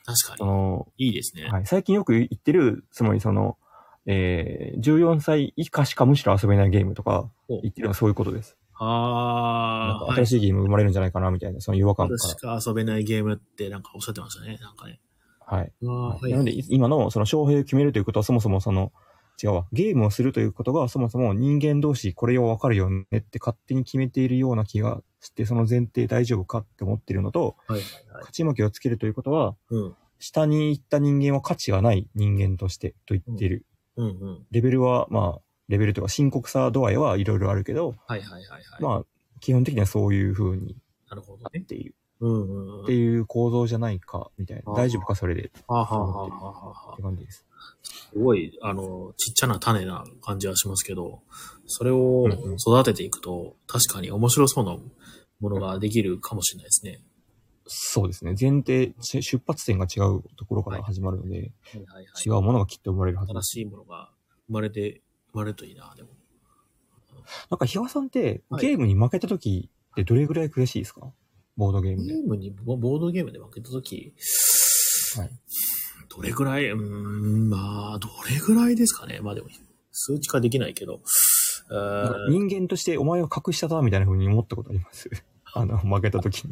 確そかに。の、いいですね。はい、最近よく言ってる、つまりその、えー、14歳以下しかむしろ遊べないゲームとかお言ってるのはそういうことです。なんああかー、はい新。しいゲームが生まれるんじゃないかなみたいな、その違和感か私しか遊べないゲームってなんかおっしゃってましたね。なんかね。ら。はい。ああ、はなのい。で、い今のその勝敗を決めるということはそもそもその、違うわ。ゲームをするということがそもそも人間同士これを分かるよねって勝手に決めているような気がして、その前提大丈夫かって思ってるのと、はいはいはい。勝ち負けをつけるということは、うん。下に行った人間は価値がない人間としてと言っている。うんうん。レベルは、まあ、レベルというか深刻さ度合いはいろいろあるけど、はいはいはいはい。まあ、基本的にはそういう風になるほどあっね。ていう、うんうんうん。っていう構造じゃないか、みたいな。あー大丈夫か、それで。ってはあはあはあはあはあ。感じです。すごい、あの、ちっちゃな種な感じはしますけど、それをうんうん育てていくと、確かに面白そうなものができるかもしれないですね。そうですね。前提、し出発点が違うところから始まるので、はいはいはい。違うものがきっと生まれるはずで新す。しいものが生まれて、生まれるといいな、でも。なんか、ひわさんって、はいゲームに負けた時ってどれぐらい悔しいですかボードゲームゲで。ームに、ボボードゲームで負けたとき、はいどれぐらい、うーん、まあ、どれぐらいですかね。まあでも、数値化できないけど、うーなんか人間としてお前は格下だ、みたいな風に思ったことあ <laughs> ります。あの、負けた時に。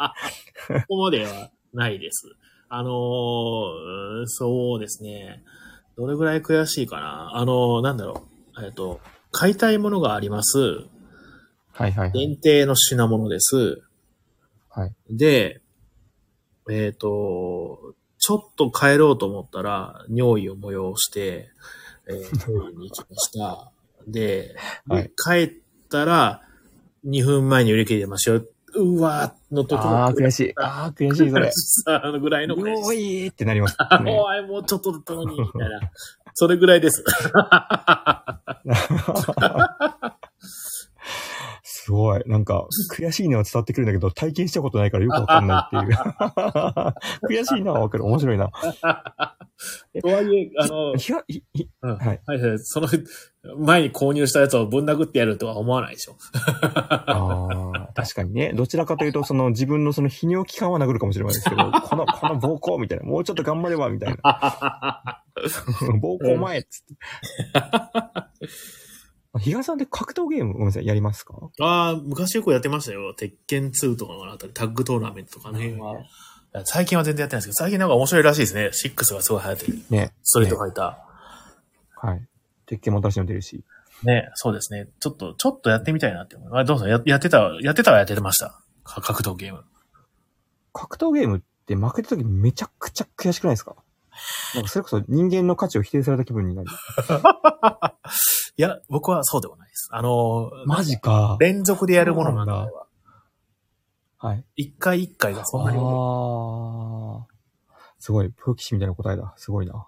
ここまではないです。あのーうーんそうですね。どれぐらい悔しいかな。あのーなんだろう。えっと、買いたいものがあります。はいはいはい。限定の品物です。はい。で、えっ、と、ちょっと帰ろうと思ったら、尿意を催して、 <laughs> えー、トイレに行きました。で、はいで帰ったら、2分前に売り切れてましたよ。うわーの時のああ、悔しい。ああ、悔しい、それ。さ <laughs> あのぐらいの悔しおさいーってなります、 <laughs> あねも。うあれもうちょっとだったのに、みたいな。それぐらいです。すごい。なんか、悔しいのは伝わってくるんだけど、体験したことないからよくわかんないっ <laughs> ていう。悔しいのはわかる。面白いな。 <laughs> とはいえ、あの、ひわ、ひ、ひうんはい。 <laughs> はいはい、その、前に購入したやつをぶん殴ってやるとは思わないでしょ。ああ、確かにね。どちらかというと、その自分のその <laughs> <laughs> 泌尿器官は殴るかもしれないですけど、この、この暴行みたいな、もうちょっと頑張ればみたいな。暴行前っつ <laughs> って。あ比嘉さんって格闘ゲーム、ごめんなさい、やりますかああ、昔よくやってましたよ。鉄拳2とかのあたり、タッグトーナメントとかね。最近は全然やってないですけど、最近なんか面白いらしいですね。6がすごい流行ってる。ね。ストリートファイタはい。鉄拳も新しいの出るし。ー。ねそうですね。ちょっと、ちょっとやってみたいなって思う。あ、どうぞ、ややってた、やってたはやってました。か格闘ゲーム。格闘ゲームって負けた時めちゃくちゃ悔しくないですかなんかそれこそ人間の価値を否定された気分になる。いや、僕はそうではないです。あのー、マジか。連続でやるものなんそうなんだだ。はい。一回一回がそんなに重い。ああ。すごい、プロ棋士みたいな答えだ。すごいな。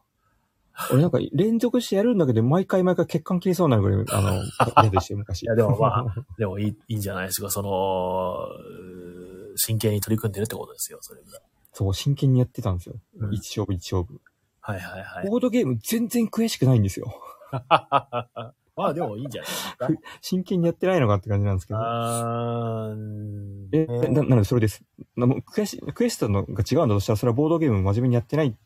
俺なんか連続してやるんだけど、毎回毎回血管切れそうになるぐらい、あの、嫌でしたよ、昔。いやでもまでもいいいいんじゃないですか、その、うー真剣に取り組んでるってことですよ、それぐらい。 <laughs> そう、真剣にやってたんですよ。うん一勝負一勝負。はいはいはい。ボードゲーム全然悔しくないんですよ。まあでもいいんじゃないですか。真剣にやってないのかって感じなんですけど。あーえ、ねな、なのでそれです。なもう悔し、悔しさのが違うんだとしたら、それはボードゲーム真面目にやってない。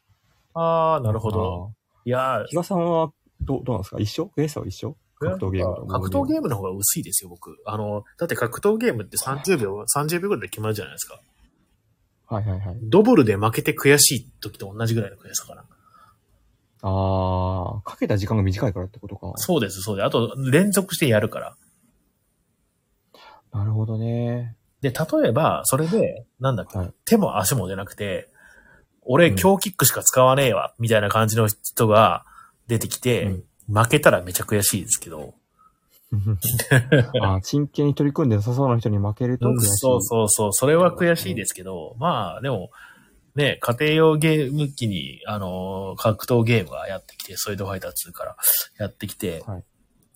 あー、なるほど。。いやー比嘉さんは、どう、どうなんですか一緒悔しさは一緒格闘ゲームと。格闘ームゲームの方が薄いですよ、僕。あの、だって格闘ゲームって30秒、30秒ぐらいで決まるじゃないですか。はいはいはい。ドブルで負けて悔しい時と同じぐらいの悔しさかな。あー、かけた時間が短いからってことか。そうです、そうです。あと、連続してやるから。なるほどね。で、例えば、それで、なんだっけ、はい手も足もじゃなくて、俺、うん強キックしか使わねえわ、みたいな感じの人が出てきて、負けたらめちゃ悔しいですけど、 <laughs> あー真剣に取り組んでなさそうな人に負けると悔しい。そうそうそう、それは悔しいですけど、まあ、でも、ね、家庭用ゲーム機に、あのー格闘ゲームがやってきて、ソイドファイター2からやってきて、はい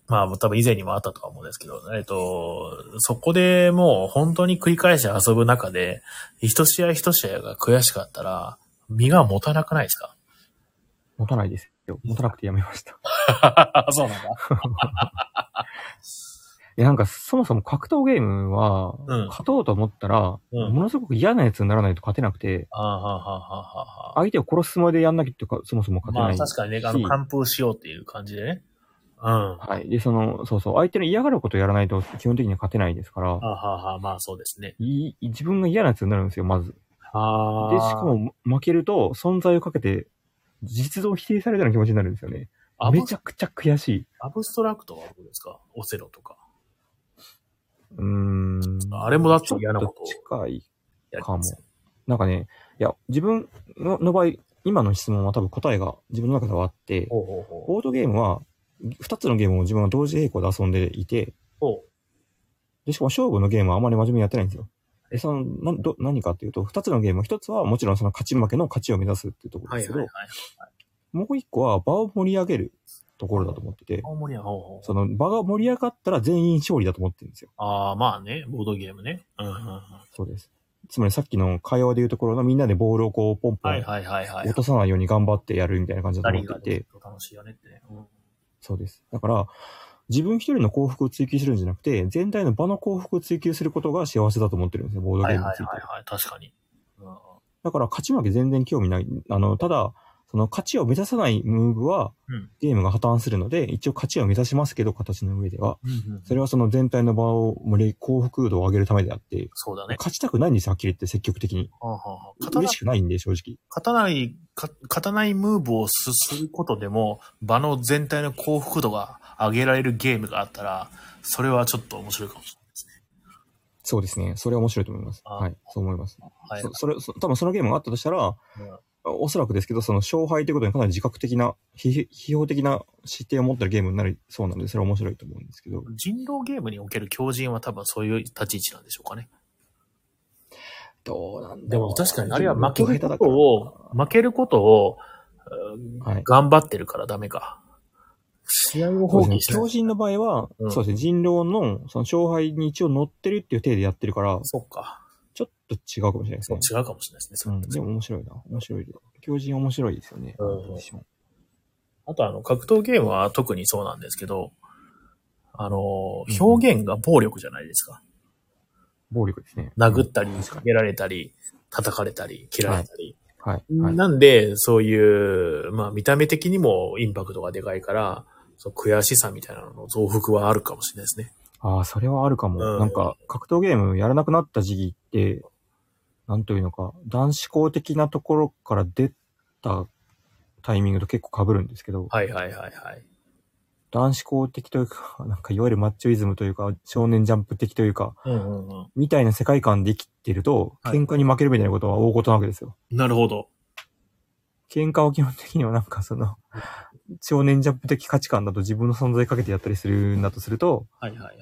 まあ、多分以前にもあったとは思うんですけど、えっと、そこでもう本当に繰り返し遊ぶ中で、一試合一試合が悔しかったら、身が持たなくないですか持たないですよ。持たなくてやめました。 <laughs> そうなんだ。いや、なんかそもそも格闘ゲームはうん、勝とうと思ったら、うんものすごく嫌なやつにならないと勝てなくて、ああ、はあ、はあ、はあ、はあ。相手を殺すつもりでやんなきゃってか、そもそも勝てまなあ、い。確かにね、あの、完封しようっていう感じでね。うん。ははい。で、その、そうそう、相手の嫌がることをやらないと基本的には勝てないですからあ、、はあ、はあ、まあ、そうですね。い自分が嫌なやつになるんですよ、まず。ああ。で、しかも負けると、存在をかけて、実像を否定されたような気持ちになるんですよね。アブめちゃくちゃ悔しい。アブストラクトはどうですかオセロとか。うーん。あれもだって嫌なちょこっとをと近い。やりかもます。なんかね、いや、自分のの場合、今の質問は多分答えが自分の中ではあって、ほうほうほう。ボードゲームは、二つのゲームを自分は同時並行で遊んでいて、ほで、しかも勝負のゲームはあまり真面目にやってないんですよ。で、その、なんど何かっていうと、二つのゲーム、一つはもちろんその勝ち負けの勝ちを目指すっていうとこうろはでいすけはいど、はい。もう一個は場を盛り上げるところだと思ってて、青森はほうほう。その場が盛り上がったら全員勝利だと思ってるんですよ。ああ、まあね、ボードゲームね。うんうんうん。はそうです。つまりさっきの会話でいうところのみんなでボールをこうポンポいンはいはいはい落。とさないように頑張ってやるみたいな感じだと二人思がっていてね、楽しいよねってね。そうです。だから、自分一人の幸福を追求するんじゃなくて、全体の場の幸福を追求することが幸せだと思ってるんですね、ボーうんドはゲいームはにいついて。はいはい。確かに。うんだから勝ち負け全然興味ない。あの、ただ、その勝ちを目指さないムーブはうん、ゲームが破綻するので、一応勝ちを目指しますけど、形の上では。うんうんそれはその全体の場を盛り、幸福度を上げるためであって、そうだね。勝ちたくないんですよ、はっきり言って積極的に。はあはあはあ勝た嬉なしくないんで、正直。勝たない、か勝たないムーブをすすることでも、場の全体の幸福度が上げられるゲームがあったら、それはちょっと面白いかもしれないですね。そうですね。それは面白いと思います。あはい。そう思います。はいそ。それ、そ多分そのゲームがあったとしたら、うんおそらくですけど、その勝敗ということにかなり自覚的な、批批評的な視点を持ってるゲームになるそうなので、それは面白いと思うんですけど。人狼ゲームにおける強人は多分そういう立ち位置なんでしょうかね。どうなんだでも確かに、あれは負け僕る下手だこかとらを、負けることを、うんはい。頑張ってるからダメか。試合を放そうですね棄。して強人の場合は、うんそうですね、人狼の、その勝敗に一応乗ってるっていう体でやってるから、そっか。ちょっと違うかもしれないですそうね。違うかもしれないですうねん、。でも面白いな。面白いよ。強人面白いですよね。うんポジションあとあの、格闘ゲームは特にそうなんですけど、あの、表現が暴力じゃないですか。暴力ですね。殴ったりうん確か、に蹴られたり、叩かれたり、切られたり。はい。はい。なんで、そういう、まあ見た目的にもインパクトがでかいから、その悔しさみたいなのの増幅はあるかもしれないですね。ああ、それはあるかも。うんなんか、格闘ゲームやらなくなった時期って、なんというのか、男子校的なところから出たタイミングと結構被るんですけど、はいはいはいはい。男子校的というか、 <laughs> なんかいわゆるマッチョイズムというか、少年ジャンプ的というか、うんうんうん。みたいな世界観で生きてると、はい喧嘩に負けるみたいなことは大事なわけですよ。なるほど。喧嘩は基本的にはなんかその、少年ジャンプ的価値観だと自分の存在かけてやったりするんだとすると、はいはいはい。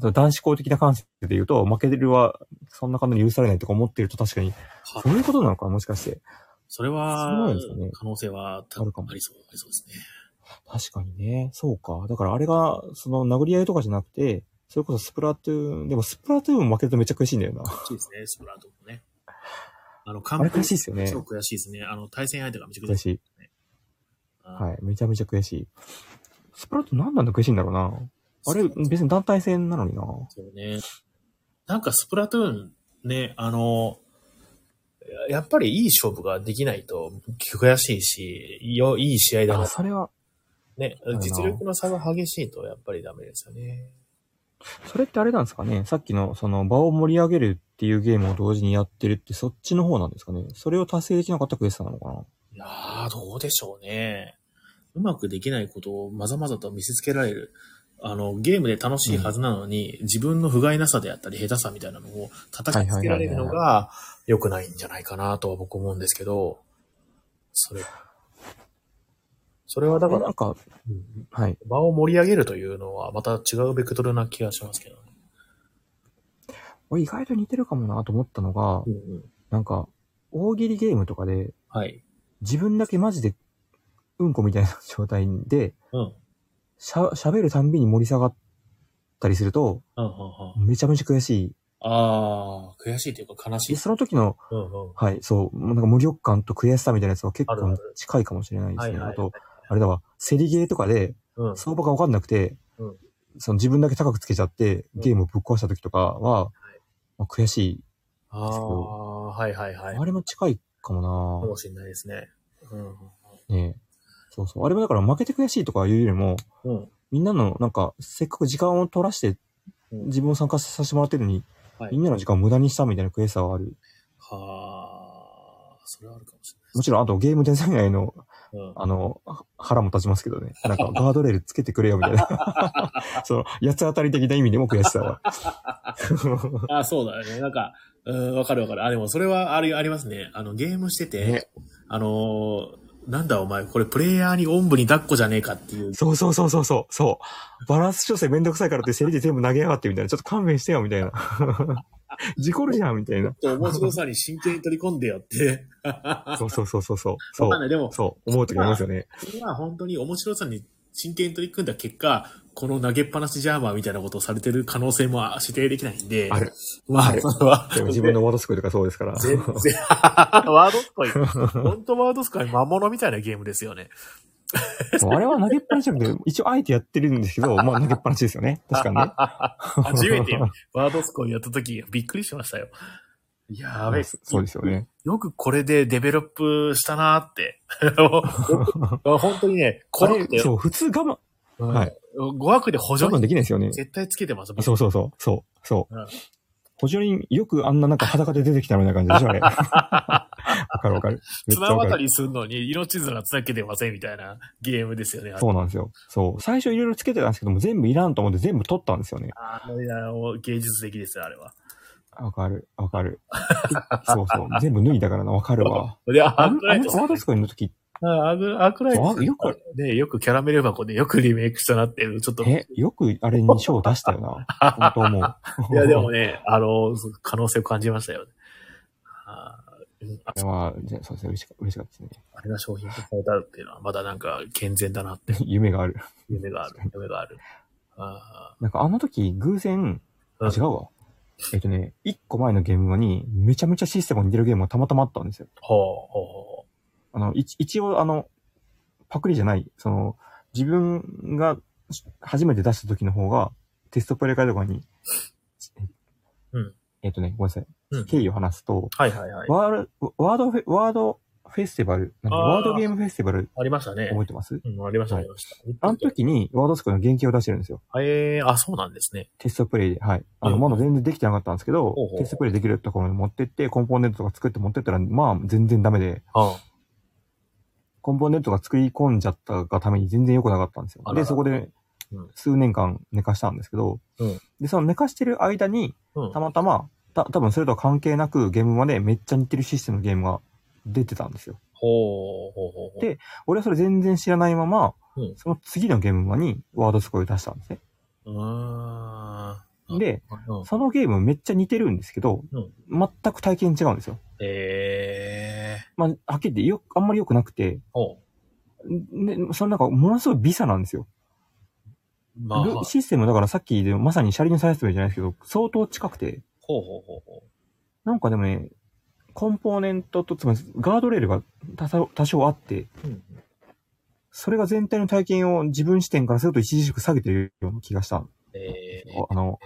その男子校的な感性で言うと、負けるはそんな簡単に許されないとか思ってると確かに、そういうことなのかもしかして。それそうはなんですかね、可能性はたあるかもありそう、ありそうですね。確かにね。そうか。だからあれが、その殴り合いとかじゃなくて、それこそスプラトゥーン、でもスプラトゥーン負けるとめっちゃ悔しいんだよな。悔しいですね、スプラトゥーンもね。あの、あ完れ悔しいですよね。超悔しいですね。あの、対戦相手がめちゃくちゃ悔しい。は。はいい。めちゃめちゃ悔しい。スプラトゥーン何なんだ悔しいんだろうな。あれ、別に団体戦なのにな。そうね。なんかスプラトゥーンね、あの、ややっぱりいい勝負ができないと悔しいし、よいい試合だあ、な。それは、ねうだ、な実力の差が激しいとやっぱりダメですよね。それってあれなんですかねさっきの、その、場を盛り上げるっていうゲームを同時にやってるって、そっちの方なんですかねそれを達成できなかった悔しさなのかないやー、どうでしょうね。うまくできないことをまざまざと見せつけられる。あの、ゲームで楽しいはずなのに、自分の不甲斐なさであったり、下手さみたいなのを叩きつけられるのはいはいが良くないんじゃないかなとは僕思うんですけど、それ、それはだかえならん、か、うんはい。場を盛り上げるというのはまた違うベクトルな気がしますけどね。俺意外と似てるかもなと思ったのが、なんか、大喜利ゲームとかで、はい。自分だけマジで、うんこみたいな状態で、うん。うん、しゃ、喋るたんびに盛り下がったりすると、うん、うん。めちゃめちゃ悔しい。あー、悔しいというか悲しいで、。その時の、うん、うん。はい、そう、もうなんか無力感と悔しさみたいなやつは結あるあ構る近いかもしれないではすいね。はいあと、あれだわ、競りゲーとかで、うん。相場がわかんなくて、うんその自分だけ高くつけちゃって、ゲームをぶっ壊した時とかは、まあ悔しい。ああ、はいはいはい。あれも近いかもなかもしれないですね。うん。ねえ。そうそう。あれもだから負けて悔しいとかいうよりも、うん。みんなのなんか、せっかく時間を取らして、うん自分を参加させてもらってるのに、はいみんなの時間を無駄にしたみたいな悔しさはある。はあ、それはあるかもしもちろん、あとゲームデザイナーの、れない。うん。あの、は腹も立ちますけどね。なん <laughs> か、ガードレールつけてくれよみたいな。その、八つ当たり的な意味でも悔しさは。あそうだよね。なんか、うん、わかるわかる。あ、でもそれはありありますね。あの、ゲームしてて、ねあのーなんだお前、これプレイヤーにおんぶに抱っこじゃねえかっていう。そうそうそうそうそう。そう。バランス調整めんどくさいからって競りで全部投げやがってみたいな。ちょっと勘弁してよみた <laughs> いな。事故るじゃんみたいな。面白さに真剣に取り込んでよって。そうそうそうそうそう。そわうかん。ない。でも、そう、思うときありますよね。それは本当に面白さに真剣に取り組んだ結果、この投げっぱなしジャーマーみたいなことをされてる可能性もあ指定できないんで。ある。まああ、るそれは。でも自分のワードスクールとかそうですか <laughs> ら。全然、ワードスコイ。本当ワードスコイ魔物みたいなゲームですよ <laughs> ね。そうあれは投げっぱなしじゃなくて、一応あえてやってるんです <laughs> けど、まあ投げっぱなしですよね。確かにね。初めてワードスコイやった時びっくりしましたよ。やべえ。そうですよね。よくこれでデベロップしたなー <laughs> って。本当にね、ここれれ、そう、普通我うんはい語学で補慢、助我慢にできないですよね。絶対つけてますもん。そうそうそう、そう、そううん。補助輪、よくあんななんか裸で出てきたみたいな感じでしょ、あ <laughs> れ。わかるわかる。めっち綱ゃわ渡かる。りするのに命綱つけてませんみたいなゲームですよね。あれそうなんですよ。そう。最初いろいろつけてたんですけども、全部いらんと思って全部取ったんですよね。あのいやもう芸術的ですよ、あれは。わかる、わか <laughs> る。そうそう。全部脱いだからな、わかるわ。で、アあーのクあライトのさんワードスクールの時、あアグアークライトあよくあるね、よくキャラメル箱でよくリメイクしたなって、ちょっと。いえ、よくあれに賞出したよな。本当思 <laughs> う。や、でもね、あの、そう可能性を感じましたよ。あーうんああれは、じゃあそうですね、嬉しか嬉しかったであれが商品化されたっていうのは、まだなんか健全だなって、すね。夢がある。夢がある、夢がある。あなんかあの時、偶然、あうん違うわ。えっとね、一個前のゲームに、めちゃめちゃシステムに似てるゲームがたまたまあったんですよ。ーほうほうほあの、一一応、あの、パクリじゃない、その、自分が初めて出した時の方が、テストプレイ会とかに、うんえっとね、ごめんなさい。うん経緯を話すと、はいはいはい。ワールワードフェ、ワードフェスティバル、なんかあーワードゲームフェスティバルありましたね。覚えてますうん、ありました、あはいりました。あの時にワードスクの原型を出してるんですよ。えー、あ、そうなんですね。テストプレイで。はい。あの、うんまだ全然できてなかったんですけほどうほう、テストプレイできるところに持ってって、コンポーネントとか作って持ってったら、まあ、全然ダメで、あコンポーネントが作り込んじゃったがために全然良くなかったんですよあ。ららで、そこでうん、数年間寝かしたんですけど、うんで、その寝かしてる間に、うんた。またま、た多分それとは関係なく、ゲームまでめっちゃ似てるシステムのゲームが出てたんですよ。ほう、ほう、ほうほう。で俺はそれ全然知らないまま、うんその次のゲームマにワードスコアを出したんですね。うーん。で、うん、そのゲームめっちゃ似てるんですけど、うん全く体験違うんですよ。えー、まあ、はっきり言ってよ、あんまり良くなくて、ほう。ね、そのなんかものすごい微差なんですよ。まあ、ルほうシステムだからさっきでまさにシャリの再説明じゃないですけど、相当近くて、ほうほうほなんかでもね、コンポーネントと、つまりガードレールが多少多少あって、う。うん、それが全体の体験を自分視点からすると著しく下げてるような気がしたんでえすーよ。あの、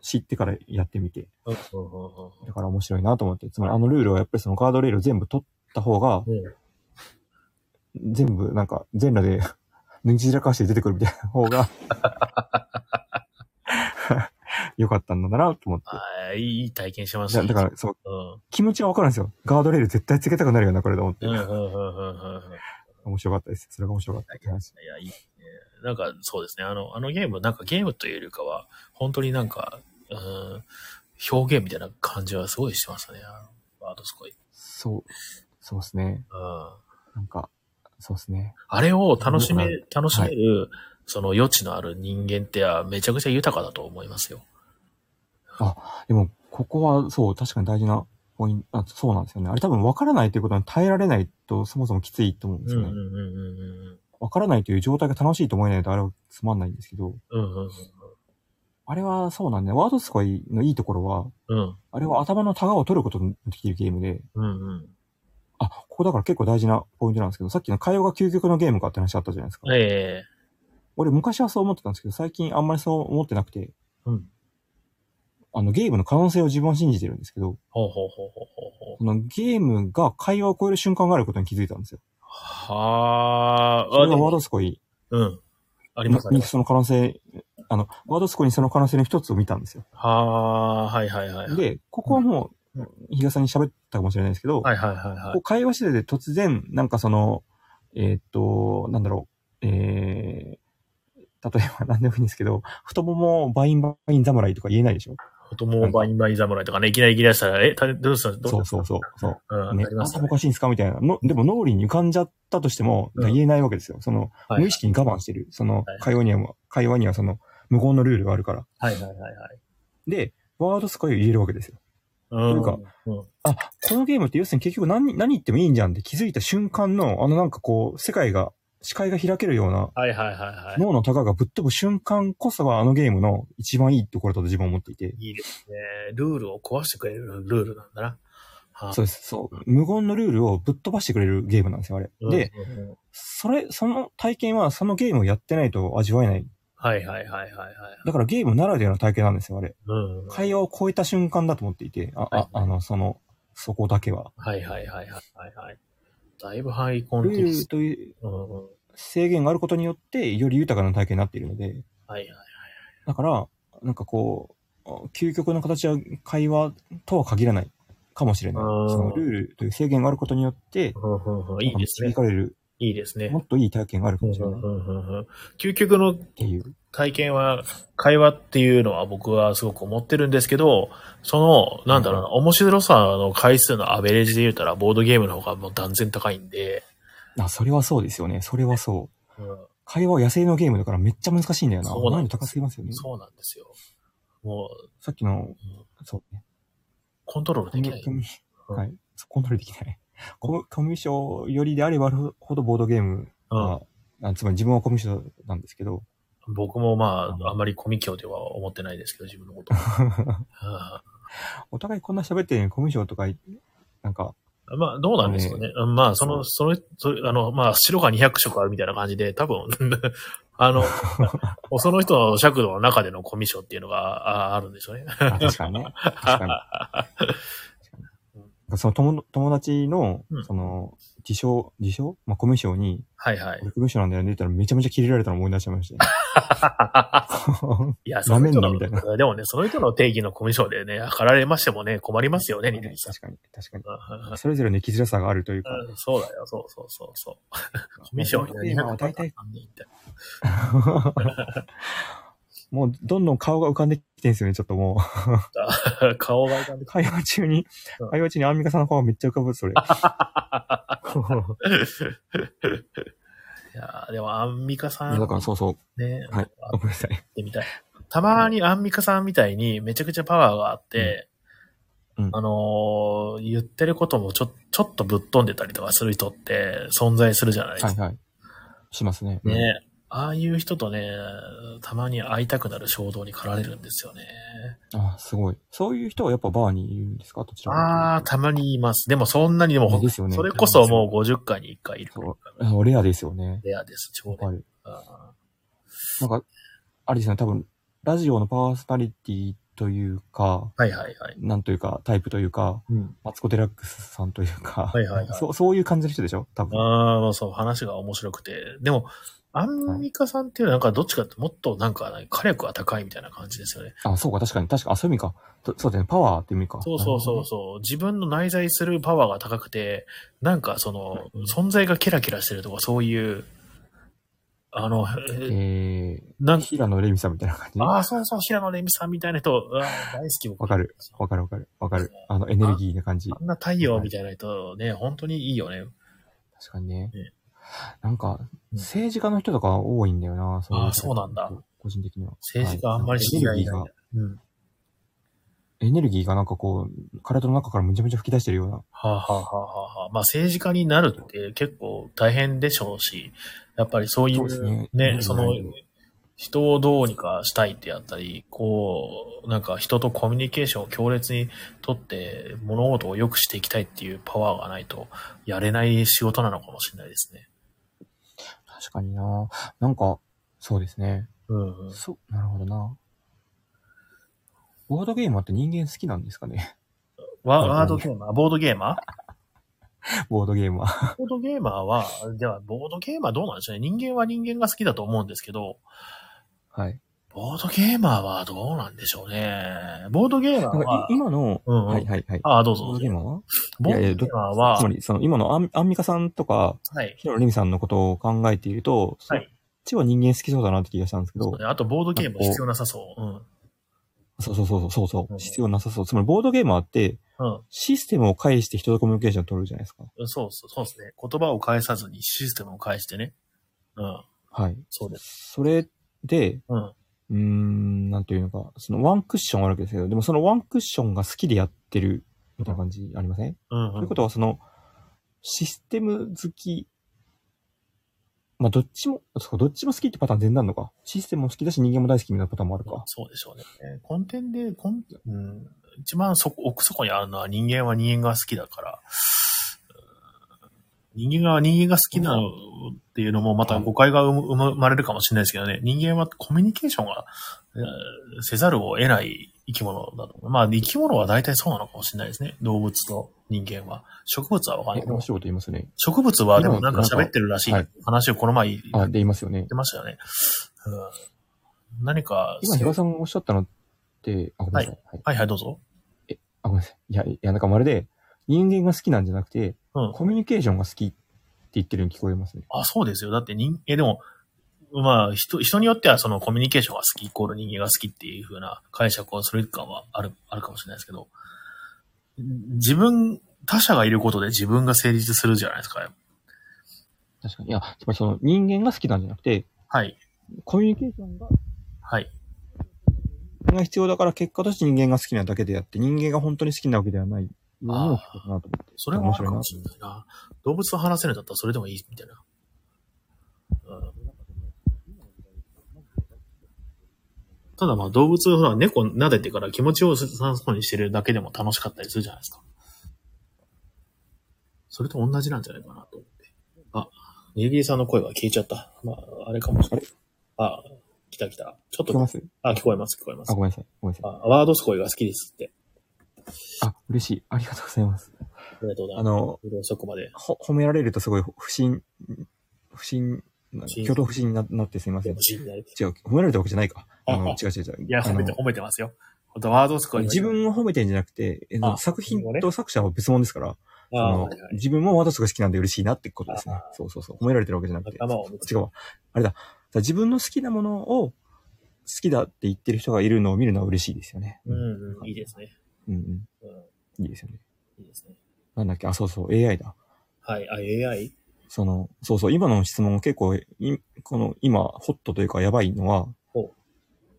知ってからやってみて。うんうんうんだから面白いなと思って、つまりあのルールはやっぱりそのガードレールを全部取った方が、うんうん全部なんか全裸で、 <laughs> 脱ぎ散らかして出てくるみたいな方が、良かったんだなと思って。あーいい体験しましだた。だから、そう、うん、気持ちがわかるんですよ。ガードレール絶対つけたくなるよな、これと思ってうん、う。ん、うん、うんうん。うん面白かったです。それが面白かったって話。いや、いいね。なんか、そうですね。あの、あのゲーム、なんかゲームというよりかは、本当になんか、うん、表現みたいな感じはすごいしてましたね。あのワードスコイ。そう、そうですね。うん。なんか、そうですね。あれを楽しめうん、楽しめる、その余地のある人間ってはめちゃくちゃ豊かだと思いますよ。でも、ここは、そう、確かに大事なポイント、あそうなんですよね。あれ多分分からないということに耐えられないと、そもそもきついと思うんでうすんようんね。うんうんわからないという状態が楽しいと思えないとあれはつまんないんですけど、うん。うんうんあれはそうなんで、ワードスコアのいいところは、うん。あれは頭のタガを取ることのできるゲームで、うんうん。あ、ここだから結構大事なポイントなんですけど、さっきの会話が究極のゲームかって話あったじゃないですか。ええ俺昔はそう思ってたんですけど、最近あんまりそう思ってなくて、うん。あのゲームの可能性を自分は信じてるんですけど、ほうほうほうほうほうほう。このゲームが会話を超える瞬間があることに気づいたんですよ。はそあ、あ、れでがワーも、ドスコアにうん。ありますあります。その可能性、あの、ワードスコアにその可能性の一つを見たんですよ。はあ、はいはいはいはい。で、ここはもう、比嘉さんに喋ったかもしれないですけど、はいはいはいはこ。いう会話してて突然、なんかその、えーっと、なんだろう、えー、例えば何でもいいんですけど、太ももバインバイン侍とか言えないでしょ子供をバインバイン侍とかね、いきなり切り出したら、え、たどうしたどうした。そうそうそう。そうう。ん、ねあり、まあすそよこね。おかしいんですかみたいな。のでも脳裏に浮かんじゃったとしても、うん言えないわけですよ。その、はい無意識に我慢してる。そのはい、会話にはもう、会話にはその、無言のルールがあるから。はいはいはいはい。で、ワードスコアを言えるわけですよ。うん。というかうん、あ、このゲームって要するに結局何、何言ってもいいんじゃんって気づいた瞬間の、あのなんかこう、世界が、視界が開けるような、はいはいはいはい。脳の高がぶっ飛ぶ瞬間こそがあのゲームの一番いいところだと自分は思っていて。いいですね。ルールを壊してくれるルールなんだな。はそうです。そう。無言のルールをぶっ飛ばしてくれるゲームなんですよ、あれ。うんで、うんうんそれ、その体験はそのゲームをやってないと味わえない。はいはいはいはいはい。だからゲームならではの体験なんですよ、あれ。うん。はい会話を超えた瞬間だと思っていて、あ、はいあ、あの、その、そこだけは。はいはいはいはいはい。だいぶハイコンルテーキルスト。といううんうん。制限があることによって、より豊かな体験になっているので、はいはい。だから、なんかこう、究極の形は会話とは限らないかもしれない。あーそのルールという制限があることによって、うんうんうんいいですなんねか導。かれる、いいですねも。っといい体験があるうかんもうしれないんっうんうんうん究極のていう。体験は、会話っていうのは僕はすごく思ってるんですけど、その、なんだろうな、面白さの回数のアベレージで言うたら、ボードゲームの方がもう断然高いんで、あ、それはそうですよね。それはそう。うん会話は野生のゲームだからめっちゃ難しいんだよな。そうなん難易です度高すぎますよね。そうなんですよ。もう、さっきの、そうね。コントロールコできミない。コミうんはい。そうコントロールできない。コミコミュ障よりであればあるほどボードゲームうんは、あつまり自分はコミュ障なんですけど、僕もまあ、あんまりコミ教では思ってないですけど、自分の <laughs> こと。うお互いこんな喋ってるのにコミュ障とかい、なんか、んまあ、どうなんですかね。うんまあ、その、それ、それ、あの、まあ、白が200色あるみたいな感じで、多分、 <laughs> あ <laughs> の、その人の尺度の中でのコミッションっていうのがああるんでしょうね。 <laughs> あ確かにね。確かに。その友友達のうん、その、自称、自称まあ、コミュ障に、はいはい。 <laughs> 俺コミュ障なんだよねって言ったらめちゃめちゃキレられたの思い出しちゃいましたね。いや、舐めんその人なのみたいでもね、その人の定義のコミュ障でね、測られましてもね、困りますよね、リリーさん確かに、確かに。うんそれぞれの生きづらさがあるというか。うんそうだよ、そうそうそうそう。コミュ障に今は大体、いもうどんどん顔が浮かんできてんすよね、ちょっともう。た。顔が浮かんで <laughs> き会話中にうん、会話中にアンミカさんの顔めっちゃ浮か <laughs> ぶ、それ。いやーでもアンミカさんだからそうそう。ね、はい会ごめんなさい。ってみたい。たまにアンミカさんみたいにめちゃくちゃパワーがあって、うんうんあのー言ってることもちょ、ちょっとぶっ飛んでたりとかする人って存在するじゃないですかはい。はい。しますね。うんね、ああいう人とね、たまに会いたくなる衝動に駆られるんですよね。ああ、すごい。そういう人はやっぱバーにいるんですかどちらああ、たまにいます。でもそんなにでも、いいですよねそれこそもう50回に1回いる。あ。そう。レアですよね。レアです、ちょうど。はい。あなんか、あれですね、多分、ラジオのパーソナリティというか、ーはいはいはい。なんというか、タイプというか、うん。マツコ・デラックスさんというか、はいはいはいそうそういう感じの人でしょ多分。ああ、そう、話が面白くて。でも、アンミカさんっていうのはなんかどっちかってもっとなんか、火力が高いみたいな感じですよね。あ、そうか、確かに、確か、あ、そういう意味か。とそうだよね、パワーって意味か。そうそうそうそう。自分の内在するパワーが高くて、なんかその、存在がキラキラしてるとかそういう、あの、なるほどね。なえー、ん平野レミさんみたいな感じあわあ、そうそう、平野レミさんみたいな人、うわ大好き。僕わかる。かるわかる。わかる。あの、エネルギーな感じ。あんな太陽みたいな人ね、本当にいいよね。確かにねね。なんか、ん政治家の人とか多いんだよな、いあそうなんだ。個人的には。政治家あんまり知知りり合合いいいないが。。うん。はエネルギーがなんかこう、体の中からめちゃめちゃ吹き出してるような。あ、はあはあはあはあ、まあ政治家になるって結構大変でしょうし、やっぱりそういそううですねね、うんその、人をどうにかしたいってやったり、こう、なんか人とコミュニケーションを強烈にとって物事を良くしていきたいっていうパワーがないとやれない仕事なのかもしれないですね。確かにななんか、そうですね。うんうん。そう、なるほどなボードゲーマーって人間好きなんですかね <laughs> ワワードゲーマーボードゲーマーボードゲーマー。ボードゲーマーは、では、ボードゲーマーどうなんでしょうね。人間は人間が好きだと思うんですけど、はい。ボードゲーマーはどうなんでしょうね。ボードゲーマーなんはか、い、今の、うんうんはいはいはい。ああ、どうぞボどうードぞゲー。マーはボードいやゲいやどーマーはつま、り、その今のアンアンミカさんとか、はい。ヒロレミさんのことを考えていると、そはっい。ちは人間好きそうだなって気がしたんですけど、あと、ボードゲームは必要なさそう。うん。、そうそうそうそうそううん必要なさそう。つまり、ボードゲーマーって、うん。システムを介して人とコミュニケーションを取るじゃないですか。そうそう、そうですね。言葉を返さずにシステムを返してね。うん。はい。そうです。それで、うん。うーん、なんていうのか、そのワンクッションあるわけですけど、でもそのワンクッションが好きでやってるみたいな感じありません、うん、とういうんこ。とは、その、システム好き、まあ、どっちも、そうかどっちも好きってパターン全然あるのか。システムも好きだし人間も大好きみたいなパターンもあるか。そうでしょうね。根底で、こんうん、一番そこ奥底にあるのは人間は人間が好きだから、うん人間が人間が好きなのっていうのもまた誤解が生む生まれるかもしれないですけどね、人間はコミュニケーションが、うんせざるを得ない生き物だと。まあ生き物は大体そうなのかもしれないですね。動物と人間は。植物はわかんえ、ない。面白いこと言いますね。植物はでもなんか喋ってるらしいはい話をこの前言あ、っで、言いますよねて。ましたよね。うん何か、今、ヒガさんがおっしゃったのって、あ、ごめんなさい。はい。はいはい、どうぞ。あ、ごめんなさい。いや、いや、なんかまるで、人間が好きなんじゃなくて、うん。コミュニケーションが好きって言ってるように聞こえますね。あ、そうですよ。だって人、え、でも、まあ、人、人によってはそのコミュニケーションが好きイコール人間が好きっていう風な解釈をする感はある、あるかもしれないですけど、自分、他者がいることで自分が成立するじゃないですか。確かに。いや、つまりその人間が好きなんじゃなくて、はい。コミュニケーションがはい。が必要だから結果として人間が好きなだけであって、人間が本当に好きなわけではないようにも聞こえたなと思って。それはあるかもしれないな。動物と話せるんだったらそれでもいい、みたいな。うんただまあ動物、ほら、猫撫でてから気持ちを酸素にしてるだけでも楽しかったりするじゃないですか。それと同じなんじゃないかなと思って。あ、ネギリさんの声が消えちゃった。まあ、あれかもしれない。あ、来た来た。ちょっ聞こえと、ますあ、聞こえます、聞こえますあ、。ごめんなさい。ごめんなさい。あワードスコイが好きですって。あ、嬉しい。ありがとうございます。ありがとうござあいます。の、そこまで。ほ褒められるとすごい不審、不審、な不審挙動不審にななってすみません。違いやう、褒められたわけじゃないか。あああの違う違う違う。いや、あ褒のめて、褒めてますよ。ほんとワードスコイ自分を褒めてんじゃなくて、えあ作品なるほどと作者は別物ですから、ああ、そのはいはい自分も私が好きなんで嬉しいなってことですね。そうそうそう。褒められてるわけじゃなくて。仲間を見つけ違うわ。あれだ。だから自分の好きなものを好きだって言ってる人がいるのを見るのは嬉しいですよね。うん、うん、いいですね。うんうん。ういいですよね。ん、いいですね。なんだっけ、あ、そうそう、AI だ。はい、あ、AI? その、そうそう、今の質問結構、いこの、今、ホットというか、やばいのはほう、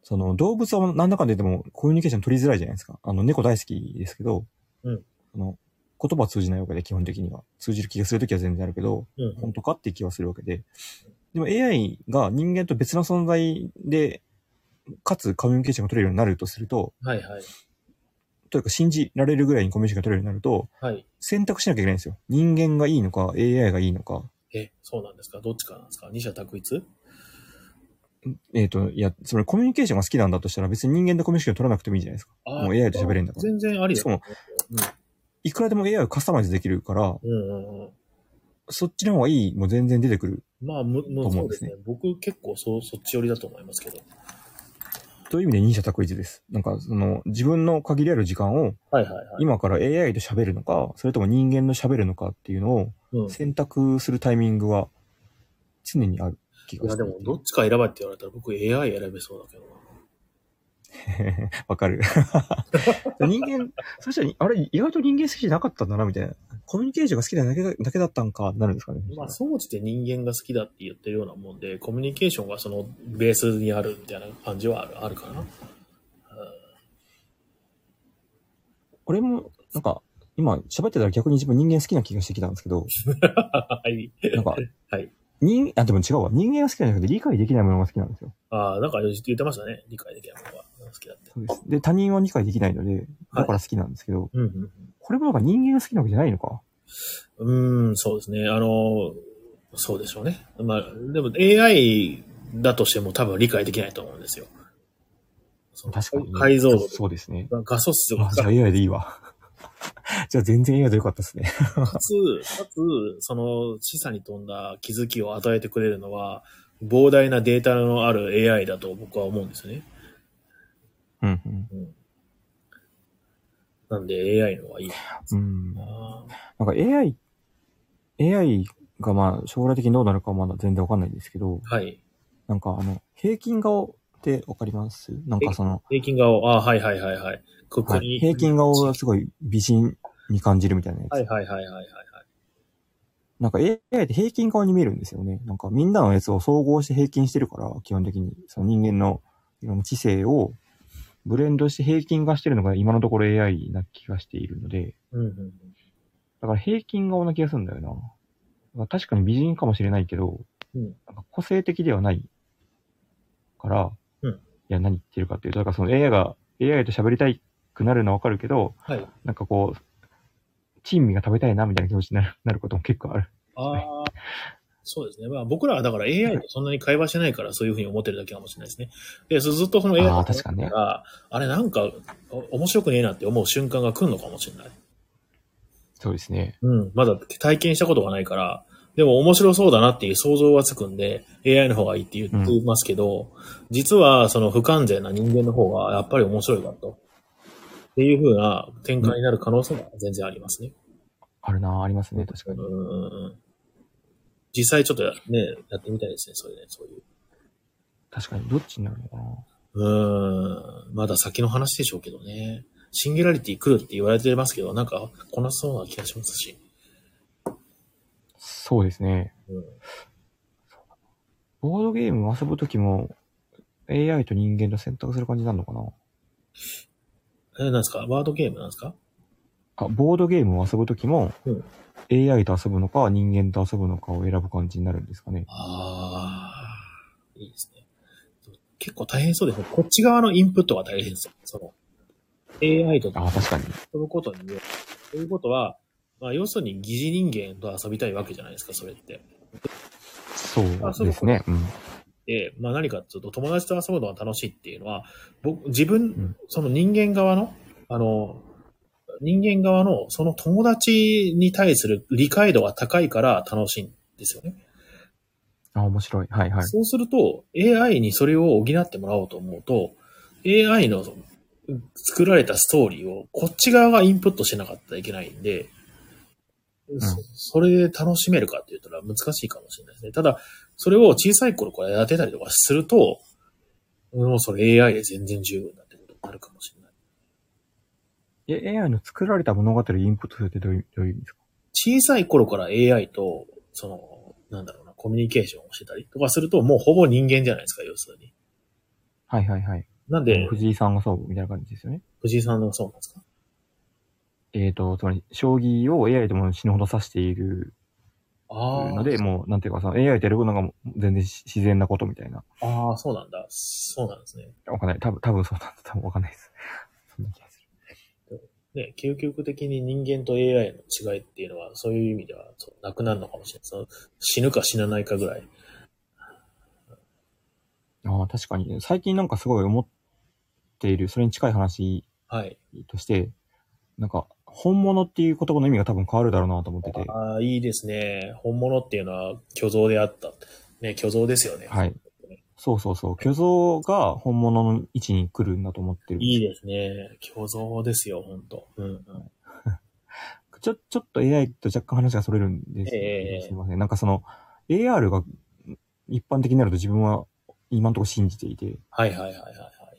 その、動物は何らかででもコミュニケーション取りづらいじゃないですか。あの、猫大好きですけど、うんその、言葉は通じないわけで、基本的には。通じる気がするときは全然あるけど、うん、本当かっていう気はするわけで。でも AI が人間と別の存在で、かつコミュニケーションが取れるようになるとすると、はい、はい。というか信じられるぐらいにコミュニケーションが取れるようになると、はい。選択しなきゃいけないんですよ。人間がいいのか、AI がいいのか。え、そうなんですかどっちかなんですか二者択一えっ、と、いや、それコミュニケーションが好きなんだとしたら別に人間とコミュニケーション取らなくてもいいんじゃないですか。ああもう AI と喋れんだから全然ありだと思いくらでも AI をカスタマイズできるから、う。うん、うん、うん。そっちの方がいいも全然出てくるまあ、む、むと思そううんでですすねね。僕結構そ、そっち寄りだと思いますけど。という意味で二者択一です。なんか、その、自分の限りある時間をはい、はい、はい。今から AI と喋るのか、それとも人間の喋るのかっていうのをうん、い選択するタイミングは常にある気がや、すでる。も、どっちか選ばれって言われたら僕 AI 選べそうだけどな。 <laughs> わかる。 <laughs> 人間、そしたら、あれ、意外と人間好きじゃなかったんだな、みたいな。コミュニケーションが好きなだけだだけだったんか、なるんですかね。まあ、総じて人間が好きだって言ってるようなもんで、コミュニケーションがそのベースにあるみたいな感じはあるあるかな。俺も、なんか、今、喋ってたら逆に自分人間好きな気がしてきたんですけど、 <laughs> はい。なんか、はい人、あ、でも違うわ。人間が好きじゃなくて理解できないものが好きなんですよ。ああ、なんか言ってましたね。理解できないものが好きだって。そうです。で、他人は理解できないので、はいだから好きなんですけど、うんうんこれもなんか人間が好きなわけじゃないのか。うん、うーん、そうですね。あの、そうでしょうね。まあ、でも AI だとしても多分理解できないと思うんですよ。その確かに。解像度とそうですね。か画素数があじゃあ AI でいいわ。 <laughs> じゃあ全然 AI でよかったですね。かつ、かつ、その示唆に富んだ気づきを与えてくれるのは、膨大なデータのある AI だと僕は思うんですよね。うんうん。うん。なんで AI の方がいいなうん。なんか AI、AI がまあ将来的にどうなるかはまだ全然わかんないんですけど、はい。なんかあの、平均顔ってわかりますなんかその、平均顔、あはいはいはいはい。ここはに。い、平均顔がすごい美人に感じるみたいなやつ。はいはいはいはいはいはい。なんか AI って平均顔に見えるんですよね。なんかみんなのやつを総合して平均してるから、基本的に。その人間のいろんな知性をブレンドして平均化してるのが今のところ AI な気がしているので、うんうんうん。だから平均顔な気がするんだよな。まあ確かに美人かもしれないけど、うんなんか個性的ではないから、うんいや、何言ってるかっていうと、だからその AI が、AI と喋りたくなるのはわかるけど、はい。なんかこう、珍味が食べたいなみたいな気持ちになるなることも結構ある。ああ、そうですね。まあ僕らはだから AI とそんなに会話してないからそういうふうに思ってるだけかもしれないですね。で、ずずっとその AI あーを確かにねあれなんかお面白くねえなって思う瞬間が来るのかもしれない。そうですね。うん。まだ体験したことがないから、でも面白そうだなっていう想像はつくんで、AI の方がいいって言ってますけど、実はその不完全な人間の方がやっぱり面白いわと。っていうふうな展開になる可能性が全然ありますね。あるなあありますね、確かうに。んうんうん。実際ちょっとやね、やってみたいですね、そういうね、そういう。確かに、どっちになるのかなうーん。まだ先の話でしょうけどね。シンギュラリティ来るって言われてますけど、なんかこなそうな気がしますし。そうですね。うん。ボードゲーム遊ぶときも、AI と人間と選択する感じになるのかなえ、なんですかワードゲームなんですかあ、ボードゲームを遊ぶときも、う AI と遊ぶのか、人間と遊ぶのかを選ぶ感じになるんですかね。ああ、いいですね。結構大変そうですね。こっち側のインプットが大変ですよ。その、AI とあ、確かに。遊ぶことによる。ということは、まあ、要するに疑似人間と遊びたいわけじゃないですか、それって。そうですね。うん。て、まあ何かっていうと友達と遊ぶのは楽しいっていうのは、僕、自分、その人間側の、あの、人間側のその友達に対する理解度が高いから楽しいんですよね。あ、面白い。はいはい。そうすると、AI にそれを補ってもらおうと思うと、AI のその作られたストーリーをこっち側がインプットしなかったらいけないんで、そそれで楽しめるかって言ったら難しいかもしれないですね。ただ、それを小さい頃からやってたりとかすると、もうそれ AI で全然十分だってことになるかもしれない。え、AI の作られた物語をインプットするってどういう、どういう意味ですか小さい頃から AI と、その、なんだろうな、コミュニケーションをしてたりとかすると、もうほぼ人間じゃないですか、要するに。はいはいはい。なんで、藤井さんがそうみたいな感じですよね。藤井さんのそうなんですかえっ、と、つまり、将棋を AI でも死ぬほど指しているあので、もう、なんていうか、その AI とやることがもう全然し自然なことみたいな。あ、ああ、そうなんだ。そうなんですね。わかんない。多分、多分そうなんだ。多分わかんないです。そんな気がする。ね、究極的に人間と AI の違いっていうのは、そういう意味ではそうなくなるのかもしれないその。死ぬか死なないかぐらい。ああ、確かに。最近なんかすごい思っている、それに近い話はい。として、なんか、本物っていう言葉の意味が多分変わるだろうなと思ってて。ああ、いいですね。本物っていうのは虚像であった。ね、虚像ですよね。はい。そうそうそう。虚像が本物の位置に来るんだと思ってる。いいですね。虚像ですよ、本当うん、うん。ちょ、ちょっと AI と若干話がそれるんですけど、ええすいません。なんかその、AR が一般的になると自分は今のところ信じていて、はいはいはいはいは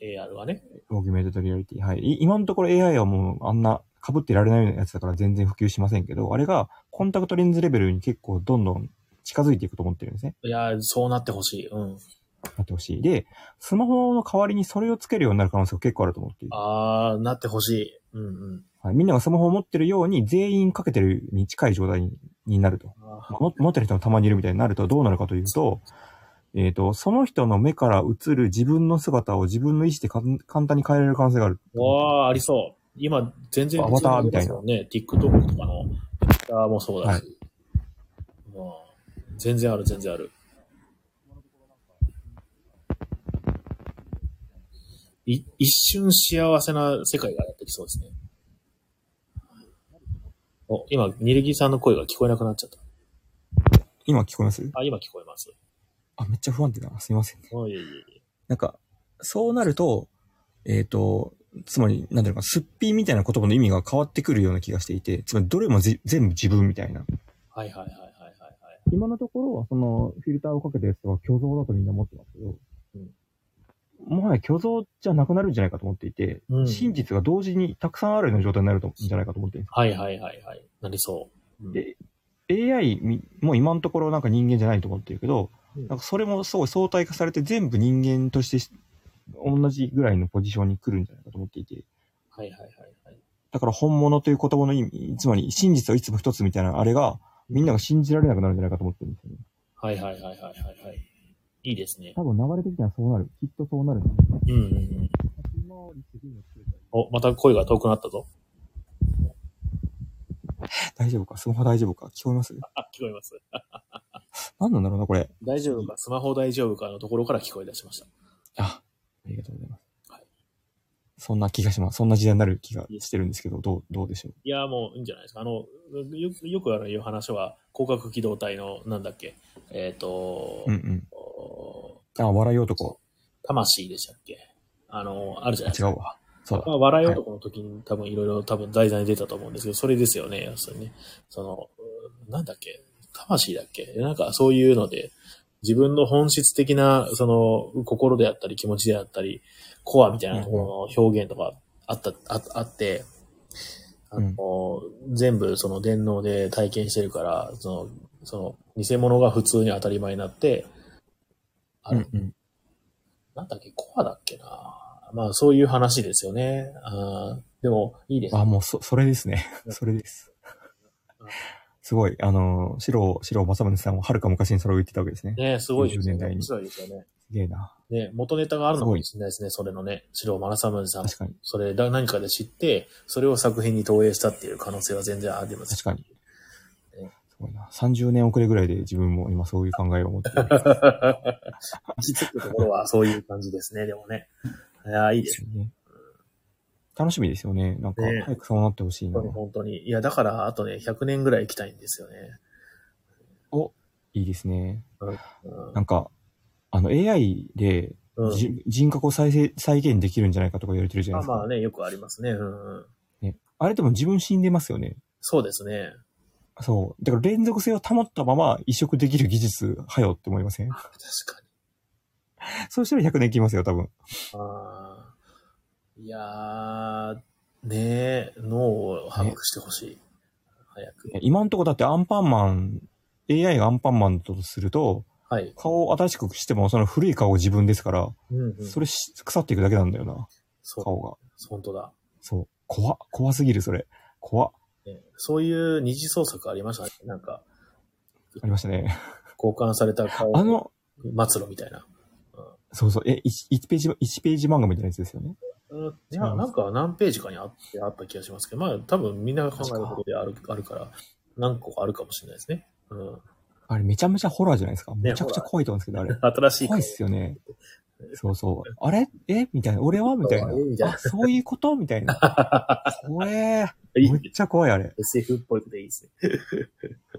い。AR はね。オーギュメントとリアリティ。はい。い今のところ AI はもうあんな被ってられないようなやつだから全然普及しませんけど、あれがコンタクトレンズレベルに結構どんどん近づいていくと思ってるんですね。いやー、そうなってほしい。うん。なってほしい。で、スマホの代わりにそれをつけるようになる可能性が結構あると思っている。ああ、なってほしい。うんうん。はい、みんながスマホを持ってるように全員かけてるに近い状態にになると。あーまあも持ってる人もたまにいるみたいになるとどうなるかというと、えっ、と、その人の目から映る自分の姿を自分の意思でかん簡単に変えられる可能性がある。わあ、ありそう。今、全然アバターみたいな別にありますもんね、TikTok とかの、Twitter もそうだし。まあ全然ある、全然ある。い一瞬幸せな世界がやってきそうですね。お、今、ニルギーさんの声が聞こえなくなっちゃった。今聞こえますあ、今聞こえます。あ、めっちゃ不安定だな。すいませんね。おいえいえいえなんか、そうなると、えっ、と、つまり、なんていうのか、すっぴーみたいな言葉の意味が変わってくるような気がしていて、つまり、どれもぜ全部自分みたいな。はいはいはいはいはいはい。今のところは、その、フィルターをかけたやつとか虚像だとみんな思ってますけど、もはや虚像じゃなくなるんじゃないかと思っていて、うん真実が同時にたくさんあるような状態になるとんじゃないかと思っていまはいはいはいはい。なりそう。うんで AI みも今のところなんか人間じゃないと思ってるけど、うんなんかそれもすごい相対化されて全部人間としてし同じぐらいのポジションに来るんじゃないかと思っていて、はいはいはいはい。だから本物という言葉の意味、つまり真実はいつも一つみたいなあれが、みんなが信じられなくなるんじゃないかと思ってるんですよね。はいはいはいはいはいはい。いいですね。多分流れ的にはそうなる。きっとそうなる。うんうんうん。お、また声が遠くなったぞ。大丈夫かスマホ大丈夫か聞こえますあ、聞こえます。何なんだろうな、これ。大丈夫か、スマホ大丈夫かのところから聞こえ出しました。あ、ありがとうございます。はいそんな気がします。そんな時代になる気がしてるんですけど、どう、どうでしょう。いや、もういいんじゃないですか。あの、よくよくあるいう話は、広角機動隊の、なんだっけ、えっ、と、うんうん。あ、笑い男。魂でしたっけあの、あるじゃないですか。違うわ。そうだま。あ、笑い男の時に多分いろいろ多分題材に出たと思うんですけど、それですよね、要するにね。その、うんなんだっけ魂だっけなんかそういうので、自分の本質的な、その、心であったり気持ちであったり、コアみたいなところの表現とかあった、ああって、あの、全部その電脳で体験してるから、その、その、偽物が普通に当たり前になって、あうのんうん。なんだっけ、コアだっけな。まあ、そういう話ですよね。あーでも、いいです。あ、もう、そ、それですね。それですうん。すごい、あの、白、白正宗さんははるか昔にそれを言ってたわけですね。ねすごいですね。 90年代に面白いですよね。すげえな。ね元ネタがあるのかすごいもしれないですね。それのね、白マラサムンさん。確かに。それだ、何かで知って、それを作品に投影したっていう可能性は全然あります。確かに。ねそごいな。30年遅れぐらいで自分も今そういう考えを持ってるん <laughs> 実くところはそういう感じですね、でもね。いやー、いいでですすよね。楽しみですよね。なんかね、早くそうなってほしいな本当。に本当に。いや、だから、あとね、100年ぐらい行きたいんですよね。いいですね。うんなんか、あの AI でうん。じ人格を再生、再現できるんじゃないかとか言われてるじゃまあないですか。まあね、よくありますね。うんうん。ね、あれでも自分死んでますよね。そうですね。そう。だから連続性を保ったま <laughs> ま移植できる技術、はよって思いません <laughs> 確かに。そうしたら100年いきますよ、多分。あーいやー、ねえ、脳を把握してほしい。早く。今んとこだってアンパンマン、AI がアンパンマンだとすると、はい。顔を新しくしてもその古い顔自分ですから、うん、うん。それし腐っていくだけなんだよな、そう、顔が。本当だ。そう。怖っ怖すぎる、それ。怖っねそういう二次創作ありましたね。なんか、ありましたね。交換された顔あの、末路みたいな。そうそう、え、1, ページ、一ページ漫画みたいなやつですよね。うんい違いや、ますなんか何ページかにあってあった気がしますけど、まあ多分みんなが考えることであるあるから、何個かあるかもしれないですね。うん。あれめちゃめちゃホラーじゃないですか。めちゃくちゃ怖いと思うんですけど、あれ。新しい怖いっすよね。そうそう。あれえみたいな。俺はみたいえみたいな。なあ、そういうことみたいな。怖えい <laughs> いめっちゃ怖い、あれ。 SF っぽいくていいですね。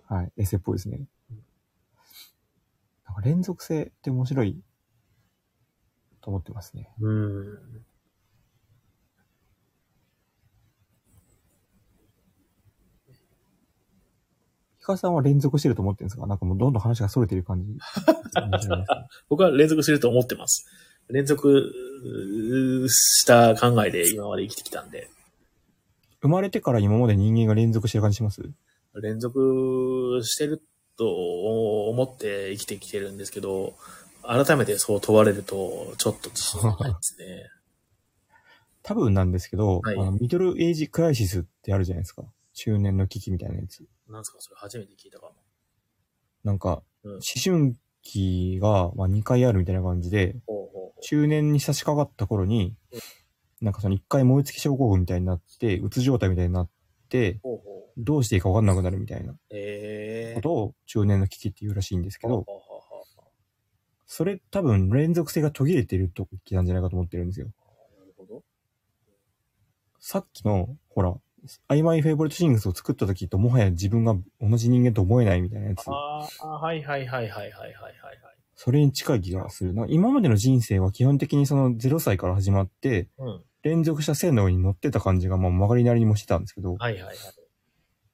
はい。エセっぽいですね。なんか連続性って面白いと思ってますね。うん。ヒカさんは連続してると思ってるんですかなんかもうどんどん話が逸れてる感じ。 <laughs> 面白いですね僕は連続してると思ってます。連続うーした考えで今まで生きてきたんで、生まれてから今まで人間が連続してる感じします連続してると思って生きてきてるんですけど、改めてそう問われると、ちょっと自信がないですね。 <laughs> 多分なんですけど、はいあのミドルエイジクライシスってあるじゃないですか。中年の危機みたいなやつ。なんすかそれ初めて聞いたかも。なんか、うん思春期が、まあ、2回あるみたいな感じで、ほうほうほう中年に差し掛かった頃にうん、なんかその1回燃え尽き症候群みたいになって、うつ状態みたいになって、ほうほう。どうしていいかわかんなくなるみたいなええことを中年の危機っていうらしいんですけほど、うほうほうほそれ多分連続性が途切れてる時なんじゃないかと思ってるんですよ。うなるほど。さっきの、ほら、曖昧フェイボリットシングスを作った時ともはや自分が同じ人間と思えないみたいなやつ、あーあー、はいはいはいはいはいはいはいはい。それに近い気がする。なんか今までの人生は基本的にその0歳から始まって、うん。連続した線の上に乗ってた感じがまあ曲がりなりにもしてたんですけど、はいはいはい。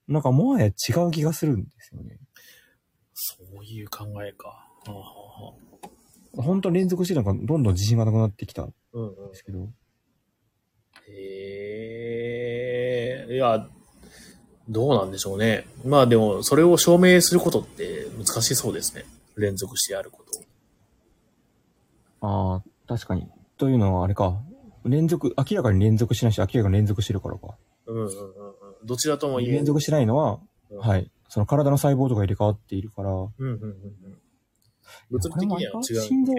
なんかもはや違う気がするんですよね。そういう考えか。はあはあはあ本当に連続してなんかどんどん自信がなくなってきたんうんうんで。すけど、へえ、いや、どうなんでしょうね。まあでも、それを証明することって難しそうですね。連続してやることを。ああ、確かに。というのはあれか、連続、明らかに連続しないし、明らかに連続してるからか。うんうんうんうん。どちらとも言え連続しないのは、うんはい。その体の細胞とか入れ替わっているから、うんうんうんうん。物理的には違う。心臓、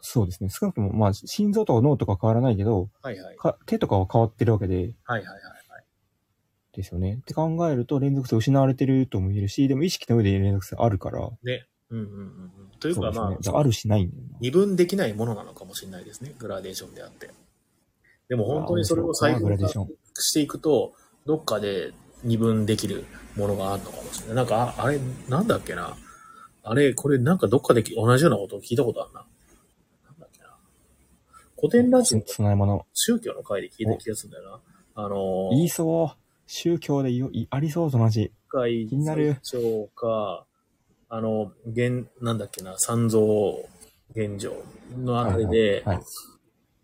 そうですね。少なくとも、まあ、心臓とか脳とかは変わらないけど、はいはい。か手とかは変わってるわけで、はいはいはいはい。ですよね。って考えると連続性失われてるとも言えるし、でも意識の上で連続性あるから、うんうんうんうん。というそうかですまねあ。、じゃああるしないんだよな。二分できないものなのかもしれないですね。グラデーションであって。でも本当にそれをあ細ー面白いなグラ分デー化ション。していくと、どっかで二分できるものがあるのかもしれない。なんか、ああれ、なんだっけな。あれ、これなんかどっかで同じようなことを聞いたことあるな。なんだっけな。古典ラジオ、つないもの。宗教の回で聞いた気がするんだよな。あのー、言いそう。宗教でよいありそう、その話。回気になる長か、あの、現、なんだっけな、三蔵現状のあたりで、はいはいはいはい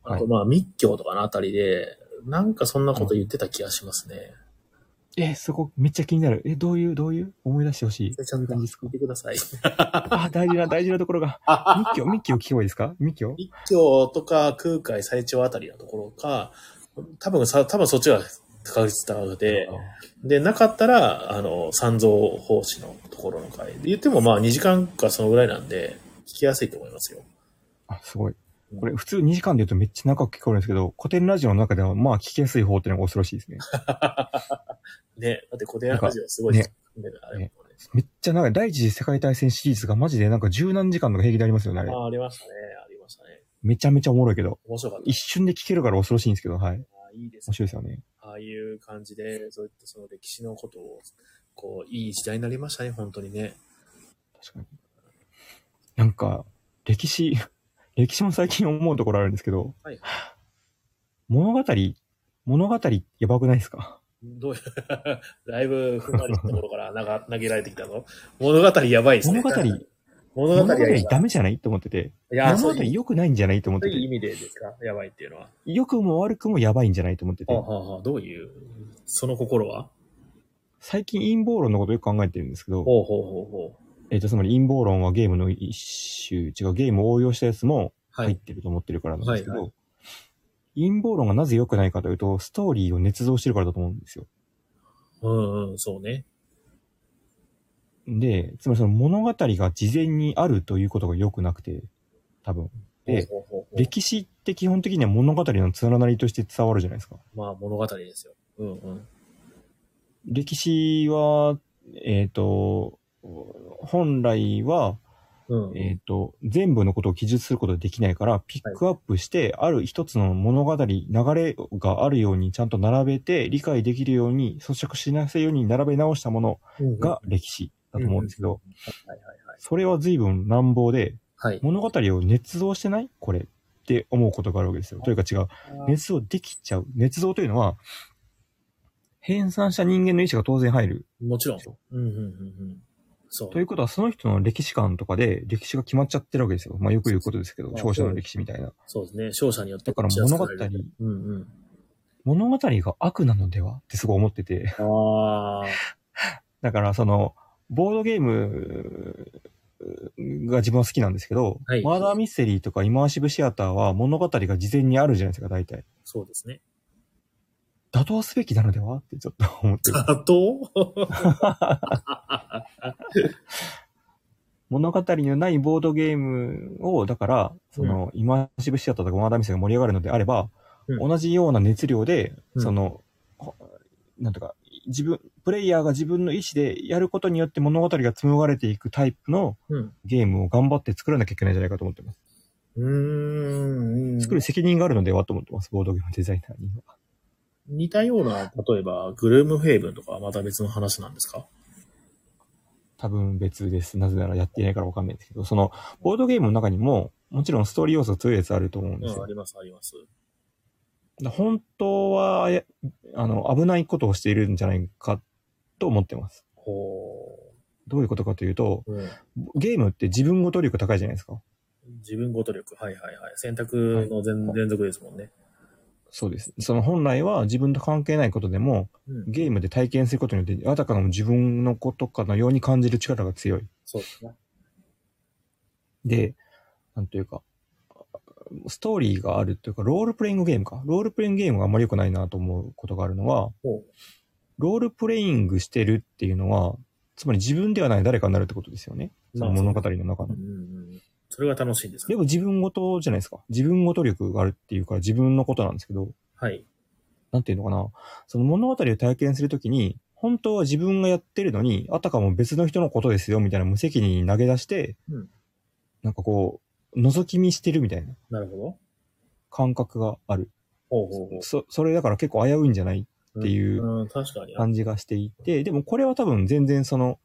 あとまあ密教とかのあたりで、なんかそんなこと言ってた気がしますね。え、そこ、めっちゃ気になる。え、どういう、どういう思い出して <laughs> ほしい。ちゃんと何ですか聞いてください。あ、大事な、大事なところ <laughs> が。密教、密教聞こえですか密教密教とか空海最長あたりのところか、多分さ、多分そっちが確率高くて、で、なかったら、あの、三蔵法師のところの回。で言ってもまあ2時間かそのぐらいなんで、聞きやすいと思いますよ。あ、すごい。これ、普通2時間で言うとめっちゃ長く聞こえるんですけど、古典ラジオの中では、まあ、聞きやすい方っていうのが恐ろしいですね。ね、だって古典ラジオすごいなんかであれもねめっちゃ長い。第一次世界大戦シリーズがマジでなんか十何時間とか平気でありますよね、あれあ。あ、ありましたね。ありましたね。めちゃめちゃおもろいけど。面白かった。一瞬で聞けるから恐ろしいんですけど、はい。あいいです面ね。白いですよね。ああいう感じで、そういったその歴史のことを、こう、いい時代になりましたね、本当にね。確かに。なんか、歴史、 <laughs> 歴史も最近思うところあるんですけど、はい物語、物語やばくないですかどういう、 <laughs> だいぶ踏ん張りしたところからなんか投げられてきたぞ。物語やばいですね。物語、物語物語やばい。いダメじゃないと思ってて、や、そ物語ういう良くないんじゃないと思っそうていう意味て、でですかやばいっていうのは。良くも悪くもやばいんじゃないと思ってては、あはあはあどういう、その心は最近陰謀論のことよく考えてるんですけど、ほうほうほうほう。えっ、と、つまり陰謀論はゲームの一種、違う、ゲームを応用したやつもは入い。ってると思ってるからなんですけど、はいは陰謀論がなぜ良くないかというと、ストーリーを捏造してるからだと思うんですよ。うんうん、そうね。で、つまりその物語が事前にあるということが良くなくて、多分。で、ほうほうほう歴史って基本的には物語の連なりとして伝わるじゃないですか。まあ物語ですよ。うんうん。歴史は、えっ、と、本来は、うんうん、えっ、と、全部のことを記述することはできないから、ピックアップして、ある一つの物語、流れがあるようにちゃんと並べて、理解できるように、咀嚼しなさいように並べ直したものうんうんが歴史だと思うんですけど、はいはいはい。それは随分乱暴で、はい。物語を捏造してないこれって思うことがあるわけですよ。というか違う。捏造できちゃう。捏造というのは、編纂した人間の意思が当然入る。もちろん。うんうんうんうん。そう。ということは、その人の歴史観とかで歴史が決まっちゃってるわけですよ。まあよく言うことですけど、そうそう勝者の歴史みたいな。そうですね。勝者によってだから口が物作語ら、れる。うんうん。物語が悪なのではってすごい思ってて。 <laughs> ああ。だから、その、ボードゲームが自分は好きなんですけど、はいマーダーミステリーとかイマーシブシアターは物語が事前にあるじゃないですか、大体。そうですね。妥当すべきなのではってちょっと思ってる。妥当物語のないボードゲームを、だから、その、イマーシブシアターとかマーダーミステリーが盛り上がるのであれば、うん同じような熱量で、うんその、ほなんとか、自分、プレイヤーが自分の意思でやることによって物語が紡がれていくタイプのうん。ゲームを頑張って作らなきゃいけないんじゃないかと思ってます。うーん。作る責任があるのではと思ってます、ボードゲームデザイナーには。似たような、例えば、グルームフェイブンとかはまた別の話なんですか多分別です。なぜならやっていないからわかんないんですけど、その、ボードゲームの中にも、もちろんストーリー要素が強いやつあると思うんうですよ。ん、あります、あります。だ本当は、やあの、危ないことをしているんじゃないかと思ってます。ほどういうことかというと、う。うん。ゲームって自分ごと力高いじゃないですか。自分ごと力。はいはいはい。選択の全連続ですもんね。そうです。その本来は自分と関係ないことでも、うん。ゲームで体験することによって、あたかも自分のことかのように感じる力が強い。そうですね。で、なんというか、ストーリーがあるというか、ロールプレイングゲームか。ロールプレイングゲームがあんまり良くないなと思うことがあるのは、ほう。ロールプレイングしてるっていうのは、つまり自分ではない誰かになるってことですよね。その物語の中のうん。うんうん。それが楽しいんですかでも自分ごとじゃないですか。自分ごと力があるっていうから自分のことなんですけど、はい。なんていうのかな。その物語を体験するときに、本当は自分がやってるのに、あたかも別の人のことですよみたいな無責任に投げ出して、うんなんかこう、覗き見してるみたいななるほど。感覚がある。ほうほうほう。そ、それだから結構危ういんじゃないっていううん、確かに。感じがしていて、でもこれは多分全然その、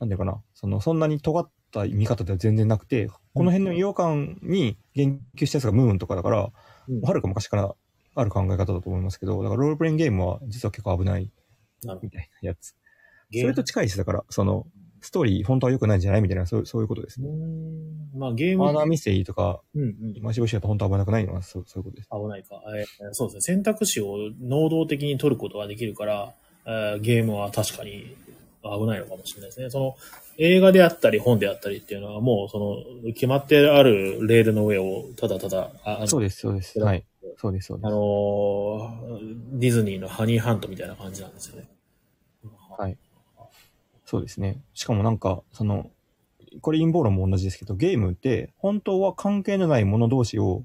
なんていうかな、その、そんなに尖った見方では全然なくて、この辺の洋館に言及したやつがムーンとかだから、うんはるか昔からある考え方だと思いますけど、だからロールプレイングゲームは実は結構危ないなるほどみたいなやつ。ゲーそムれと近いです。だから、その、ストーリー、本当は良くないんじゃないみたいな、そうそういうことですうーね。んまあゲーム。マナーミステリーとか、うんうん。マシブシアと本当は危なくないのは、そうそういうことです。危ないか、えーそうですね。選択肢を能動的に取ることができるから、えーゲームは確かに危ないのかもしれないですね。その映画であったり本であったりっていうのはもうその決まってあるレールの上をただただ、ああのそうです、そうです。はい。そうです、そうであす。のーディズニーのハニーハントみたいな感じなんですよね。はい。そうですね。しかもなんか、その、これ陰謀論も同じですけど、ゲームって本当は関係のない者同士を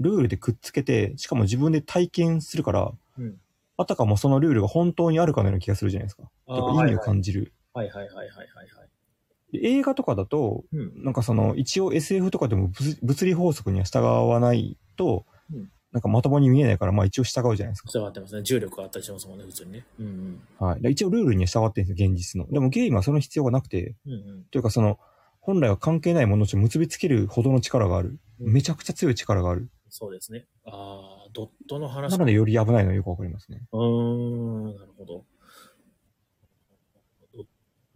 ルールでくっつけて、しかも自分で体験するから、うんあたかもそのルールが本当にあるかのような気がするじゃないですか。あとーか意はい味をはい感じる。はいはいはいはいはいはい。で映画とかだと、うん。なんかその、一応 SF とかでも物物理法則には従わないとうん、なんかまともに見えないから、まあ一応従うじゃないですか。従ってますね。重力があったりしますもんね、普通にね。うんはい。だから一応ルールには従ってるんですよ、現実の。でもゲームはその必要がなくて、うん。うんというかその、本来は関係ないものと結びつけるほどの力がある。うん。めちゃくちゃ強い力がある。そうですね。ああ、ドットの話な。のでより危ないのはよくわかりますね。うーん、なるほど。ド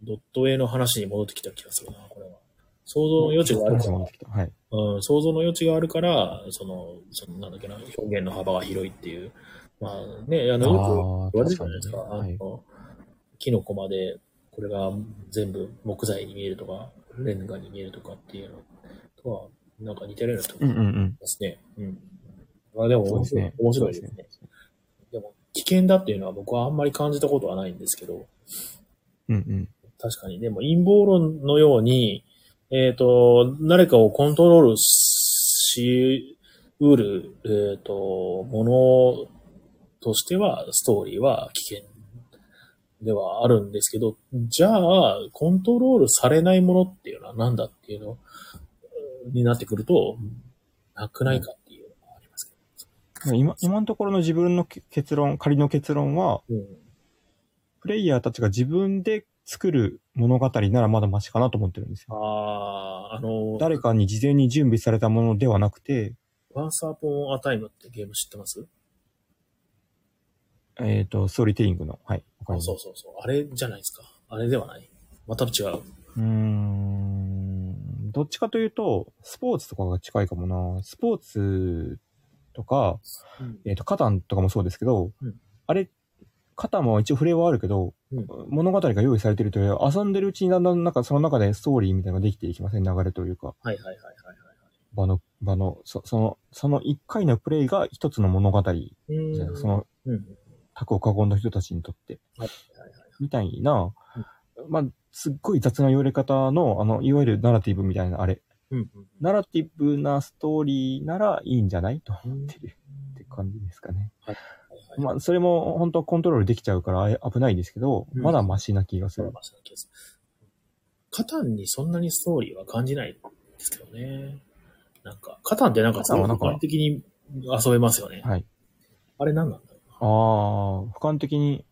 ドット絵の話に戻ってきた気がするな、これは。想像の余地がある話からが戻ってきたはい。うん、想像の余地があるから、その、そのなんだっけな、表現の幅が広いっていう。まあね、あの、よあく言われるじゃないですか。あの、木の駒で、これが全部木材に見えるとか、レンガに見えるとかっていうのとは、なんか似てるようなとこうろんうんうん。ですね。うん。まあでもそう面です白い、ね。面白いですそうね。でも、危険だっていうのは僕はあんまり感じたことはないんですけど、うんうん。確かに。でも陰謀論のように、えっ、と、誰かをコントロールしうる、えっ、と、ものとしては、ストーリーは危険ではあるんですけど、じゃあ、コントロールされないものっていうのは何だっていうのになってくると、なくないかっていうのがありますけまあ今、今のところの自分のけ結論、仮の結論は、ど。プレイヤーたちが自分で作る物語ならまだマシかなと思ってるんですよ。ああ、あの、誰かに事前に準備されたものではなくて、ワンサーポンアタイムってゲーム知ってますえっ、と、ストーリーテリングの。はい。わあかりますそうそうそう。あれじゃないですか。あれではない。また違う。うーんどっちかというと、スポーツとかが近いかもな。スポーツとか、えっ、と、カタンとかもそうですけど、うんあれ、カタンも一応触れはあるけど、うん物語が用意されてるという遊んでるうちにだんだんなんかその中でストーリーみたいなのができていきません、流れというか、はいはいはいはいはい。場の、場の、そその、その一回のプレイが一つの物語じうゃないんですか、そのうん。卓を囲んだ人たちにとって。はいはいみたいな、まあ、すっごい雑な言われ方の、あの、いわゆるナラティブみたいなあれ。うんナラティブなストーリーならいいんじゃないと思ってるって感じですかね。うん。まあ、それも本当コントロールできちゃうからあえ危ないですけど、うんまだマシな気がする。ましたケース。カタンにそんなにストーリーは感じないですけどね。なんか、カタンってなんかすカタごいンはなん具か体的に遊べますよね。はい。あれ何なんだろうな。ああ、俯瞰的に、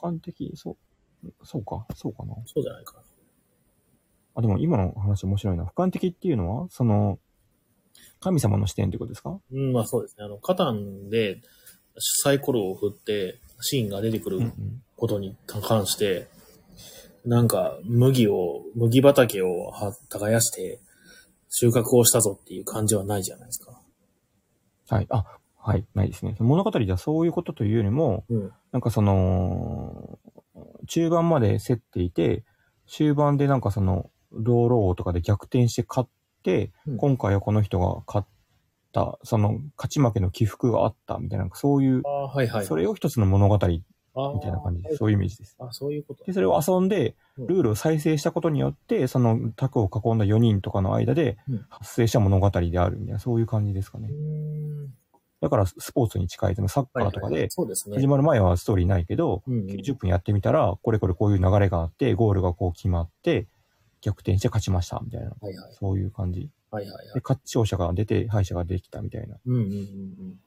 俯瞰的、そう、そうか、そうかな。そうじゃないかな。あ、でも今の話面白いな。俯瞰的っていうのは、その、神様の視点ってことですかうん、まあそうですね。あの、カタンでサイコロを振ってシーンが出てくるうんことに関して、なんか麦を、麦畑をは耕して収穫をしたぞっていう感じはないじゃないですか。はい。あ、はい、ないですね。物語ではそういうことというよりも、うん。なんかその、中盤まで競っていて、終盤でなんかその、ローローとかで逆転して勝って、うん今回はこの人が勝った、その勝ち負けの起伏があったみたいな、なんかそういうあ、あ、はいはい。それを一つの物語みみたいな感じでです、そういうイメージです。あ、そういうことで、。それを遊んで、うんルールを再生したことによって、その卓を囲んだ4人とかの間でうん発生した物語であるみたいな、そういう感じですかうねー。ん。だからスポーツに近い、でもサッカーとかはいはいで、そうですね。始まる前はストーリーないけど、うんうん90分やってみたら、これこれこういう流れがあって、ゴールがこう決まって、逆転して勝ちました、みたいな。はいはい。そういう感じ。はいはいはで、い。勝ち勝者が出て、敗者ができたみたいな。うんうんうんうん。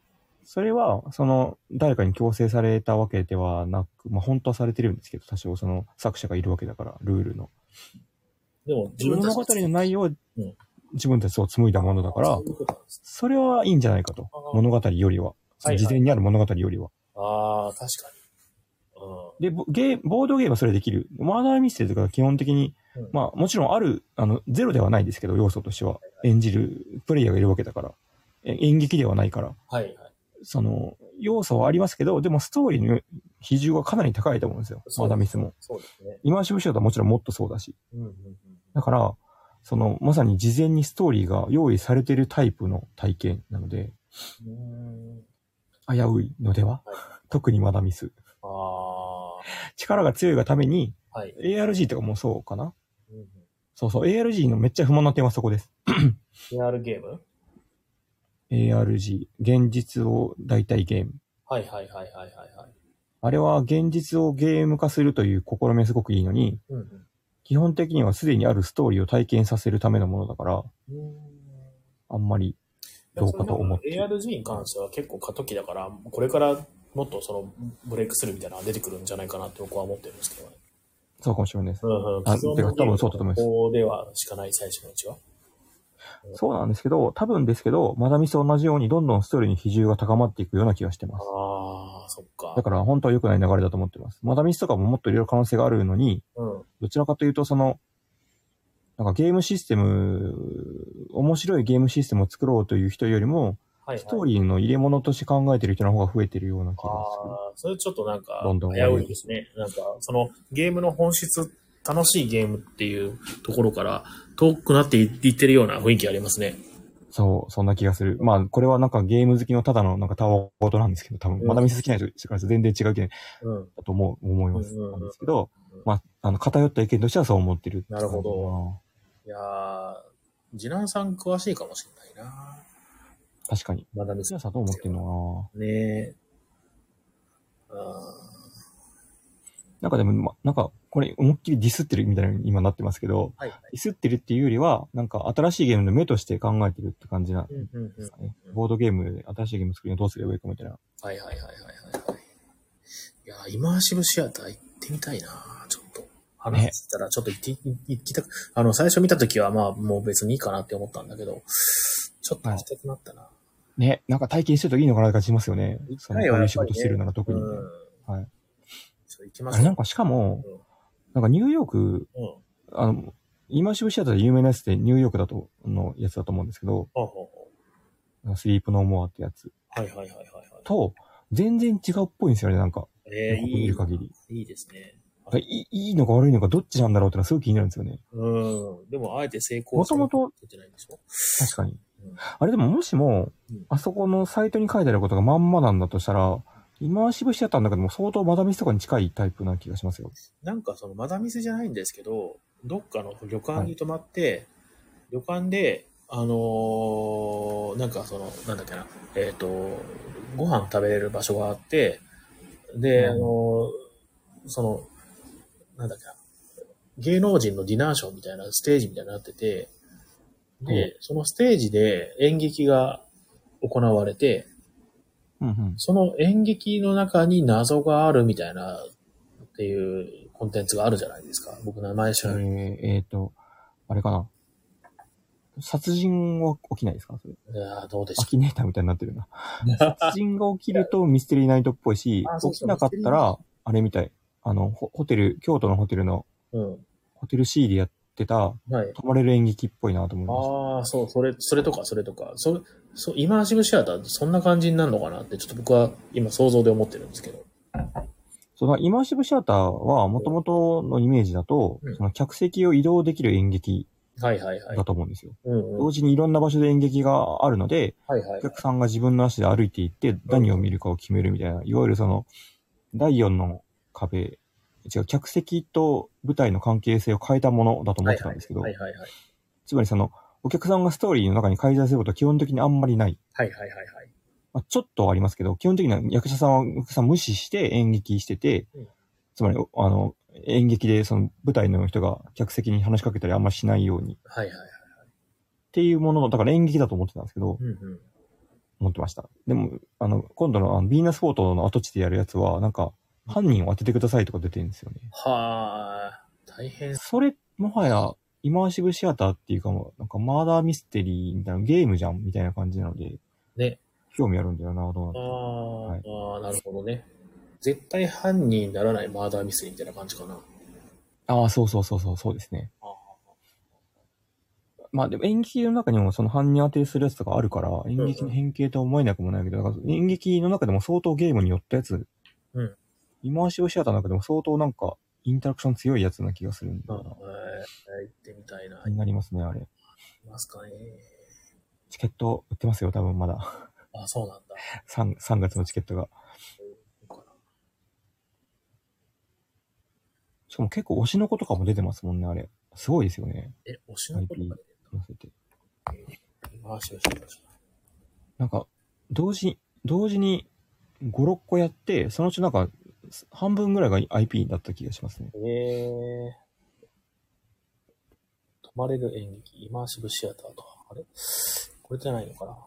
それは、その、誰かに強制されたわけではなく、まあ、本当はされてるんですけど、多少その作者がいるわけだから、ルールの。でも、自分の物語の内容はうん、自分たちそう紡いだものだだから、それはいいんじゃないかとあ。ー物語よりは。そはいはいの事前にある物語よりは。ああ、確かに。うん。で、ボゲーボードゲームはそれできる。マーダーミステリーとかは基本的に、うんまあもちろんある、あの、ゼロではないですけど、要素としては。演じるプレイヤーがいるわけだから。え演劇ではないから。はいはい。その、要素はありますけど、でもストーリーの比重はかなり高いと思うんですよ。マーダーミスも。。そうですね。イマーシブショートはもちろんもっとそうだし。うんうんうん。だから、その、まさに事前にストーリーが用意されてるタイプの体験なので、うーん。危ういのでは、はい特にマーダーミス。ああ。は力が強いがために、い。 ARG とかもそうかなうんうんそうそう、ARG のめっちゃ不満な点はそこです。 AR ゲーム ARG、現実を代替ゲーム。はいはいはいはいはいはい。あれは現実をゲーム化するという試みはすごくいいのに、うん基本的にはすでにあるストーリーを体験させるためのものだから、あんまり、どうかと思っていやその ARG に関しては結構過渡期だから、これからもっとそのブレイクスルーみたいなのが出てくるんじゃないかなって僕は思ってるんですけどね。そうかもしれないです。うんうん、あてか多分そうだと思いますここではしかない最初のうちは。そうなんですけど、多分ですけど、マダミスと同じようにどんどんストーリーに比重が高まっていくような気がしてます。ああ、そっかだ。から本当は良くない流れだと思ってます。マダミスとかももっといろいろ可能性があるのに、うん。どちらかというとその、なんかゲームシステム、面白いゲームシステムを作ろうという人よりも、はい、はい。ストーリーの入れ物として考えてる人の方が増えてるような気がする。ああ、それちょっとなんか、どんどん危ういですね。なんか、そのゲームの本質、楽しいゲームっていうところから遠くなっていいってるような雰囲気ありますね。そう、そんな気がする。まあ、これはなんかゲーム好きのただのなんかたわごとなんですけど、多分、うんまだミス好きな人からすると全然違う意見うん。だと思う、思いまうす。んうんうんなんですけどうん、まあ、あの、偏った意見としてはそう思ってるって感じかなるほど。いやー、次男さん詳しいかもしれないな。確かに。まだ見皆さんどう思ってるのねえ。あかななんかでも、ま、なんか、これ思いっきりディスってるみたいに今なってますけど、ーはいはい。ディスってるっていうよりは、なんか新しいゲームの目として考えてるって感じなんうんうんうでんす。かね。ボードゲームで新しいゲーム作るにはどうすればいいかみたいな。はいはいはいはいはいはい。いやー、イマーシブシアター行ってみたいなちょっと。話したら、ちょっと行って、行きたく、あの、最初見たときは、まあ、もう別にいいかなって思ったんだけど、ちょっと行きたくなったな。ね、なんか体験してるといいのかなって感じしますよね。一その回こはやっぱりねういう仕事してるなら特に。うん。はい。ちょっと行きまあしれょな。うんかしかもうん、なんかニューヨーク、うん。あの、今渋シアターで有名なやつってニューヨークだと、のやつだと思うんですけど、ほうほうほスリープノーモアってやつ。うはいはいはいはいはい。と、全然違うっぽいんですよね、なんか。えー、ここい見いる。限り。いいですね。いいいいのか悪いのかどっちなんだろうってのはすごい気になるんですよね。うん。でも、あえて成功もともと出てないんでしょ確かにうん。あれでももしもうん、あそこのサイトに書いてあることがまんまなんだとしたら、イマーシブシアターの中でも相当マダミスとかに近いタイプな気がしますよ。なんかそのまだミスじゃないんですけど、どっかの旅館に泊まって、旅館で、あのーなんかその、なんだっけな、えっ、と、ご飯食べれる場所があって、で、うんあのーその、なんだっけな、芸能人のディナーショーみたいなステージみたいになってて、うで、そのステージで演劇が行われて、うんうん。その演劇の中に謎があるみたいなっていうコンテンツがあるじゃないですか。僕名前知えらない。ー、えーと、あれかな。殺人は起きないですかそれ。いやーどうでしょアキネーターみたいになって <laughs> るな。殺人が起きるとミステリーナイトっぽいしあ、そう起そうきなかったら、あれみたい。あの、ホホテル、京都のホテルの、う。うホテル C でやってた、ん。はい。泊まれる演劇っぽいなと思いました。ああ、そう、それ、それとか、それとか。それ、そう、イマーシブシアターってそんな感じになるのかなって、ちょっと僕は今想像で思ってるんですけど。そのイマーシブシアターは、もともとのイメージだと、うんその客席を移動できる演劇はいはいはいだ。と思うんですよ。うんうん。同時にいろんな場所で演劇があるので、はいはいお。客さんが自分の足で歩いていって、何を見るかを決めるみたいな、いわゆるその、第4の壁、違う、客席と舞台の関係性を変えたものだと思ってたんですけどは、いはいはい。つまりその、お客さんがストーリーの中に介在することは基本的にあんまりない。はいはいはいはい。まあ、ちょっとはありますけど、基本的には役者さんはお客さん無視して演劇しててうん、つまり、おあの、演劇でその舞台の人が客席に話しかけたりあんましないようにっはいはいはい。ていうものの、だから演劇だと思ってたんですけど、うんうん。思ってました。でも、あの、今度のあのビーナスフォートの跡地でやるやつは、なんか、犯人を当ててくださいとか出てるんですよね。はあ、大変。それ、もはや、イマーシブシアターっていうかもう、なんかマーダーミステリーみたいなゲームじゃんみたいな感じなので、ね。興味あるんだよな、どうあなー、のいあー、なるほどね。絶対犯人にならないマーダーミステリーみたいな感じかな。ああ、そうそうそうそう、そうですね。まあでも演劇の中にもその犯人当てするやつとかあるから、演劇の変形とは思えなくもないけど、だから演劇の中でも相当ゲームによったやつ、うんイマーシブシアターの中でも相当なんか、インタラクション強いやつな気がするんだあよな。えー行ってみたいな。になりますね、あれ。いますかね。チケット売ってますよ、多分まだ。 <laughs> あ、そうなんだ。 3, 3月のチケットが。しかも結構推しの子とかも出てますもんね、あれ。すごいですよね。え、おしのことかで載せて。回しました。なんか、同時、同時に5、6個やって、そのうちなんか、半分ぐらいが IP だった気がしますね。えー。泊まれる演劇、イマーシブシアターとか。あれこれじゃないのかな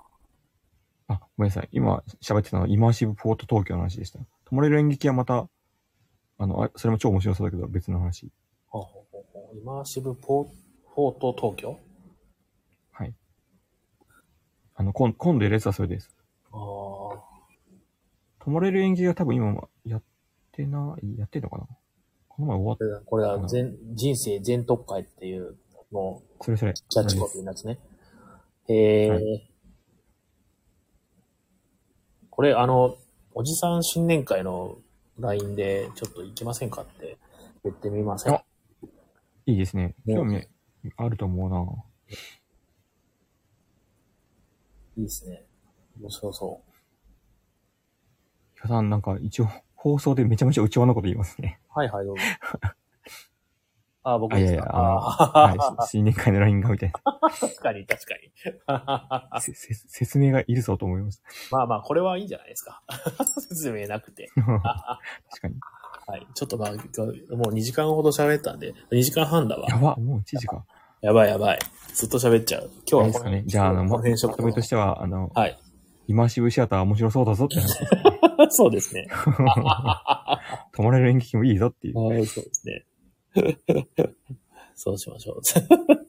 あ、ごめんなさい。今喋ってたのはイマーシブポート東京の話でした。泊まれる演劇はまた、あの、あそれも超面白そうだけど別の話。ほうほうほうほうイマーシブポーポート東京はい。あの、今今度やるやつはそれです。ああ。泊まれる演劇が多分今もやってない、やってんのかなこの前終わっこれだ、これだ、全、人生全特会っていうのをた。それそれ。キャッチコピーのやつね。へえ、はいこれ、あの、おじさん新年会の LINE で、ちょっと行きませんかって言ってみませんあいいですね。ね興味あると思うないいですね。面白そヒカさんなんか一応放送でめちゃめちゃ内輪なこと言いますね。う。はいはい、 <laughs> どうぞ。あ、僕あ、いですやいかや、あ <laughs> あの、はい、新年会の LINE がみたーい確かに確かに。な、せせ説明がいるぞと思 <laughs> いました。まあまあ、これはいいんじゃないですか。 <laughs> 説明なくて。確かに。はい。ちょっとまあ、もう2時間ほど喋ったんで、2時間半だわ。やば、もう1時か。やばいやばい。ずっと喋っちゃう。今日はあれですかね。じゃあ、あこの、まのま辺しようとめとしては、あの、はい。イマーシブシアター面白そうだぞって話。 <laughs> そうですね。泊まれる演劇もいいぞっていう。はい、そうですね。そうしましょう。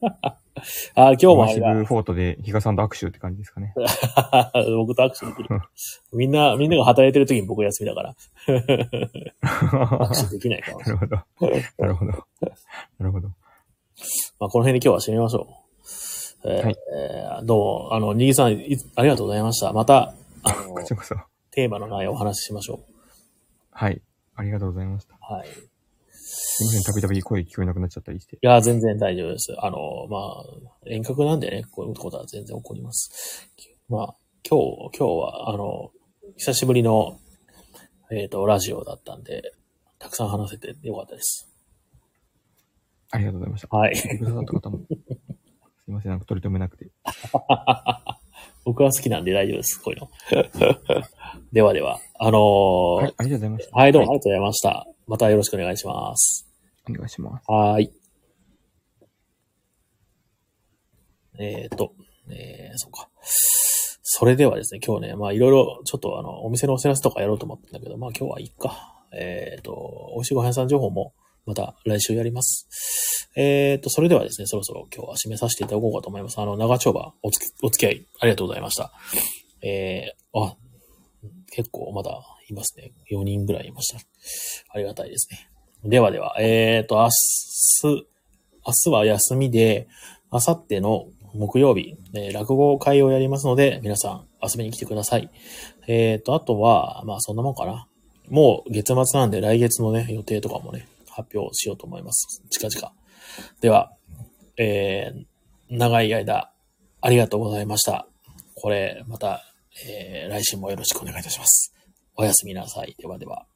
<laughs> あー、今日もあれイマーシブだ。フォートでヒカさんと握手って感じで <laughs> すかね。僕と握手できる。みんな、みんなが働いてる時に僕休みだから、な握手できないかもしれない。るほど。なるほど。なるほど。まあ、この辺で今日は締めましょう。えーはいえーどうも、あの、にぎさんいつ、ありがとうございました。また、あの <laughs> こ、ちらこそ。テーマの内容をお話ししましょう。はい。ありがとうございました。はい。すいません、たびたび声聞こえなくなっちゃったりして。いや、全然大丈夫です。あの、まあ、遠隔なんでね、こういうことは全然起こります。まあ、今日、今日は、あの、久しぶりの、えっ、と、ラジオだったんで、たくさん話せてよかったです。ありがとうございました。はい。聞いてくださった方も。すいません、なんか取り留めなくて。僕は好きなんで大丈夫です、こういうの。ではでは、あのーはい、ありがとうございました。はい、どうもありがとうございました。またよろしくお願いします。お願いします。はーい。えっ、と、えー、そうか。それではですね、今日ね、まあいろいろ、ちょっとあの、お店のお知らせとかやろうと思ったんだけど、まあ今日はいいか。えっ、と、美味しいご飯屋さん情報も、また来週やります。えっ、と、それではですね、そろそろ今日は締めさせていただこうかと思います。あの、長丁場、おつき、お付き合い、ありがとうございました。えー、あ、結構まだいますね。4人ぐらいいました。ありがたいですね。ではでは、えっ、と、明日、明日は休みで、明後日の木曜日、えー落語会をやりますので、皆さん遊びに来てください。えっ、と、あとは、まあそんなもんかな。もう月末なんで来月のね、予定とかもね、発表しようと思います。近々。では、えー、長い間、ありがとうございました。これ、また、えー、来週もよろしくお願いいたします。おやすみなさい。ではでは。